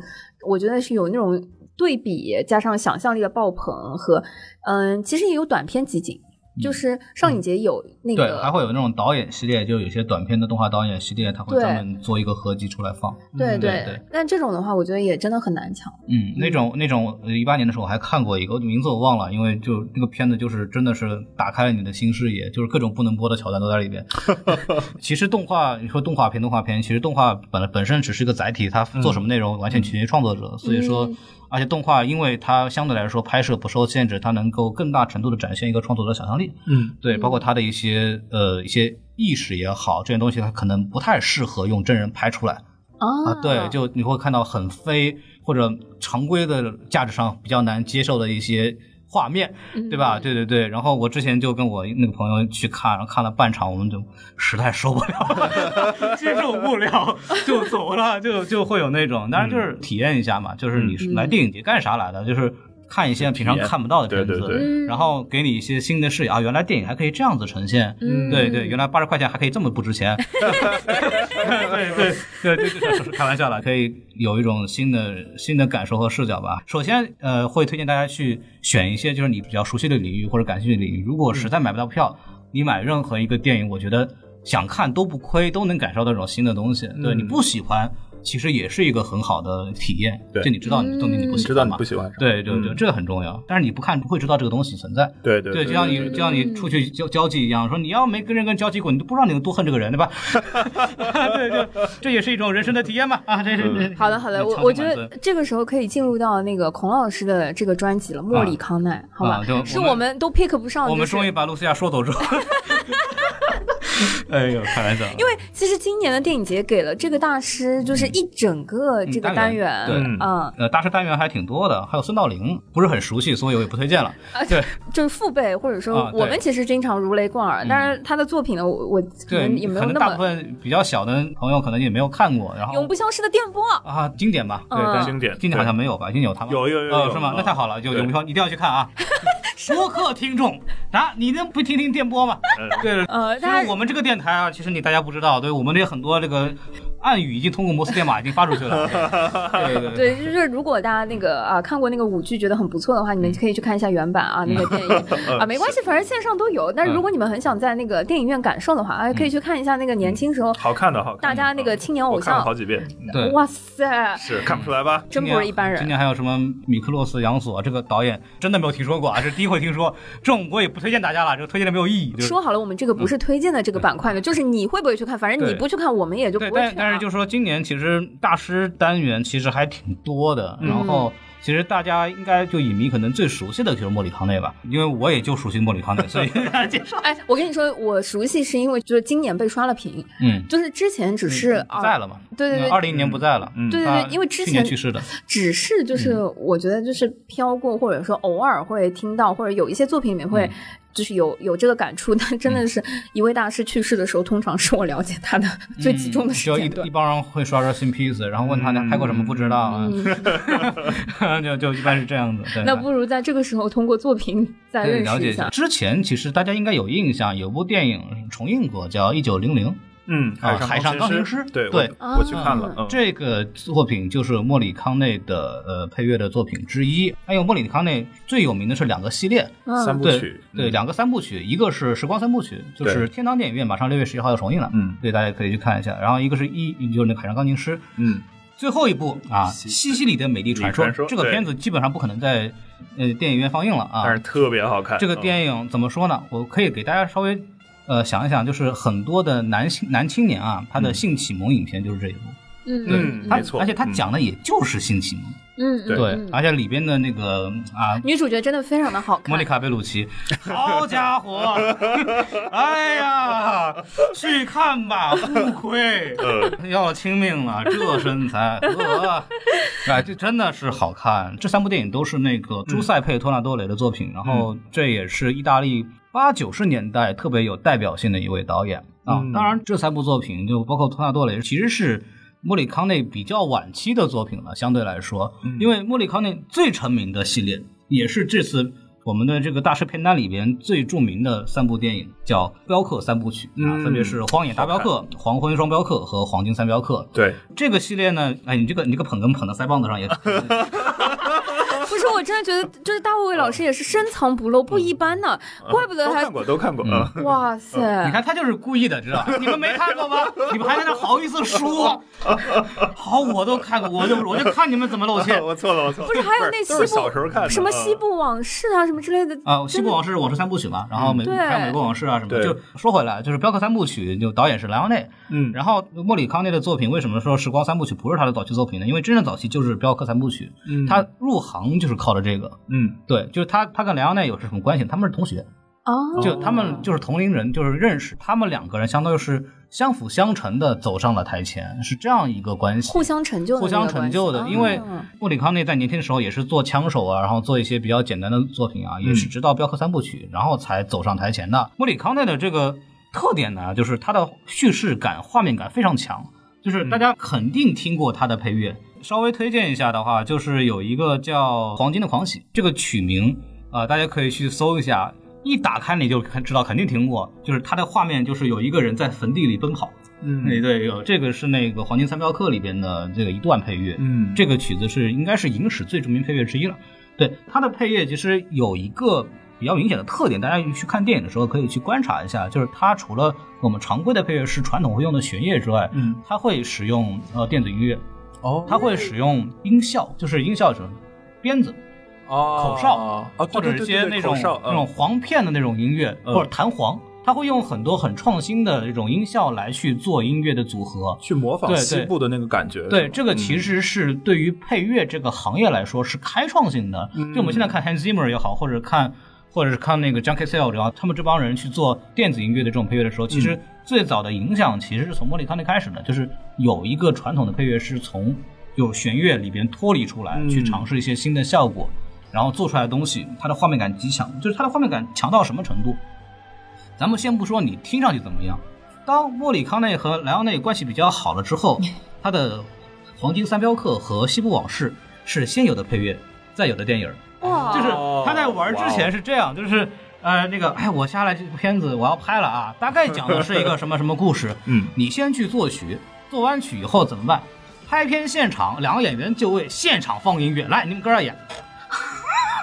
Speaker 3: 我觉得是有那种对比加上想象力的爆棚和嗯，其实也有短片集锦，就是上影节有那
Speaker 1: 嗯对，还
Speaker 3: 个。
Speaker 1: 会有那种导演系列，就有些短片的动画导演系列，他会
Speaker 3: 对
Speaker 1: 专门做一个合集出来放。
Speaker 3: 对
Speaker 1: 嗯对对
Speaker 3: 但这种的话，我觉得也真的很难抢。
Speaker 1: 嗯，那种那种，一八年的时候我还看过一个，我名字我忘了，因为就那个片子就是真的是打开了你的新视野，就是各种不能播的桥段都在里边。 [laughs] 其实动画，你说动画片，动画片，其实动画本来本身只是一个载体，它做什么内容完全取决于创作者，所以说。而且动画，因为它相对来说拍摄不受限制，它能够更大程度的展现一个创作者的想象力。
Speaker 6: 嗯，
Speaker 1: 对，包括它的一些呃一些意识也好，这些东西它可能不太适合用真人拍出来。
Speaker 3: 啊
Speaker 1: 啊，对，就你会看到很非或者常规的价值上比较难接受的一些画面，对吧？对对对。然后我之前就跟我那个朋友去看，然后看了半场，我们就实在受不了， [laughs] 接受不了就
Speaker 6: 嗯
Speaker 1: 走了，就就会有那种，当然就是体验一下嘛，就是你是来电影节干啥来的？就是。看一些平常看不到的片
Speaker 6: 对对
Speaker 1: 子，
Speaker 6: 对
Speaker 3: 嗯
Speaker 1: 然后给你一些新的视野啊，原来电影还可以这样子呈现，
Speaker 3: 嗯
Speaker 1: 对对，原来八十块钱还可以这么不值
Speaker 6: [laughs]
Speaker 1: 钱，对对对对对，就是开玩笑了，可以有一种新的新的感受和视角吧。首先，呃，会推荐大家去选一些就是你比较熟悉的领域或者感兴趣的领域，如
Speaker 6: 嗯
Speaker 1: 果实在买不到票，你买任何一个电影，我觉得想看都不亏，都能感受到这种新的东西。对
Speaker 6: 嗯
Speaker 1: 你不喜欢，其实也是一个很好的体验，
Speaker 6: 对嗯
Speaker 1: 就你知道你东西你不喜欢嘛，
Speaker 6: 知道你不喜欢什么
Speaker 1: 对对对，这个很重要。但是你不看不会知道这个东西存在。
Speaker 6: 对对对
Speaker 1: 就像你
Speaker 6: 对对
Speaker 1: 就像你出去交交际一样，说你要没跟人跟人交际过，你都不知道你有多恨这个人，对吧？
Speaker 6: [laughs]
Speaker 1: 对对，这也是一种人生的体验嘛。啊，这是这
Speaker 3: 好的，好的，
Speaker 1: 这
Speaker 3: 我
Speaker 1: 敲
Speaker 3: 我
Speaker 1: 击
Speaker 3: 觉
Speaker 1: 万
Speaker 3: 得
Speaker 1: 分
Speaker 3: 这个时候可以进入到那个孔老师的这个专辑了，《莫里康奈》，好吧
Speaker 1: 啊对我？们
Speaker 3: 是我们都 pick 不上，
Speaker 1: 我们
Speaker 3: 就是
Speaker 1: 终于把露西亚说走
Speaker 6: [laughs]
Speaker 1: 之后，哎呦，开玩笑。
Speaker 3: 因为其实今年的电影节给了这个大师就是一整个这个
Speaker 1: 嗯
Speaker 3: 单
Speaker 1: 单
Speaker 3: 元
Speaker 1: 元，
Speaker 6: 对
Speaker 3: 嗯，
Speaker 1: 呃，大师单元还挺多的，还有孙道临，不是很熟悉，所以我也不推荐了。
Speaker 3: 啊就是父辈或者说
Speaker 1: 啊对嗯
Speaker 3: 我们其实经常如雷贯耳，但是他的作品呢，我我可
Speaker 1: 对，
Speaker 3: 能也没
Speaker 1: 可
Speaker 3: 有
Speaker 1: 能
Speaker 3: 那
Speaker 1: 大部
Speaker 3: 么
Speaker 1: 分比较小的朋友可能也没有看过，然
Speaker 3: 永
Speaker 1: 后
Speaker 3: 不消失的电波，
Speaker 1: 啊，经典吧，对，
Speaker 3: 嗯
Speaker 1: 但是
Speaker 6: 经典
Speaker 1: 经典好像没有吧？经典有他吗？
Speaker 6: 有有有
Speaker 1: 哦
Speaker 6: 有
Speaker 1: 是吗
Speaker 6: 嗯？
Speaker 1: 那太好了，有
Speaker 6: 对
Speaker 1: 有票一定要去看
Speaker 3: [laughs]
Speaker 1: 啊！播客听众啊，你能不听听电波吗？
Speaker 6: 嗯
Speaker 1: 对，
Speaker 3: 呃，
Speaker 1: 其
Speaker 3: 但
Speaker 1: 实
Speaker 3: 是
Speaker 1: 我们这个电台啊，其实你大家不知道，对我们这很多这个暗语已经通过摩斯电码已经发出去
Speaker 6: [laughs]
Speaker 1: 了。对对对对，
Speaker 3: 对，就是如果大家那个啊看过那个舞剧觉得很不错的话，你
Speaker 1: 嗯
Speaker 3: 们可以去看一下原版啊，那个
Speaker 1: [laughs]
Speaker 3: 电影啊，没关系，反正线上都有。
Speaker 1: 嗯
Speaker 3: 但是如果你们很想在那个电影院感受的话，啊，可以去看一下那个年轻
Speaker 1: 嗯
Speaker 3: 时候
Speaker 6: 好看的好看的。
Speaker 3: 大家那个青年偶
Speaker 6: 我看了
Speaker 3: 像
Speaker 6: 好，几遍，嗯
Speaker 1: 对
Speaker 3: 哇塞，
Speaker 6: 是看不出来吧？
Speaker 3: 真不是一般
Speaker 1: 今
Speaker 3: 人。
Speaker 1: 年还有什么米克洛斯·杨索这个导演，真的没有听说过啊，这是第一回听说。这种我也不推荐大家了，这个推荐的没有意义。就是嗯
Speaker 3: 说好了，我们这个不是推荐的这个板块呢，就是你会不会去看？反正你
Speaker 1: 对
Speaker 3: 不去看，我们也就不
Speaker 1: 对，
Speaker 3: 会
Speaker 1: 但
Speaker 3: 去
Speaker 1: 但
Speaker 3: 啊
Speaker 1: 是就说今年其实大师单元其实还挺多的，
Speaker 3: 嗯
Speaker 1: 然后。其实大家应该就影迷可能最熟悉的就是莫里康内吧，因为我也就熟悉莫里康内，
Speaker 3: [laughs]
Speaker 1: 所以介绍。
Speaker 3: 哎，我跟你说，我熟悉是因为就是今年被刷了屏，
Speaker 1: 嗯，
Speaker 3: 就是之前只是
Speaker 1: 不
Speaker 3: 啊
Speaker 1: 在了嘛？嗯
Speaker 3: 对对对
Speaker 1: 二零年不在了。嗯，
Speaker 3: 对对
Speaker 1: 他
Speaker 3: 对，因为之
Speaker 1: 去
Speaker 3: 前
Speaker 1: 年去世的。
Speaker 3: 只是
Speaker 1: 嗯
Speaker 3: 就是我觉得就是飘过，或者说偶尔会听到，或者有一些作品里面
Speaker 1: 嗯
Speaker 3: 会就是有有这个感触，但真的是一位大师去世的时候，通常是我了解他的 [laughs] 最集中的时
Speaker 1: 就嗯一
Speaker 3: 间嗯段
Speaker 1: 一。帮人会刷 Rest in Peace，然后问他他拍过什么不知道啊， [laughs] 就就一般是这样子。对
Speaker 3: 嗯 [laughs] 那不如在这个时候通过作品再
Speaker 1: 对
Speaker 3: 认
Speaker 1: 了
Speaker 3: 识
Speaker 1: 解
Speaker 3: 一下。
Speaker 1: 之前其实大家应该有印象，有部电影重映过，叫《一九零零》。
Speaker 6: 嗯，
Speaker 1: 啊海上钢琴
Speaker 6: 琴
Speaker 1: 师
Speaker 6: 对
Speaker 1: 对
Speaker 6: 我我去看
Speaker 3: 啊
Speaker 6: 了，嗯
Speaker 1: 这个作品就是莫里康内的呃配乐的作品之一。还有莫里康内最有名的是两个系列，
Speaker 6: 三部
Speaker 1: 对
Speaker 6: 曲，
Speaker 1: 对，
Speaker 6: 嗯
Speaker 1: 两个三部曲，一个是《时光三部曲》，就是
Speaker 6: 对
Speaker 1: 天堂电影院马上六月十一号要重映了，
Speaker 6: 嗯
Speaker 1: 对，大家可以去看一下。然后一个是一就是那个《海上钢琴师》，
Speaker 6: 嗯，
Speaker 1: 最后一部啊，《西西里的美丽传说》
Speaker 6: 传说
Speaker 1: 这个
Speaker 6: 对
Speaker 1: 片子基本上不可能在呃电影院放映了啊，
Speaker 6: 但是特别好看。嗯
Speaker 1: 这个
Speaker 6: 影
Speaker 1: 电影怎么说呢？我可以给大家稍微呃想一想，就是很多的男性男青年啊，他的性启蒙影片就是这一部，
Speaker 6: 嗯
Speaker 3: 嗯
Speaker 1: 他
Speaker 6: 没错
Speaker 1: 而且他
Speaker 6: 嗯
Speaker 1: 讲的也就是性启蒙，
Speaker 3: 嗯嗯，
Speaker 6: 对
Speaker 1: 对，而且里边的那个啊。
Speaker 3: 女主角真的非常的好看
Speaker 1: 莫妮。卡·贝鲁
Speaker 3: [laughs]
Speaker 1: 奇，好家伙！哎呀，去看吧，不
Speaker 6: [laughs]
Speaker 1: 亏， [laughs] 要亲命了，这身材，呃，哎，这真的是好看。这三部电影都是那个朱塞佩·托纳多雷的作品，然后
Speaker 6: 嗯
Speaker 1: 这也是意大利八九十年代特别有代表性的一位导演啊。
Speaker 6: 嗯
Speaker 1: 当然，这三部作品就包括托纳多雷，其实是。莫里康内比较晚期的作品了，相对来说，
Speaker 6: 嗯
Speaker 1: 因为莫里康内最成名的系列，也是这次我们的这个大师片单里边最著名的三部电影，叫《镖客三部曲》啊，
Speaker 6: 嗯
Speaker 1: 分别是《荒野大镖客》《黄昏双镖客》和《黄金三镖客》。
Speaker 6: 对，
Speaker 1: 这个系列呢，哎，你这个你这个捧哏捧到腮帮子
Speaker 6: [laughs]
Speaker 1: 上也，
Speaker 3: 不是，我真的觉得就是大卫老
Speaker 1: 嗯
Speaker 3: 师也是深藏不露，不一般呢，怪不得
Speaker 6: 都
Speaker 3: 他
Speaker 6: 看过，都看过，嗯，
Speaker 3: 哇塞！
Speaker 1: 你看他就是故意的，知道
Speaker 6: [laughs]
Speaker 1: 吧？你们没看过吗？你们还在那好意思说？好，我都看过，我就我就看你们怎么露馅
Speaker 6: [laughs] 嗯我错了，我错了，
Speaker 3: 不是还有那
Speaker 6: 都是
Speaker 3: 西部
Speaker 6: 小时候看的
Speaker 3: 什么
Speaker 6: 嗯
Speaker 3: 西部往事啊，什么之类的
Speaker 1: 啊，《西部往事》我是三部曲嘛，然后美
Speaker 3: 对
Speaker 1: 还有《美国往事》啊什么的。
Speaker 6: 对
Speaker 1: 就说回来，就是《镖客三部曲》，就导演是莱昂内，
Speaker 6: 嗯
Speaker 1: 然后莫里康内的作品为什么说《时光三部曲》不是他的早期作品呢？因为真正早期就是《镖客三部曲》，
Speaker 6: 嗯
Speaker 1: 他入行就是靠着这个。
Speaker 6: 嗯
Speaker 1: 对，就是他，他跟莱昂内有是什么关系？他们是同学，
Speaker 3: 哦，
Speaker 1: 就他们就是同龄人，就是认识，他们两个人相当于是相辅相成的走上了台前，是这样一个关系。
Speaker 3: 互相成就的
Speaker 1: 互
Speaker 3: 那个
Speaker 1: 相
Speaker 3: 关系，
Speaker 1: 成就的，因为
Speaker 3: 哦
Speaker 1: 莫里康内在年轻的时候也是做枪手啊，然后做一些比较简单的作品啊，也是直到《镖客三部曲》，然后才走上台前的。莫里康内的这个特点呢，就是他的叙事感、画面感非常强，就是大家肯定听过他的配乐，稍微推荐一下的话，就是有一个叫《黄金的狂喜》这个曲名啊、呃大家可以去搜一下。一打开你就看知道肯定听过，就是它的画面就是有一个人在坟地里奔跑，
Speaker 4: 嗯
Speaker 1: 对哎对，有这个是那个《黄金三镖客》里边的这个一段配乐，
Speaker 4: 嗯
Speaker 1: 这个曲子是应该是影史最著名配乐之一了。对它的配乐其实有一个比较明显的特点，大家去看电影的时候可以去观察一下，就是它除了我们常规的配乐是传统会用的弦乐之外，
Speaker 4: 嗯
Speaker 1: 它会使用呃电子音乐，
Speaker 4: 哦
Speaker 1: 它会使用音效，就是音效什么鞭子
Speaker 4: 哦
Speaker 1: 口哨
Speaker 4: 啊，
Speaker 1: 或者
Speaker 4: 对
Speaker 1: 一
Speaker 4: 对
Speaker 1: 些
Speaker 4: 对对
Speaker 1: 那
Speaker 4: 口
Speaker 1: 种
Speaker 4: 哨
Speaker 1: 那种
Speaker 4: 嗯
Speaker 1: 簧片的那种音乐，
Speaker 4: 嗯
Speaker 1: 或者弹簧，它会用很多很创新的这种音效来去做音乐的组合。
Speaker 4: 去模仿
Speaker 1: 对对
Speaker 4: 西部的那个感觉，
Speaker 1: 对，
Speaker 4: 是吧嗯
Speaker 1: 这个其实是对于配乐这个行业来说是开创性的。
Speaker 4: 嗯
Speaker 1: 就我们现在看 Hans Zimmer 也好，或者看或者是看那个 j u n k i s e l 也好，他们这帮人去做电子音乐的这种配乐的时候，其实
Speaker 4: 嗯
Speaker 1: 最早的影响其实是从莫里康内开始的，就是有一个传统的配乐是从有弦乐里边脱离出来，
Speaker 4: 嗯
Speaker 1: 去尝试一些新的效果，然后做出来的东西，它的画面感极强，就是它的画面感强到什么程度？咱们先不说你听上去怎么样，当莫里康内和莱昂内关系比较好了之后，他的《黄金三镖客》和《西部往事》是先有的配乐，再有的电影儿。
Speaker 3: 哇，
Speaker 1: 就是他在玩之前是这样，就是呃那个，哎，我下来这部片子我要拍了啊，大概讲的是一个什么什么故事， [laughs]
Speaker 4: 嗯，
Speaker 1: 你先去作曲，做完曲以后怎么办？拍片现场，两个演员就位，现场放音乐，来，你们哥儿演。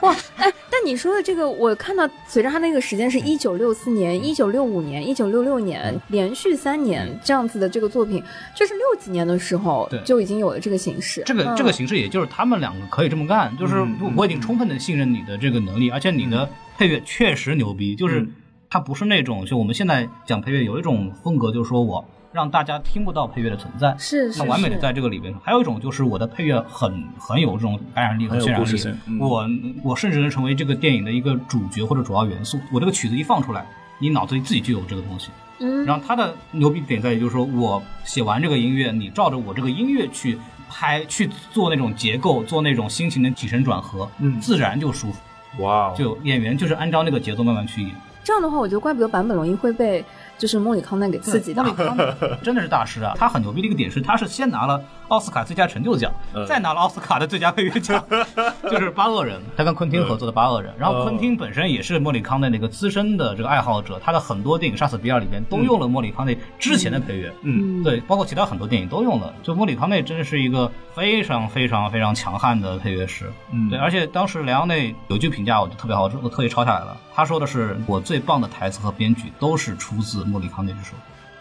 Speaker 3: 哇，哎，但你说的这个，我看到随着他那个时间是一九六四年、一九六五年、一九六六
Speaker 1: 嗯
Speaker 3: 年，连续三年这样子的这个作品，就是六几年的时候
Speaker 1: 对
Speaker 3: 就已经有了这个形式。
Speaker 1: 这个
Speaker 3: 嗯
Speaker 1: 这个形式，也就是他们两个可以这么干，就是
Speaker 4: 嗯嗯
Speaker 1: 我已经充分的信任你的这个能力，而且你的配乐确实牛逼，就是
Speaker 4: 嗯
Speaker 1: 它不是那种就我们现在讲配乐有一种风格，就是说我让大家听不到配乐的存在，
Speaker 3: 是是
Speaker 1: 它完美的
Speaker 3: 是
Speaker 1: 在这个里边。还有一种就是我的配乐很很有这种感染力和
Speaker 4: 很有
Speaker 1: 渲染
Speaker 4: 故
Speaker 1: 力
Speaker 4: 事性，嗯
Speaker 1: 我我甚至能成为这个电影的一个主角或者主要元素。我这个曲子一放出来，你脑子里自己就有这个东西。
Speaker 3: 嗯
Speaker 1: 然后他的牛逼点在于，就是说我写完这个音乐，你照着我这个音乐去拍，去做那种结构，做那种心情的起承转合，
Speaker 4: 嗯
Speaker 1: 自然就舒服。
Speaker 4: 哇哦，
Speaker 1: 就演员就是按照那个节奏慢慢去演，
Speaker 3: 这样的话，我觉得怪不得版本龙一会被就是莫里康奈给刺激到。
Speaker 1: 真的是大师啊！他很牛逼的一个点是，他是先拿了奥斯卡最佳成就奖，
Speaker 4: 嗯
Speaker 1: 再拿了奥斯卡的最佳配乐
Speaker 4: [laughs]
Speaker 1: 奖，就是《八恶人》，他跟昆汀合作的《八恶人》。然
Speaker 4: 嗯
Speaker 1: 后昆汀本身也是莫里康内的一个资深的这个爱好者，他的很多电影《杀死比尔》里边都用了莫里康内之前的配乐，
Speaker 4: 嗯
Speaker 1: 对，包括其他很多电影都用了。就莫里康内真的是一个非常非常非常强悍的配乐师，
Speaker 4: 嗯
Speaker 1: 对，而且当时莱昂内有句评价我就特别好，我我特意抄下来了，他说的是我最棒的台词和编剧都是出自莫里康内之手。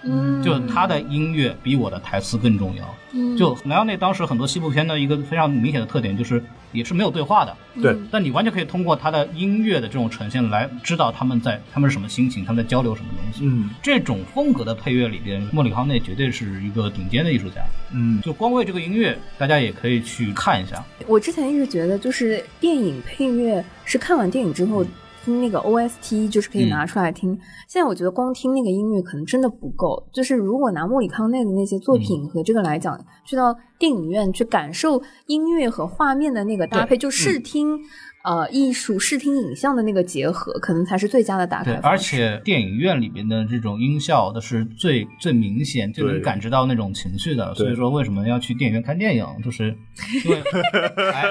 Speaker 3: 嗯，
Speaker 1: 就他的音乐比我的台词更重要。
Speaker 3: 嗯
Speaker 1: 就莱昂内当时很多西部片的一个非常明显的特点，就是也是没有对话的，
Speaker 4: 对
Speaker 1: 但你完全可以通过他的音乐的这种呈现来知道他们在他们是什么心情，他们在交流什么东西。
Speaker 4: 嗯
Speaker 1: 这种风格的配乐里边，莫里康内绝对是一个顶尖的艺术家。
Speaker 4: 嗯
Speaker 1: 就光为这个音乐，大家也可以去看一下。
Speaker 3: 我之前一直觉得，就是电影配乐是看完电影之后听那个 OST，就是可以拿出来听。现在我觉得光听那个音乐可能真的不够，就是如果拿莫里康内的那些作品和这个来讲，去到电影院去感受音乐和画面的那个搭配，就视听、呃艺术、视听影像的那个结合，可能才是最佳的打
Speaker 1: 对
Speaker 3: 开，
Speaker 1: 而
Speaker 3: 方式。
Speaker 1: 且电影院里边的这种音效的是最最明显、最能
Speaker 4: 对
Speaker 1: 感知到那种情绪的。所以
Speaker 4: 对
Speaker 1: 说，为什么要去电影院看电影，就是因为哎，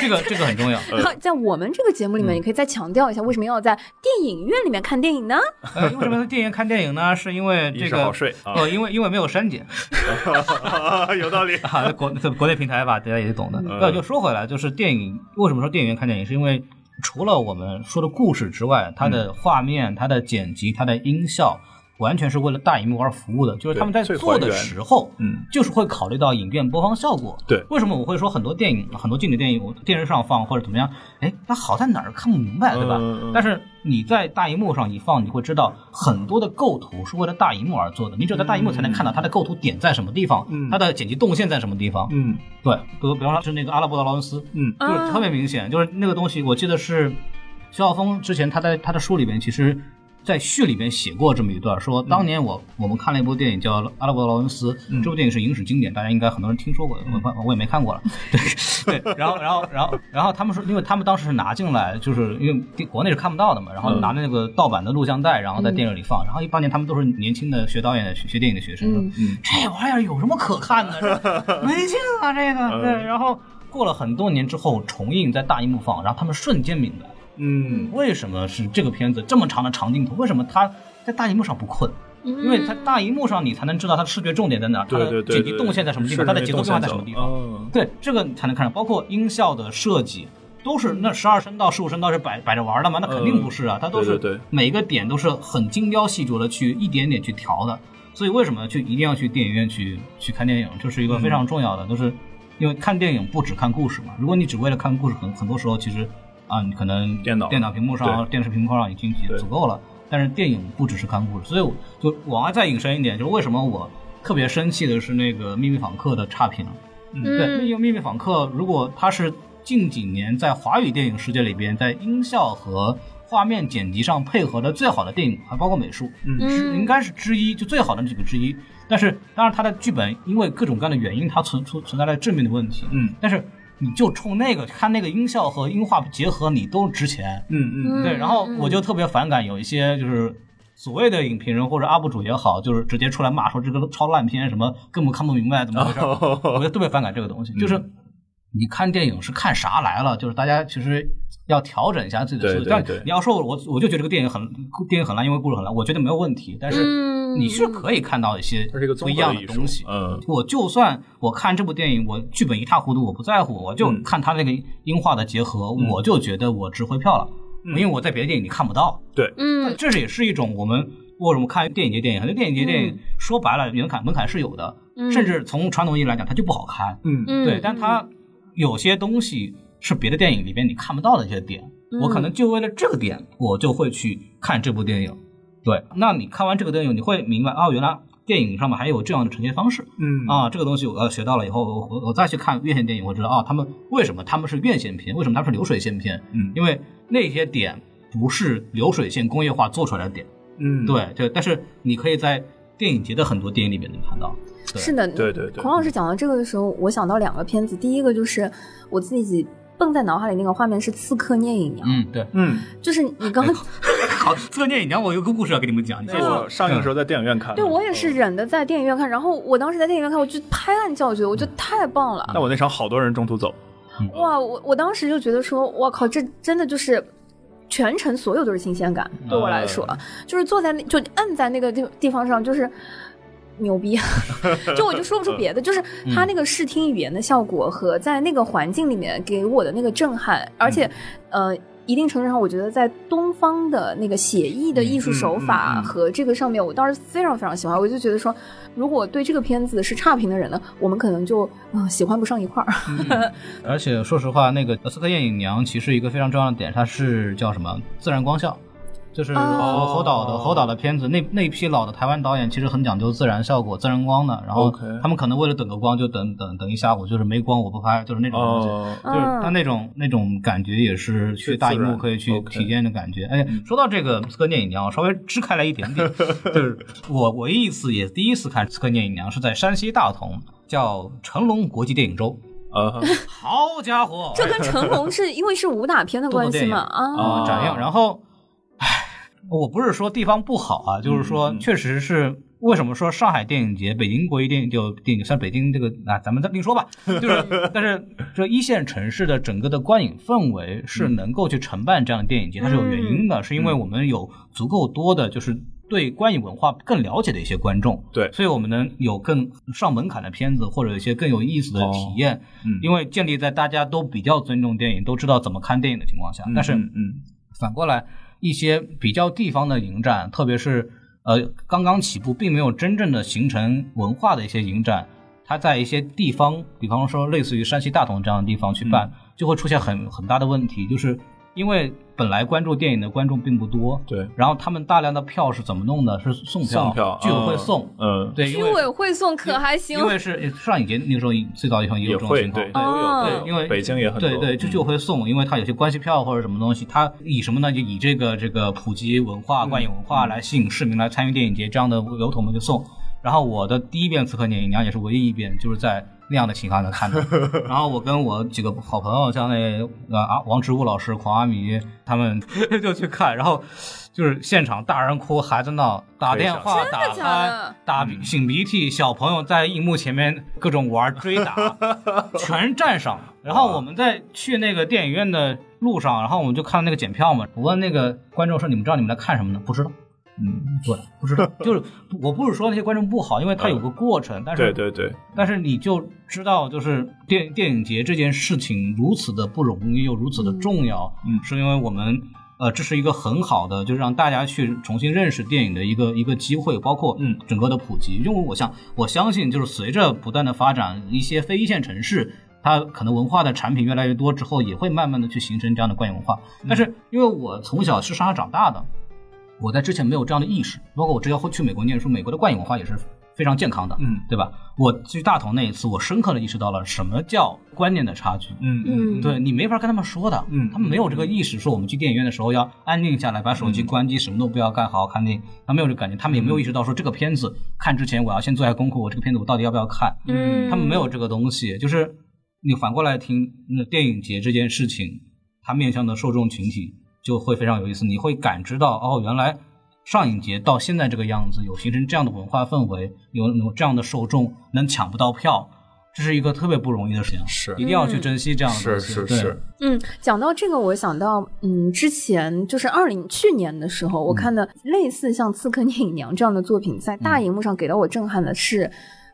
Speaker 1: 这个这个很重要。
Speaker 3: 好， [laughs] 在我们这个节目里面，你可以再强调一下，为什么要在电影院里面看电影呢？
Speaker 1: 呃，为什么要去电影院看电影呢？是因为
Speaker 6: 一
Speaker 1: 这
Speaker 6: 是
Speaker 1: 个
Speaker 6: 好睡啊
Speaker 1: 呃，因为因为没有删减。
Speaker 6: [laughs] 有
Speaker 1: [laughs]
Speaker 6: 道理。
Speaker 1: 啊，国国内平台吧，大家也懂的。
Speaker 4: 嗯
Speaker 1: 呃，就说回来，就是电影为什么说电影院看电影，是因为除了我们说的故事之外，它的画面、它的剪辑、它的音效，完全是为了大荧幕而服务的。就是他们在
Speaker 4: 对最
Speaker 1: 做
Speaker 4: 还
Speaker 1: 的
Speaker 4: 原
Speaker 1: 时候，
Speaker 4: 嗯，
Speaker 1: 就是会考虑到影院播放效果。
Speaker 4: 对
Speaker 1: 为什么我会说很多电影、很多经典电影，我电视上放或者怎么样？哎，它好在哪儿看不明白，对吧？
Speaker 4: 嗯嗯嗯
Speaker 1: 但是你在大荧幕上一放，你会知道很多的构图是为了大荧幕而做的，你只有在大荧幕才能看到它的构图点在什么地方，
Speaker 4: 嗯
Speaker 1: 它的剪辑动线在什么地方。
Speaker 4: 嗯
Speaker 1: 对，比如比方说是那个阿拉伯的劳伦斯，
Speaker 4: 嗯
Speaker 1: 就是特别明显，就是那个东西，我记得是徐晓峰之前他在他的书里面其实在序里面写过这么一段，说当年我
Speaker 4: 嗯
Speaker 1: 我们看了一部电影叫《阿拉伯的劳伦斯》，这部电影是影史经典，大家应该很多人听说过，
Speaker 4: 嗯
Speaker 1: 我我也没看
Speaker 4: [laughs]
Speaker 1: 过了。对对，然后然后然后然后他们说，因为他们当时是拿进来，就是因为国内是看不到的嘛，然
Speaker 4: 嗯
Speaker 1: 后拿那个盗版的录像带，然后在电影里放。然后一八年他们都是年轻的学导演的学学电影的学生，
Speaker 4: 嗯
Speaker 1: 说这玩意儿有什么可看的？
Speaker 6: [laughs]
Speaker 1: 这没劲啊，这
Speaker 6: 嗯
Speaker 1: 个。对，然后过了很多年之后重映在大荧幕放，然后他们瞬间明白。
Speaker 6: 嗯，
Speaker 1: 为什么是这个片子这么长的长镜头？为什么它在大荧幕上不困？因为它大荧幕上你才能知道它的视觉重点在哪儿，它
Speaker 6: 对
Speaker 1: 的
Speaker 6: 对对，
Speaker 1: 剪辑动线在什么地方，它的节奏变化在什么地方。
Speaker 6: 方？
Speaker 1: 嗯对，这个你才能看到，包括音效的设计，都
Speaker 6: 嗯
Speaker 1: 是那十二声道、十五声道是摆摆着玩的吗？那肯定不是啊，它都
Speaker 6: 对对
Speaker 1: 是
Speaker 6: 对
Speaker 1: 每个点都是很精雕细琢的去一点点去调的。所以为什么去一定要去电影院去去看电影，这是一个非
Speaker 6: 嗯
Speaker 1: 常重要的，就是因为看电影不只看故事嘛。如果你只为了看故事，很很多时候其实啊，你可能
Speaker 6: 电脑
Speaker 1: 电脑屏幕上、电视屏幕上已经足够了。但是电影不只是看故事，所以我就往外再引申一点，就是为什么我特别生气的是那个《秘密访客》的差评，
Speaker 6: 嗯
Speaker 1: 对，那个《秘密访客》，如果它是近几年在华语电影世界里边，在音效和画面剪辑上配合的最好的电影，还包括美术，嗯，是应该是之一，就最好的那几个之一。但是，当然它的剧本因为各种各样的原因，它存存存在了致命的问题。
Speaker 6: 嗯，
Speaker 1: 但是你就冲那个看那个音效和音画结合，你都值钱。
Speaker 6: 嗯嗯
Speaker 1: 对，然后我就特别反感有一些就是所谓的影评人或者 UP 主也好，就是直接出来骂说这个超烂片，什么根本看不明白怎么回事儿，我就特别反感这个东西。就是
Speaker 6: 嗯
Speaker 1: 你看电影是看啥来了？就是大家其实要调整一下自己的思
Speaker 6: 对
Speaker 1: 路。
Speaker 6: 对
Speaker 1: 但
Speaker 6: 对
Speaker 1: 你要说我我就觉得这个电影很电影很烂，因为故事很烂，我觉得没有问题。但是你是可以看到一些
Speaker 6: [laughs] 它是一个综
Speaker 1: 不一
Speaker 6: 合
Speaker 1: 样的东西
Speaker 6: 艺术。嗯
Speaker 1: 我就算我看这部电影，我剧本一塌糊涂，我不在乎，我就
Speaker 6: 嗯
Speaker 1: 看它那个音画的结合，我就觉得我值回票了。
Speaker 6: 嗯
Speaker 1: 嗯因为我在别的电影里看不到，
Speaker 3: 嗯，
Speaker 1: 这是也是一种我们为什么看电影节电影，很多电影节电影说白了门槛门槛是有的，甚至从传统意义来讲，它就不好看。
Speaker 6: 嗯
Speaker 3: 嗯
Speaker 1: 对，但它有些东西是别的电影里边你看不到的一些点，我可能就为了这个点，我就会去看这部电影。对，那你看完这个电影，你会明白啊，原来电影上面还有这样的呈现方式。
Speaker 6: 嗯
Speaker 1: 啊，这个东西我要学到了以后，我我我再去看院线电影，我知道啊，他们为什么他们是院线片，为什么他们是流水线片？
Speaker 6: 嗯
Speaker 1: 因为那些点不是流水线工业化做出来的点。
Speaker 6: 嗯，
Speaker 1: 对对，但是你可以在电影节的很多电影里面能看到。对
Speaker 3: 是的，
Speaker 6: 对对对
Speaker 3: 孔老师讲到这个的时候，我想到两个片子，第一个就是我自己蹦在脑海里那个画面是《刺客聂隐娘》，
Speaker 1: 嗯，对。
Speaker 6: 嗯，
Speaker 3: 就是你刚刚
Speaker 1: [laughs] 好，这个电影，然后我有个故事要给你们讲，你
Speaker 6: 那
Speaker 1: 先说。
Speaker 6: 我上映的时候在电影院看的，
Speaker 3: 对我也是
Speaker 6: 嗯。
Speaker 3: 忍的在电影院看，然后我当时在电影院看，我就拍案叫绝，我觉得太棒了，
Speaker 6: 但我那场好多人中途走，
Speaker 3: 哇！我我当时就觉得说，我靠，这真的就是。全程所有都是新鲜感，对我来说，就是坐在那就摁在那个地地方上，就是牛逼，就我就说不出别的，就是他那个视听语言的效果和在那个环境里面给我的那个震撼，而且，呃，一定程度上，我觉得在东方的那个写意的艺术手法和这个上面，我当时非常非常喜欢，我就觉得说，如果对这个片子是差评的人呢，我们可能就嗯、呃喜欢不上一块儿。
Speaker 1: 而且说实话，那个《刺客聂隐娘》其实一个非常重要的点，它是叫什么？自然光效，就是侯、
Speaker 3: 哦
Speaker 1: 侯导的侯导的片子，那那一批老的台湾导演其实很讲究自然效果、自然光的。然后
Speaker 6: OK
Speaker 1: 他们可能为了等个光，就等等等一下午，就是没光我不拍，就是那种东西。
Speaker 6: 哦，
Speaker 1: 就是他那种那种感觉也是去大荧幕可以
Speaker 6: 嗯
Speaker 1: 去体验的感觉。哎，说到这个《刺客聂隐娘》，我稍微支开来一点
Speaker 6: [laughs]
Speaker 1: 点，就是我我一次也第一次看《刺客聂隐娘》是在山西大同，叫成龙国际电影周。 [laughs]
Speaker 6: 啊，
Speaker 1: 好家
Speaker 3: [laughs]
Speaker 1: 伙，
Speaker 3: 这跟成龙是因为是武打片的关系嘛？啊，
Speaker 1: 啊展
Speaker 6: 哦
Speaker 1: 映。然后，唉，我不是说地方不好啊，就是
Speaker 6: 嗯
Speaker 1: 说确实是。为什么说上海电影节、北京国际电影就电影像北京这个啊，咱们再另说吧。就是，但是这一线城市的整个的观影氛围
Speaker 6: 嗯
Speaker 1: 是能够去承办这样的电影节，它是有原因的，是因为我们有足够多的就是对观影文化更了解的一些观众，
Speaker 6: 对
Speaker 1: 所以我们能有更上门槛的片子，或者一些更有意思的体验。
Speaker 6: 嗯
Speaker 1: 因为建立在大家都比较尊重电影、都知道怎么看电影的情况下，但是
Speaker 6: 嗯嗯
Speaker 1: 反过来，一些比较地方的影展，特别是呃刚刚起步，并没有真正的形成文化的一些影展，它在一些地
Speaker 6: 嗯
Speaker 1: 方，比方说类似于山西大同这样的地方去办，就会出现很很大的问题，就是。因为本来关注电影的观众并不多，
Speaker 6: 对，
Speaker 1: 然后他们大量的票是怎么弄的？是送票，
Speaker 6: 送票
Speaker 1: 居委会
Speaker 6: 嗯
Speaker 1: 送，
Speaker 6: 嗯，
Speaker 1: 对，
Speaker 3: 居
Speaker 1: 因为
Speaker 3: 委会送可还行
Speaker 1: 因，为是上影节那个时候最早以前也有
Speaker 6: 也
Speaker 1: 这种
Speaker 6: 会
Speaker 1: 情况
Speaker 6: 对，
Speaker 3: 对哦
Speaker 1: 对因为
Speaker 6: 北京也很多，
Speaker 1: 对
Speaker 6: 嗯
Speaker 1: 对，就就会送，因为它有些关系票或者什么东西，它以什么呢？就以这个这个普及文化、
Speaker 6: 嗯
Speaker 1: 观影文化来吸引市民来参与电影节这样的流统们就送。然后我的第一遍《刺客聂隐娘》也是唯一一遍，就是在那样的情况下看
Speaker 6: [laughs]
Speaker 1: 的。然后我跟我几个好朋友，像那呃啊王植物老师、狂阿迷他们 [laughs] 就去看，然后就是现场大人哭，孩子闹，打
Speaker 6: 非
Speaker 1: 电
Speaker 6: 常
Speaker 1: 话、
Speaker 3: 真的
Speaker 1: 打
Speaker 3: 假
Speaker 1: 鼾
Speaker 3: 的、
Speaker 1: 打
Speaker 6: 嗯
Speaker 1: 鼻擤鼻涕，小朋友在荧幕前面各种玩追打， [laughs] 全站上了。然后我们在去那个电影院的路上，然后我们就看那个检票嘛。我问那个观众说：“你们知道你们来看什么呢？”不知道。嗯，对，不知道，
Speaker 6: [laughs]
Speaker 1: 就是我不是说那些观众不好，因为它有个过程，但是
Speaker 6: 对对对，
Speaker 1: 但是你就知道，就是电电影节这件事情如此的不容易，又如此的重要，
Speaker 6: 嗯
Speaker 1: 是因为我们。呃，这是一个很好的，就是让大家去重新认识电影的一个一个机会，包括
Speaker 6: 嗯
Speaker 1: 整个的普及。因为我想，我相信就是随着不断的发展，一些非一线城市，它可能文化的产品越来越多之后，也会慢慢的去形成这样的观影文化。
Speaker 6: 嗯
Speaker 1: 但是因为我从小是上海长大的，我在之前没有这样的意识，包括我之前会去美国念书，美国的观影文化也是非常健康的，
Speaker 6: 嗯
Speaker 1: 对吧？我去大同那一次，我深刻的意识到了什么叫观念的差距。
Speaker 6: 嗯
Speaker 3: 嗯
Speaker 1: 对你没法跟他们说的，
Speaker 6: 嗯
Speaker 1: 他们没有这个意识，说我们去电影院的时候要安静下来，把手机关机，什么都不要干，好好看电影。他没有这个感觉，他们也没有意识到说这个片子
Speaker 6: 嗯
Speaker 1: 看之前我要先做下功课，我这个片子我到底要不要看？
Speaker 3: 嗯
Speaker 1: 他们没有这个东西，就是你反过来听，那电影节这件事情，它面向的受众群体就会非常有意思，你会感知到哦，原来上影节到现在这个样子，有形成这样的文化氛围，有有这样的受众能抢不到票，这是一个特别不容易的事情，
Speaker 6: 是
Speaker 1: 一定要去珍惜这样的东
Speaker 6: 是
Speaker 1: 西。
Speaker 6: 是
Speaker 1: 对
Speaker 6: 是，
Speaker 3: 嗯，讲到这个，我想到，嗯，之前就是二零去年的时候，
Speaker 1: 嗯
Speaker 3: 我看的类似像《刺客聂隐娘》这样的作品，在
Speaker 1: 嗯
Speaker 3: 大荧幕上给到我震撼的是，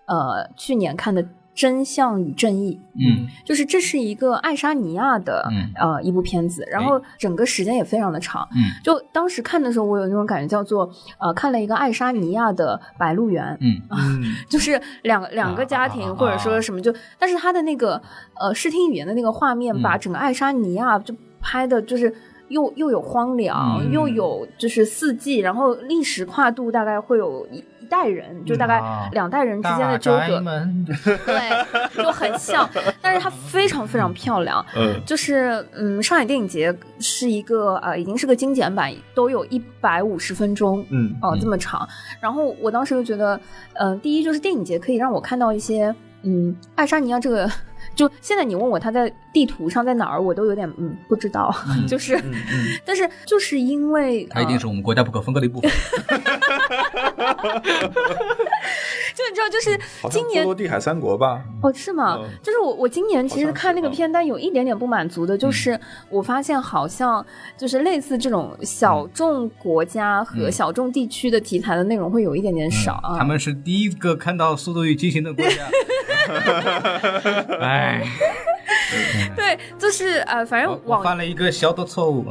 Speaker 3: 呃，去年看的《真相与正义》，
Speaker 1: 嗯，
Speaker 3: 就是这是一个爱沙尼亚的、
Speaker 1: 嗯
Speaker 3: 呃一部片子，然后整个时间也非常的长，
Speaker 1: 嗯
Speaker 3: 就当时看的时候，我有那种感觉叫做，呃，看了一个爱沙尼亚的《白鹿原》，
Speaker 1: 嗯
Speaker 6: 嗯，
Speaker 3: 就是两两个家
Speaker 1: 啊啊啊
Speaker 3: 庭
Speaker 1: 啊
Speaker 3: 或者说什么就，但是他的那个呃视听语言的那个画面，
Speaker 1: 嗯
Speaker 3: 把整个爱沙尼亚就拍的就是。又又有荒凉，
Speaker 1: 嗯
Speaker 3: 又有就是四季，然后历史跨度大概会有一一代人，就大概
Speaker 1: 啊
Speaker 3: 两代人之间的
Speaker 1: 大
Speaker 3: 纠葛
Speaker 1: 宅，门，
Speaker 3: 对，就很像。但是它非常非常
Speaker 1: 嗯
Speaker 3: 漂亮，
Speaker 6: 呃，
Speaker 3: 就是嗯，上海电影节是一个呃，已经是个精简版，都有一百五十分钟，
Speaker 6: 嗯
Speaker 3: 哦、这么长。然后我当时就觉得，呃，第一就是电影节可以让我看到一些，嗯，爱沙尼亚这个，就现在你问我它在地图上在哪儿，我都有点嗯不知道，就是， [laughs] 但是就是因为
Speaker 1: 它一定是我们国家不可分割的一部分。
Speaker 3: 呃就你知道，就是
Speaker 6: 好像
Speaker 3: 今
Speaker 6: 波
Speaker 3: 年
Speaker 6: 罗的海三国吧，
Speaker 3: 哦，是吗？
Speaker 6: 嗯
Speaker 3: 就是我，我今年其实
Speaker 6: 好像是嗯
Speaker 3: 看那个片单有一点点不满足的，就是我发现好像就是类似这种
Speaker 6: 嗯
Speaker 3: 小众国家和
Speaker 1: 嗯
Speaker 3: 小众地区的题材的内容会有一点
Speaker 6: 嗯
Speaker 3: 点少啊。
Speaker 1: 他们是第一个看到《速度与激情》的国家。哎，
Speaker 3: 对，就是呃，反
Speaker 1: 我
Speaker 3: 正
Speaker 1: 我
Speaker 3: 往
Speaker 1: 犯了一个小的错误。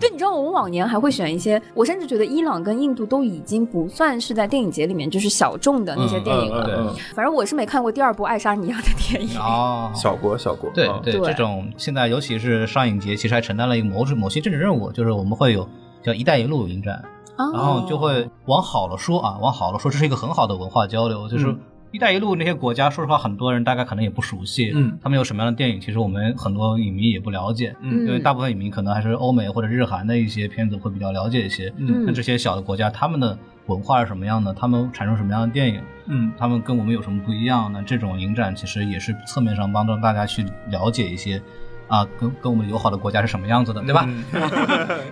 Speaker 3: 对，你知道我们往年还会选一些，我甚至觉得伊朗跟印度都已经不算是在电影节里面就是小众的那些电影
Speaker 6: 嗯
Speaker 3: 了。
Speaker 6: 嗯嗯
Speaker 3: 反正我是没看过第二部爱沙尼亚的电影。
Speaker 1: 哦，
Speaker 6: 小国小国，
Speaker 1: 对
Speaker 6: 嗯
Speaker 1: 对，
Speaker 3: 对
Speaker 1: 这种现在尤其是上影节，其实还承担了一个某种某些政治任务，就是我们会有叫“一带一路”影展，
Speaker 3: 哦
Speaker 1: 然后就会往好了说啊，往好了说，这是一个很好的文化交流，就是
Speaker 6: 嗯。
Speaker 1: 一带一路那些国家，说实话，很多人大概可能也不熟悉，
Speaker 6: 嗯，
Speaker 1: 他们有什么样的电影，其实我们很多影迷也不了解，
Speaker 6: 嗯
Speaker 1: 因为大部分影迷可能还是欧美或者日韩的一些片子会比较了解一些，
Speaker 6: 嗯
Speaker 1: 那这些小的国家，他们的文化是什么样的？他们产生什么样的电影？
Speaker 6: 嗯
Speaker 1: 他们跟我们有什么不一样呢？这种影展其实也是侧面上帮助大家去了解一些，啊，跟跟我们友好的国家是什么样子的，对吧？嗯
Speaker 6: 嗯 [laughs]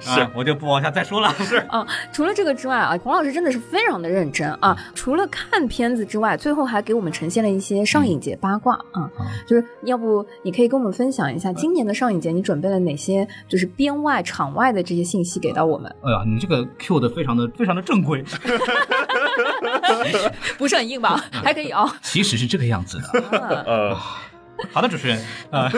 Speaker 1: 啊哎是、我就不往下再说了。是，
Speaker 3: 除了这个之外啊，孔老师真的是非常的认真啊！
Speaker 1: 嗯
Speaker 3: 除了看片子之外，最后还给我们呈现了一些上影节八卦啊，
Speaker 1: 嗯
Speaker 3: 就是要不你可以跟我们分享一下今年的上影节你准备了哪些就是编外场外的这些信息给
Speaker 1: [laughs]
Speaker 3: 到我们，
Speaker 1: 哎呀，你这个 Q 的非常的非常的正规，
Speaker 3: 不是很硬吧？ [laughs] 还可以
Speaker 1: [laughs]
Speaker 3: 哦。
Speaker 1: 其实是这个样子的。
Speaker 3: 啊
Speaker 6: 呃，
Speaker 1: [laughs] 好的，主持人，啊、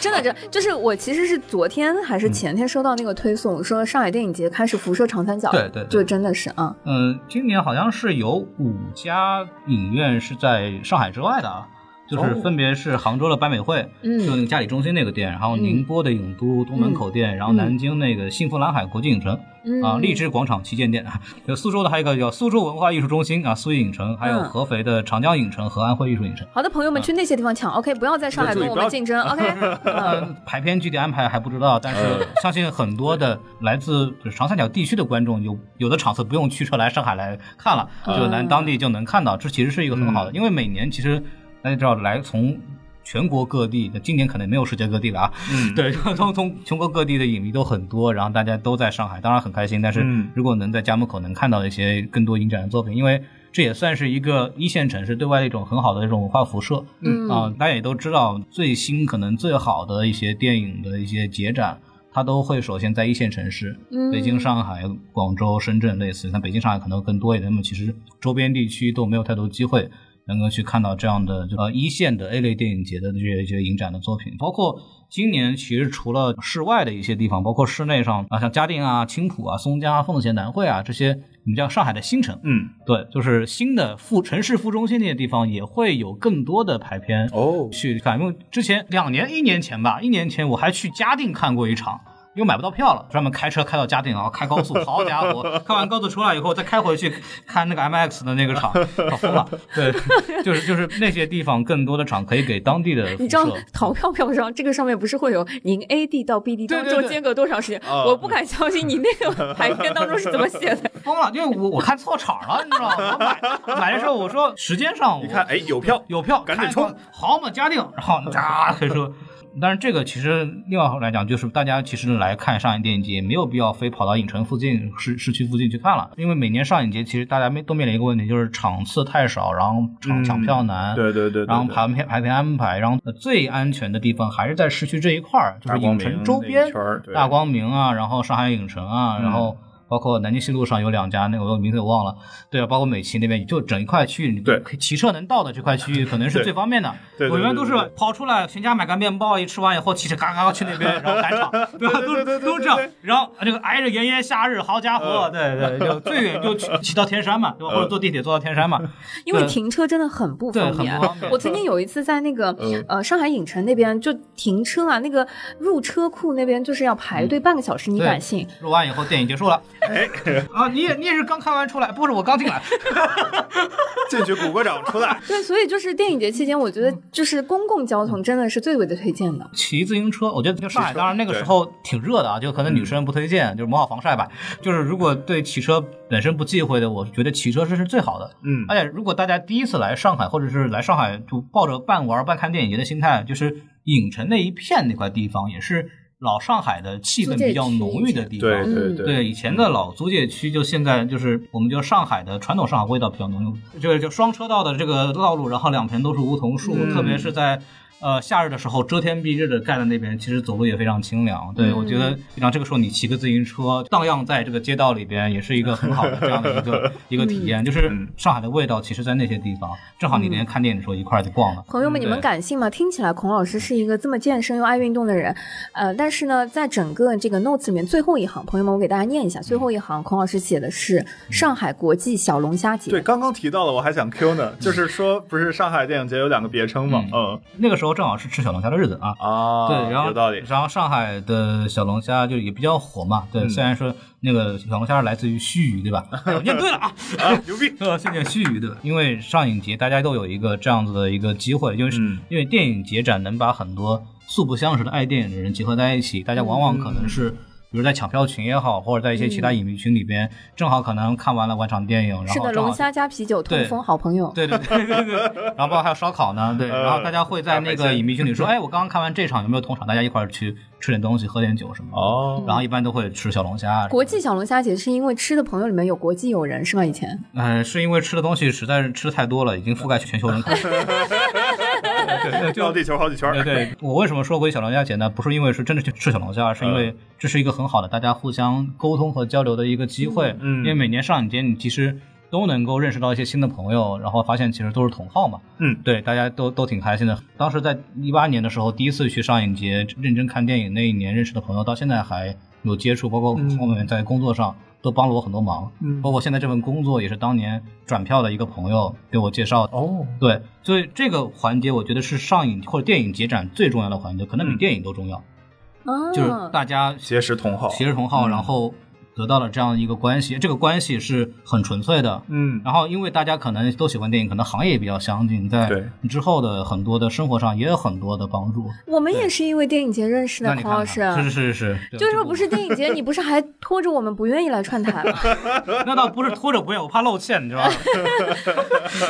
Speaker 3: 真的，真的就是我其实是昨天还是前天收到那个推送，说上海电影节开始辐射长三角了，
Speaker 1: 对对对
Speaker 3: 就真的是啊，
Speaker 1: 呃嗯，今年好像是有五家影院是在上海之外的啊。就是分别是杭州的百美汇，
Speaker 3: 嗯
Speaker 1: 就那个嘉里中心那个店，然后宁波的影都东门口店，然后南京那个幸福蓝海国际影城
Speaker 3: 嗯
Speaker 1: 啊，荔枝广场旗舰店啊，有苏州的还有一个叫苏州文化艺术中心啊，苏艺影城，还有
Speaker 3: 嗯
Speaker 1: 合肥的长江影城和安徽艺术影城。
Speaker 3: 好的，朋友们去那些地方抢，OK，不要在上海跟我们竞争，OK，嗯
Speaker 1: [laughs] 呃，排片具体安排还不知道，但是相信很多的来自就是长三角地区的观众，有有的场次不用驱车来上海来看了，就来当地就能看到，这其实是一个很好的，因为每年其实大家知道来从。全国各地，今年可能没有世界各地了啊。嗯， [laughs] 对，从从全国各地的影迷都很多，然后大家都在上海，当然很开心。但是
Speaker 6: 嗯
Speaker 1: 如果能在家门口能看到一些更多影展的作品，因为这也算是一个一线城市对外的一种很好的一种文化辐射。
Speaker 3: 嗯
Speaker 1: 啊、大家也都知道，最新可能最好的一些电影的一些节展，它都会首先在一线城市，
Speaker 3: 嗯
Speaker 1: 北京、上海、广州、深圳类似，但北京、上海可能更多一点。那么其实周边地区都没有太多机会能够去看到这样的就呃一线的 A 类电影节的这些这些影展的作品，包括。今年其实除了室外的一些地方，包括室内上啊，像嘉定啊、青浦啊、松江啊、奉贤、南汇啊这些，我们叫上海的新城，
Speaker 6: 嗯，
Speaker 1: 对，就是新的副城市副中心那些地方也会有更多的排片
Speaker 6: 哦
Speaker 1: 去看，因为之前两年一年前吧，一年前我还去嘉定看过一场。因为买不到票了，专门开车开到嘉定，然后开高速，好家伙！开完高速出来以后，再开回去看那个 MX 的那个场，搞疯了。
Speaker 6: [laughs]
Speaker 1: 对，就是就是那些地方更多的场可以给当地的辐
Speaker 3: 你知道
Speaker 1: [laughs] 射。
Speaker 3: 淘票票上这个上面不是会有您 A D 到 B D
Speaker 1: 对
Speaker 3: 当
Speaker 1: 对
Speaker 3: 中
Speaker 1: 对哦
Speaker 3: 间隔多长时间？我不敢相信你那个排片当中是怎么写的。
Speaker 1: 疯了，因为我我看错场了，你知道吗？我买买的时候我说时间上我
Speaker 6: 你看，哎，有票，
Speaker 1: 有票，
Speaker 6: 赶紧
Speaker 1: 开
Speaker 6: 冲
Speaker 1: 光！好嘛，嘉定，然
Speaker 6: [laughs]
Speaker 1: 后喳开车。但是这个其实另外来讲，就是大家其实来看上影电影节，没有必要非跑到影城附近、市市区附近去看了，因为每年上影节其实大家面都面临一个问题，就是场次太少，然后抢
Speaker 6: 嗯
Speaker 1: 抢票难，
Speaker 6: 对对对对对
Speaker 1: 然后排片排片安排，然后呃最安全的地方还是在市区这一块儿，就是影城周
Speaker 6: 那
Speaker 1: 边
Speaker 6: 一圈儿，对嗯
Speaker 1: 大
Speaker 6: [laughs]
Speaker 1: 光明啊，然后上海影城啊，然后。包括南京西路上有两家，那个我名字我忘了，对啊，包括美琪那边，就整一块区域，你
Speaker 6: 对
Speaker 1: 可以骑车能到的这块
Speaker 6: [laughs]
Speaker 1: 区域，可能是
Speaker 6: 对
Speaker 1: 最方便的。
Speaker 6: 对对对
Speaker 1: 我一般
Speaker 6: 对
Speaker 1: 都
Speaker 6: 对
Speaker 1: 是跑出来全家买个面包，一吃完以后骑着嘎嘎去那边，然后赶
Speaker 6: [laughs]
Speaker 1: 场，对吧？都
Speaker 6: 对对对对对
Speaker 1: 都这样，然后这个挨着炎炎夏日，
Speaker 6: [laughs]
Speaker 1: 好家伙，对对，就最远就去骑到天山嘛，对吧？或者坐地铁坐到天山嘛，
Speaker 3: [laughs] 因为
Speaker 1: 对
Speaker 3: 停车真的很不
Speaker 1: 对
Speaker 3: 方
Speaker 1: 很
Speaker 3: 便
Speaker 1: 不方便。
Speaker 3: 我曾经有一次在那个
Speaker 6: 嗯
Speaker 3: 呃上海影城那边就停车啊，那个入车库那边就是要排队半个小时，
Speaker 1: 嗯
Speaker 3: 你
Speaker 1: 对
Speaker 3: 敢信？
Speaker 1: 录完以后电影结束了，
Speaker 6: 哎
Speaker 1: 啊，你也你也是刚看完出来，不是我刚进来， [laughs]
Speaker 4: 进去鼓个掌出来。
Speaker 3: 对，所以就是电影节期间，我觉得
Speaker 1: 嗯
Speaker 3: 就是公共交通真的是最为的推荐的。
Speaker 1: 骑自行车，我觉得就上海，当然那个时候挺热的啊，就可能女生不推荐，就是抹好防晒吧。就是如果对骑车本身不忌讳的，我觉得骑车是是最好的。
Speaker 6: 嗯
Speaker 1: 而且如果大家第一次来上海，或者是来上海就抱着半玩半看电影节的心态，就是影城那一片那块地方，也是老上海的气氛比较浓郁的地方。
Speaker 6: 对对
Speaker 3: 嗯
Speaker 1: 对，以前的老租界区，就现在就是我们就上海的传统上海味道比较浓郁，这个就双车道的这个道路，然后两边都是梧桐树，
Speaker 6: 嗯
Speaker 1: 特别是在。呃，夏日的时候遮天蔽日的盖在那边，其实走路也非常清凉。对、我觉得，然后这个时候你骑个自行车荡漾在这个街道里边，也是一个很好的这样的一个一个体验。就是上海的味道，其实，在那些地方，正好你连看电影的时候一块儿就逛了。
Speaker 3: 朋友们，你们
Speaker 1: 嗯对
Speaker 3: 敢信吗？听起来孔老师是一个这么健身又爱运动的人，呃，但是呢，在整个这个 notes 里面最后一行，朋友们，我给大家念一下，最后一行孔老师写的是上海国际小龙虾节。
Speaker 6: 对，刚刚提到了，我还想 Q 呢，就是说，不是上海电影节有两个别称嘛？嗯
Speaker 1: 那个时候正好是吃小龙虾的日子啊，
Speaker 6: 啊，
Speaker 1: 对，然后
Speaker 6: 有道理。
Speaker 1: 然后上海的小龙虾就也比较火嘛，对，
Speaker 6: 嗯
Speaker 1: 虽然说那个小龙虾是来自于盱眙，对吧？哎我念对了啊，
Speaker 6: [laughs] 啊，牛逼！
Speaker 1: 呃，是念盱眙对吧？因为上影节大家都有一个这样子的一个机会，因为、
Speaker 6: 嗯
Speaker 1: 因为电影节展能把很多素不相识的爱电影的人结合在一起，大家往往可能是。
Speaker 6: 嗯
Speaker 1: 比如在抢票群也好，或者在一些其他影迷群里边，正好可能看完了晚场电影，然后
Speaker 3: 嗯是的，
Speaker 1: 正好
Speaker 3: 龙虾加啤酒，
Speaker 1: 对
Speaker 3: 痛风好朋友。
Speaker 1: [laughs] 对对对对对，然后包括还有烧烤呢，对，然后大家会在那个影迷群里说，哎，我刚刚看完这场，有没有同场？大家一块儿去吃点东西，喝点酒什么的。
Speaker 6: 哦 [laughs]
Speaker 1: 然后一般都会吃小龙虾。啊
Speaker 3: 国际小龙虾节是因为吃的朋友里面有国际友人是吗？以前
Speaker 1: 嗯，是因为吃的东西实在是吃太多了，已经覆盖全球人口。对
Speaker 6: 绕地球好几圈儿。
Speaker 1: 对
Speaker 6: [laughs]
Speaker 1: 对，我为什么说国际小龙虾节呢？不是因为是真的去吃小龙虾，是因
Speaker 6: 嗯
Speaker 1: 为这是一个很好的大家互相沟通和交流的一个机会。
Speaker 6: 嗯
Speaker 1: 因为每年上影节，你其实都能够认识到一些新的朋友，然后发现其实都是同好嘛。
Speaker 6: 嗯，
Speaker 1: 对，大家都都挺开心的。当时在一八年的时候，第一次去上影节认真看电影，那一年认识的朋友，到现在还有接触，包括
Speaker 6: 嗯
Speaker 1: 后面在工作上都帮了我很多忙。
Speaker 6: 嗯
Speaker 1: 包括现在这份工作也是当年转票的一个朋友给我介绍的。
Speaker 6: 哦，
Speaker 1: 对，所以这个环节我觉得是上影或者电影节展最重要的环节，可能比
Speaker 6: 嗯
Speaker 1: 电影都重要。
Speaker 3: 嗯，
Speaker 1: 就是大家
Speaker 6: 结识同好，
Speaker 1: 携着同好，
Speaker 6: 嗯
Speaker 1: 然后得到了这样一个关系，这个关系是很纯粹的。
Speaker 6: 嗯，
Speaker 1: 然后，因为大家可能都喜欢电影，可能行业也比较相近，
Speaker 6: 对
Speaker 1: 在之后的很多的生活上也有很多的帮助。
Speaker 3: 我们也是因为电影节认识的
Speaker 1: 那，你
Speaker 3: 孔
Speaker 1: 看看，
Speaker 3: 老
Speaker 1: 是
Speaker 3: 师。
Speaker 1: 是是是，
Speaker 3: 啊就是说
Speaker 1: 这
Speaker 3: 不是电影节，你不是还拖着我们不愿意来串台吗？
Speaker 1: [laughs] 那倒不是拖着不愿，我怕露馅，你知道
Speaker 6: [laughs]
Speaker 1: 吧？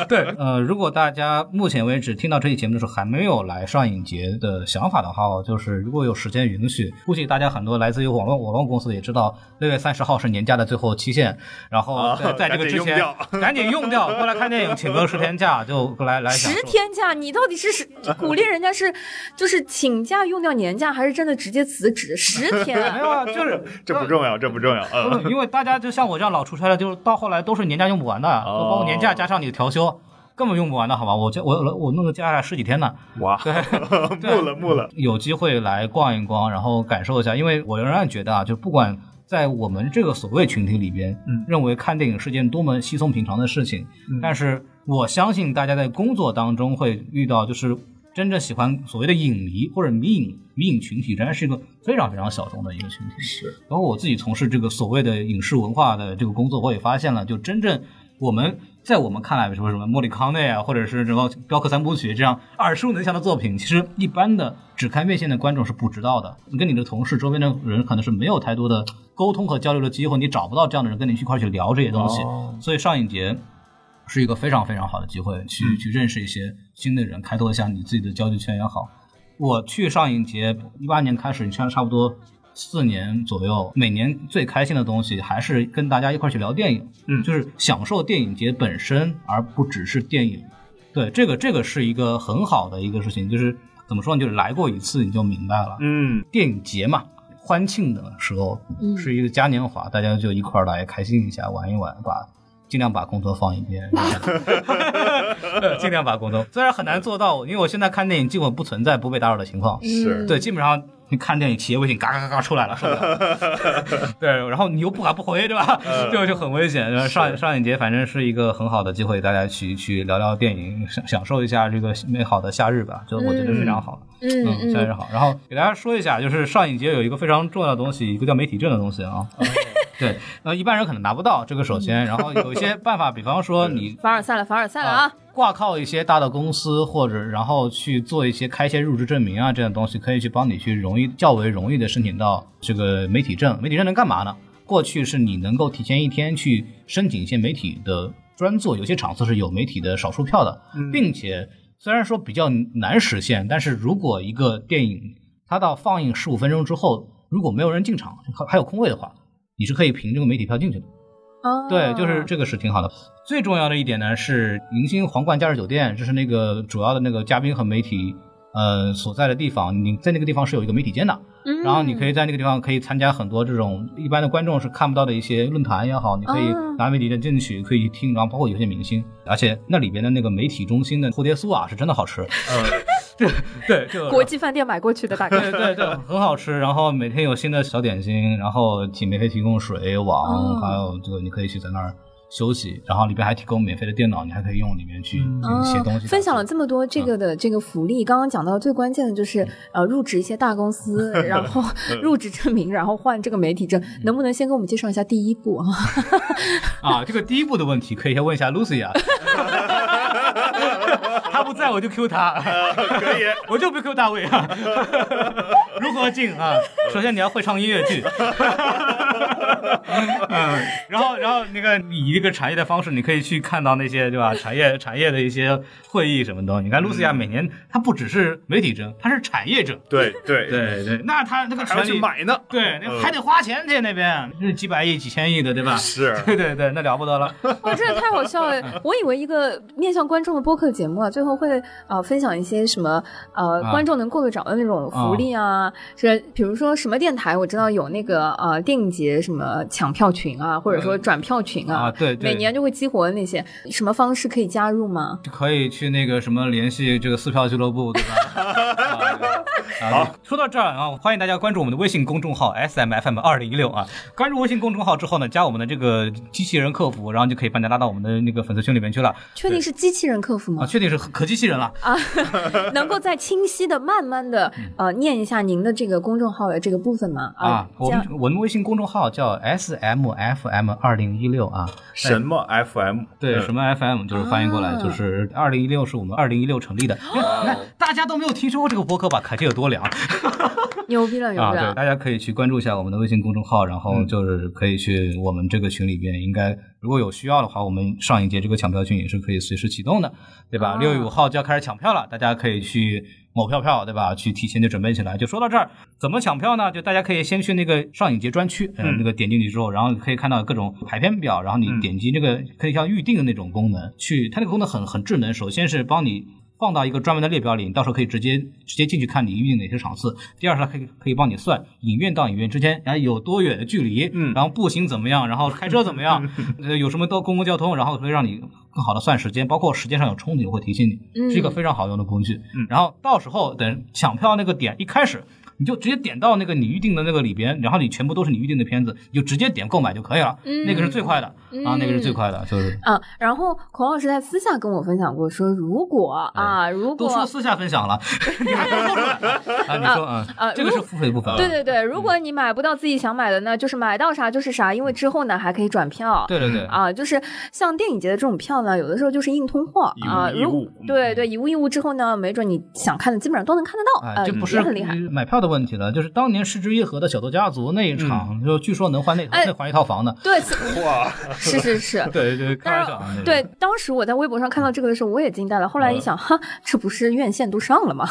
Speaker 1: 对，呃，如果大家目前为止听到这期节目的时候还没有来上影节的想法的话，就是如果有时间允许，估计大家很多来自于网络网络公司的也知道，六月三十号是年假的最后期限，然后
Speaker 6: 啊
Speaker 1: 在在这个之前
Speaker 6: 赶紧用
Speaker 1: [laughs] 赶紧用掉，过来看电影，请个十天假就来来享
Speaker 3: 十
Speaker 1: 受。
Speaker 3: 天假，你到底
Speaker 1: [laughs]
Speaker 3: 是是鼓励人家是就是请假用掉年假，还是真的直接辞
Speaker 1: [laughs]
Speaker 3: 职？十
Speaker 1: 没
Speaker 3: 天，
Speaker 1: 有啊，就是
Speaker 6: [laughs] 这不重要，这不重要，
Speaker 1: 不
Speaker 6: 嗯，
Speaker 1: 是，因为大家就像我这样老出差的，就是到后来都是年假用不完的，就
Speaker 6: 哦
Speaker 1: 包括年假加上你的调休，根本用不完的，好吧？我这我我弄个假下十几天呢。
Speaker 6: 哇，
Speaker 1: 对，
Speaker 6: [laughs] 木了木了，
Speaker 1: 有机会来逛一逛，然后感受一下，因为我仍然觉得啊，就不管在我们这个所谓群体里边，
Speaker 6: 嗯
Speaker 1: 认为看电影是件多么稀松平常的事情，
Speaker 6: 嗯
Speaker 1: 但是我相信大家在工作当中会遇到，就是真正喜欢所谓的影迷或者迷影迷影群体，仍然是一个非常非常小众的一个群体。是，包括我自己从事这个所谓的影视文化的这个工作，我也发现了，就真正我们。在我们看来，什么什么莫里康啊内啊，或者是什么镖客三部曲这样耳熟能详的作品，其实一般的只看院线的观众是不知道的。你跟你的同事、周边的人可能是没有太多的沟通和交流的机会，你找不到这样的人跟你一块儿去聊这些东西。
Speaker 6: 哦
Speaker 1: 所以上影节是一个非常非常好的机会，去、去认识一些新的人，开拓一下你自己的交际圈也好。我去上影节一八年开始，你像差不多四年左右，每年最开心的东西还是跟大家一块儿去聊电影，
Speaker 6: 嗯
Speaker 1: 就是享受电影节本身，而不只是电影。对，这个这个是一个很好的一个事情，就是怎么说呢，就是来过一次你就明白了，
Speaker 6: 嗯，
Speaker 1: 电影节嘛，欢庆的时候
Speaker 3: 嗯
Speaker 1: 是一个嘉年华，大家就一块儿来开心一下，玩一玩，把尽量把工作放一
Speaker 3: [laughs]
Speaker 1: 边，尽量把工作，虽然很难做到，因为我现在看电影基本不存在不被打扰的情况，
Speaker 6: 是
Speaker 3: 嗯
Speaker 1: 对，基本上你看电影企业微信嘎嘎嘎出来了，受不了。 [laughs] 对，然后你又不敢不回，对吧？[laughs]
Speaker 3: 嗯
Speaker 1: 就就很危险。然后上上影节反正是一个很好的机会，大家去去聊聊电影，享享受一下这个美好的夏日吧，就我觉得非常好。
Speaker 3: 嗯
Speaker 1: 嗯，夏日好。然后给大家说一下，就是上影节有一个非常重要的东西，一个叫媒体证的东西啊。
Speaker 3: 哦
Speaker 1: [laughs] 对，呃，一般人可能拿不到这个，首
Speaker 3: 嗯
Speaker 1: 先，然后有一些办法，比方说你
Speaker 3: 凡尔赛了，凡尔赛了啊！
Speaker 1: 挂靠一些大的公司，或者然后去做一些开一些入职证明啊，这样的东西可以去帮你去容易较为容易的申请到这个媒体证。媒体证能干嘛呢？过去是你能够提前一天去申请一些媒体的专座，有些场次是有媒体的少数票的，
Speaker 3: 嗯
Speaker 1: 并且虽然说比较难实现，但是如果一个电影它到放映十五分钟之后，如果没有人进场，还还有空位的话，你是可以凭这个媒体票进去的。
Speaker 3: 哦
Speaker 1: 对，就是这个是挺好的。最重要的一点呢是迎新皇冠假日酒店，这是那个主要的那个嘉宾和媒体呃所在的地方。你在那个地方是有一个媒体间的，
Speaker 3: 嗯
Speaker 1: 然后你可以在那个地方可以参加很多这种一般的观众是看不到的一些论坛也好，你可以
Speaker 3: 哦
Speaker 1: 拿媒体的进去可以听，然后包括有些明星，而且那里边的那个媒体中心的蝴蝶酥啊是真的好吃，
Speaker 6: 嗯
Speaker 1: 对，就
Speaker 3: [laughs] 国际饭店买过去的，大
Speaker 1: 对 [laughs] 对
Speaker 3: 概。
Speaker 1: 对，很好吃。然后每天有新的小点心，然后体免费提供水、网，
Speaker 3: 哦
Speaker 1: 还有这个你可以去在那儿休息。然后里边还提供免费的电脑，你还可以用里面去嗯写东西。嗯
Speaker 3: 哦分享了这么多这个的这个福利，刚刚讲到最关键的就是呃，入职一些大
Speaker 1: [laughs]
Speaker 3: 公司，然后
Speaker 1: 嗯
Speaker 3: 入职证明，然后换这个媒体证，能不能先给我们介绍一下第一步啊？
Speaker 1: 啊，这个第一步的问题可以先问一下 Lucy
Speaker 6: [laughs]
Speaker 1: 啊。他不在我就 Q 他，
Speaker 6: 可以，
Speaker 1: [laughs] 我就不 Q 大卫
Speaker 6: [laughs]
Speaker 1: 啊。如何进啊？首先你要会唱音乐
Speaker 6: [laughs]
Speaker 1: 剧，嗯，然后然后那个你以一个产业的方式，你可以去看到那些对
Speaker 6: [laughs]
Speaker 1: 吧？产业产业的一些会议什么的。你看露西
Speaker 6: 嗯
Speaker 1: 亚每年她不只是媒体证，她是产业证。
Speaker 6: 对对，
Speaker 1: 对对，那她那个
Speaker 6: 还要
Speaker 1: 权
Speaker 6: 去
Speaker 1: 利，
Speaker 6: 买呢，
Speaker 1: 对，那还得花钱去那边，那几百亿几千亿的对吧？
Speaker 6: 是，
Speaker 1: 对对对，那了不得了。
Speaker 3: 哇，真的太好笑了！ [laughs] 我以为一个面向观众的播客节目啊，最后会呃分享一些什么呃
Speaker 1: 啊
Speaker 3: 观众能够得着的那种福利啊，是比如说什么电台，我知道有那个呃电影节什么抢票群啊，或者说转票群啊，
Speaker 1: 嗯啊对对
Speaker 3: 每年就会激活的那些，什么方式可以加入吗？
Speaker 1: [laughs] 可以去那个什么联系这个撕票俱乐部，对吧？啊好，说到这儿啊，欢迎大家关注我们的微信公众号 S M F M 二零一六啊。关注微信公众号之后呢，加我们的这个机器人客服，然后就可以把你拉到我们的那个粉丝群里面去了
Speaker 3: 确定是机器人客服
Speaker 1: 啊。
Speaker 3: 吗？啊
Speaker 1: 确定是可机器人了，
Speaker 3: [laughs] 能够再清晰的、慢慢的呃念一下您的这个公众号的这个部分吗？
Speaker 1: 嗯啊，
Speaker 3: 这
Speaker 1: 我
Speaker 3: 样
Speaker 1: 们我们微信公众号叫 S M F M 二零一六啊，
Speaker 6: 什么 FM？
Speaker 1: 对，
Speaker 6: 嗯
Speaker 1: 什么 FM 就是翻译过来
Speaker 3: 啊
Speaker 1: 就是二零一六是我们二零一六成 [gasps] 立的，因为你看大家都没有听说过这个博客吧？凯蒂有多凉啊！
Speaker 3: 牛逼了，牛逼
Speaker 1: 对，
Speaker 3: 了！
Speaker 1: 大家可以去关注一下我们的微信公众号，然后就是可以去我们这个群里边，应该如果有需要的话，我们上一届这个抢票群也是可以随时启动的，对吧？
Speaker 3: 哦
Speaker 1: 六月五号就要开始抢票了，大家可以去某票票，对吧？去提前就准备起来。就说到这儿，怎么抢票呢？就大家可以先去那个上影节专区，嗯，
Speaker 6: 嗯
Speaker 1: 那个点进去之后，然后可以看到各种排片表，然后你
Speaker 6: 嗯
Speaker 1: 点击那个可以像预定的那种功能，去它那个功能很很智能，首先是帮你。放到一个专门的列表里，你到时候可以直接直接进去看你预定哪些场次。第二是它可以可以帮你算影院到影院之间，然后哎有多远的距离，
Speaker 6: 嗯
Speaker 1: 然后步行怎么样，然后开车怎么
Speaker 6: [laughs]
Speaker 1: 样，呃，有什么到公共交通，然后可以让你更好的算时间，包括时间上有冲突也会提醒你，
Speaker 3: 嗯
Speaker 1: 是一个非常好用的工具。
Speaker 6: 嗯
Speaker 1: 然后到时候等抢票那个点一开始，你就直接点到那个你预定的那个里边，然后你全部都是你预定的片子，你就直接点购买就可以了，
Speaker 3: 嗯
Speaker 1: 那个是最快的、啊，那个是最快的，就是。
Speaker 3: 啊，然后孔老师在私下跟我分享过，说如果啊，如
Speaker 1: 哎都
Speaker 3: 果
Speaker 1: 说私下分享了， [laughs] 你还说出来啊？你说啊，
Speaker 3: 啊
Speaker 1: 这个是付费的部分啊。
Speaker 3: 对对对，如果你买不到自己想买的呢，就是买到啥就是啥，因为之后呢还可以转票。
Speaker 1: 嗯对对对
Speaker 3: 啊，就是像电影节的这种票呢，有的时候就是硬通货
Speaker 6: 以物
Speaker 3: 啊，
Speaker 6: 易
Speaker 3: 如
Speaker 6: 物嗯
Speaker 3: 对对，以物易物之后呢，没准你想看的基本上都能看得到，
Speaker 1: 哎，
Speaker 3: 呃
Speaker 1: 这不
Speaker 3: 也
Speaker 1: 是
Speaker 3: 很厉害。
Speaker 1: 买票的问题了，就是当年失之愈合的小豆家族那一场，就据说能还那
Speaker 3: 哎
Speaker 1: 那还一套房呢。
Speaker 3: 对，
Speaker 1: [laughs]
Speaker 6: 哇，
Speaker 3: 是是是，
Speaker 1: 对对，开玩
Speaker 3: 但
Speaker 1: 笑啊。
Speaker 3: 是
Speaker 1: 那个
Speaker 3: 对，当时我在微博上看到这个的时候，我也惊呆了。后来
Speaker 1: 嗯
Speaker 3: 一想，哈，这不是院线都上了吗？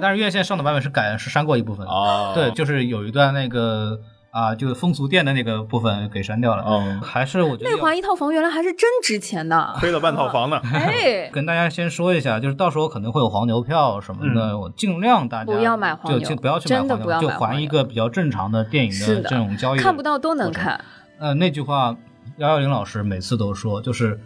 Speaker 1: 但是院线上的版本是改是删过一部分的，
Speaker 6: 哦
Speaker 1: 对，，就是有一段那个啊，就是风俗店的那个部分给删掉了。
Speaker 6: 嗯，
Speaker 1: 还是我觉得
Speaker 3: 内
Speaker 1: 要
Speaker 3: 环一套房原来还是真值钱
Speaker 1: [laughs]
Speaker 3: 的。
Speaker 6: 亏了半套房呢。
Speaker 3: 哎，
Speaker 1: 跟大家先说一下，就是到时候可能会有黄牛票什么的，我尽量大家
Speaker 3: 不要买黄牛
Speaker 1: 就就不要去买
Speaker 3: 真的
Speaker 1: 黄牛，
Speaker 3: 不要买
Speaker 1: 就
Speaker 3: 黄
Speaker 1: 还
Speaker 3: 牛
Speaker 1: 一个比较正常的电影
Speaker 3: 是的
Speaker 1: 这种交易的。
Speaker 3: 看不到都能看。
Speaker 1: 呃，那句话，幺幺零老师每次都说，就是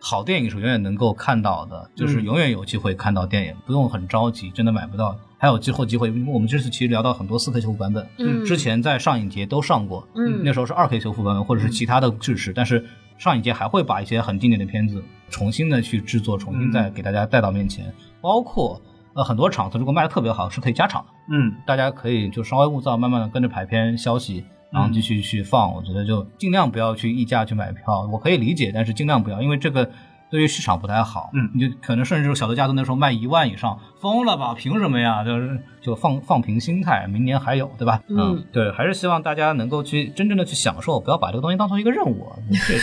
Speaker 1: 好电影是永远能够看到的，就是
Speaker 3: 嗯
Speaker 1: 永远有机会看到电影，不用很着急，真的买不到，还有之后机会。因为我们这次其实聊到很多四 K 修复版本，
Speaker 3: 嗯
Speaker 1: 之前在上影节都上过，
Speaker 3: 嗯
Speaker 1: 那时候是二 K 修复版本或者是其他的制式，但是上影节还会把一些很经典的片子重新的去制作，重新
Speaker 3: 嗯
Speaker 1: 再给大家带到面前，包括。呃，很多场次如果卖的特别好，是可以加场的。
Speaker 6: 嗯，
Speaker 1: 大家可以就稍微勿躁，慢慢的跟着排片消息，然后继续去放。我觉得就尽量不要去溢价去买票，我可以理解，但是尽量不要，因为这个对于市场不太好。
Speaker 6: 嗯
Speaker 1: 你就可能甚至就是小德家族那时候卖一万以上，疯了吧？凭什么呀？就是就放放平心态，明年还有，对吧？
Speaker 3: 嗯，
Speaker 1: 对，还是希望大家能够去真正的去享受，不要把这个东西当做一个任务啊。这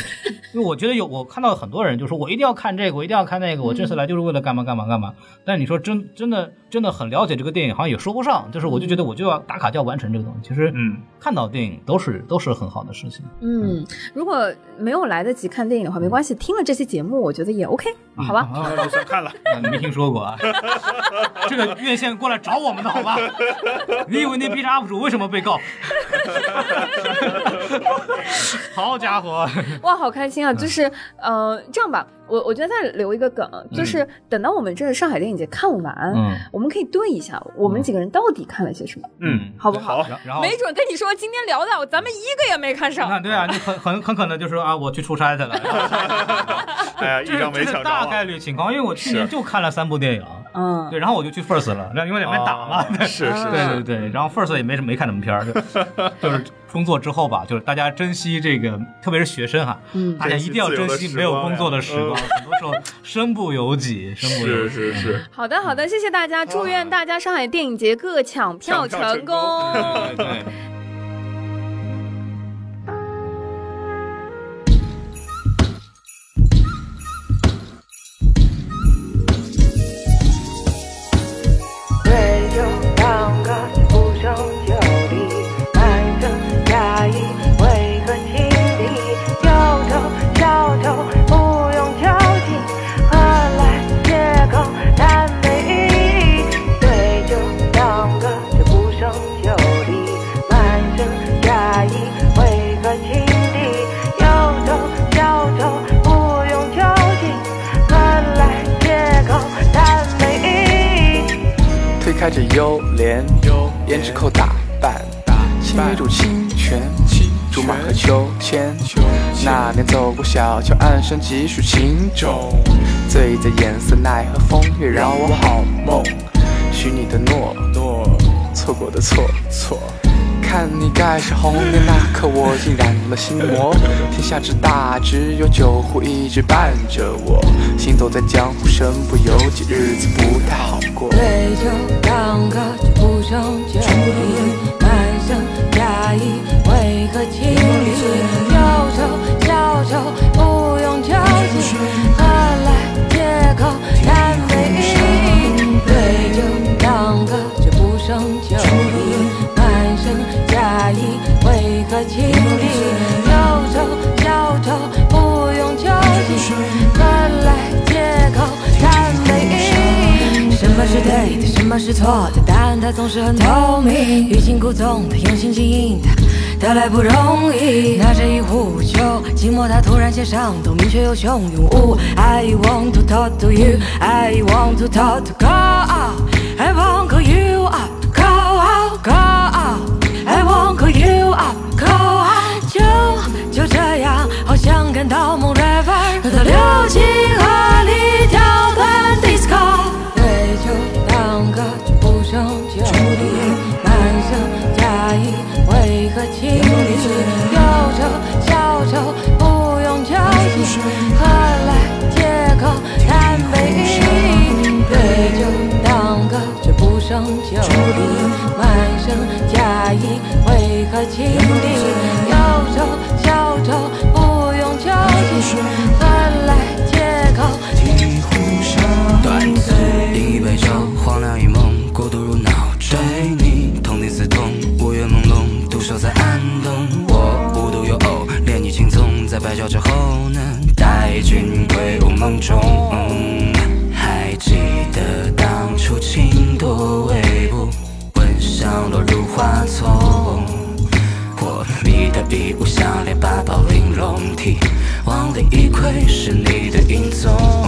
Speaker 1: 因为我觉得有我看到很多人就说我一定要看这个，我一定要看那个，我这次来就是为了干嘛干嘛干嘛。但你说真真的真的很了解这个电影，好像也说不上。就是我就觉得我就要打卡就要完成这个东西。其实，
Speaker 6: 嗯，
Speaker 1: 看到电影都是都是很好的事情。
Speaker 3: 嗯，如果没有来得及看电影的话，
Speaker 6: 嗯
Speaker 3: 没关系，听了这期节目，我觉得也 OK，好吧？
Speaker 1: 啊，
Speaker 6: 我想看了，
Speaker 1: 你没听说过啊？ [laughs] 这个院线过来找我们的 [laughs] 好吧？你以为那 B 站 UP 主为什么被告？ [laughs] 好家伙！
Speaker 6: 嗯
Speaker 3: 哇，好开心啊！就是，呃，这样吧，我我觉得再留一个梗，
Speaker 6: 嗯
Speaker 3: 就是等到我们这个上海电影节看完，
Speaker 1: 嗯
Speaker 3: 我们可以对一下，我们几个人到底看了些什么，
Speaker 6: 嗯，
Speaker 3: 好不好？
Speaker 6: 好，
Speaker 1: 然后
Speaker 3: 没准跟你说今天聊的，啊咱们一个也没看
Speaker 1: 你
Speaker 3: 上。
Speaker 1: 看，对啊，你很很很可能就是啊，我去出差去 [laughs] 了，然后
Speaker 6: 哎呀，一
Speaker 1: 这是 [laughs]
Speaker 6: 张
Speaker 1: 这
Speaker 6: 没
Speaker 1: 是
Speaker 6: 抢
Speaker 1: 大
Speaker 6: 着
Speaker 1: 概
Speaker 6: 啊，
Speaker 1: 率情况，因为我去年就看了三部电影，
Speaker 3: 嗯，
Speaker 1: 对，然后我就去 First 了，然后因为两边打嘛，
Speaker 6: 啊是是，
Speaker 1: 对对对，然后 First 也没什么没看什么片 [laughs] 儿，就就是工作之后吧，就是大家珍惜这个，特别是学生哈，
Speaker 3: 嗯
Speaker 1: 大家一定要珍惜没有工作的时光，嗯很多时候身不由己，身不由己。
Speaker 6: 是是是，
Speaker 3: 好的，好的，谢谢大家，祝愿大家上海电影节各抢票
Speaker 6: 抢
Speaker 3: 成
Speaker 6: 票
Speaker 3: 功。
Speaker 6: 成功
Speaker 1: 对对。
Speaker 11: 对着两个不胜酒力，满城压抑为何情敌？忧愁消愁不用交集，何来借口谈没意义？对着两个这不胜酒力，满
Speaker 12: 着幽莲，胭脂扣打扮，青梅煮清泉，竹马和秋千。那年走过小桥，暗生几许情种，醉在颜色，奈何风月扰我好梦。许你的诺，诺，错过的错，错。看你盖上红帘那刻，我竟染了心魔。天下之大，只有酒壶一直伴着我。行走在江湖，身不由己，日子不太好过。
Speaker 11: 对酒当歌，不胜酒力，满身压抑，为何情理？忧愁消愁，不用交集，何来借口谈回忆？对酒当歌，不胜酒力，满身压抑，为何情理？忧愁消愁，不用交集，何来借口谈回忆？什么是对的，什么是错的，答案它总是很透明，欲擒故纵的，用心经营的。得来不容易，拿着一壶酒，寂寞它突然献上，透明却又汹涌。呜 I want to talk to you, I want to talk to go out, I want call you up, go out, go out, I want call you up, go out。就就这样，好像看到梦 river，它流进河里跳断 disco。对酒当歌，却不胜酒力，满身压抑，为何情理？忧愁消愁，不用交集，何来借口谈回忆？对酒当歌，却不胜酒力，满身压抑，为何情理？忧愁消愁，不用交集，何来借口？
Speaker 13: 段子，饮一杯酒，荒凉一梦，孤独如脑针。对你痛定思痛，无缘朦胧，独守在暗洞。我无独有偶，恋你轻松，在白昼之后呢，待君归无梦中。还记得当初情多微步，闻香落入花丛。我迷得一无相恋，八宝玲珑体，往里一窥是你的影踪。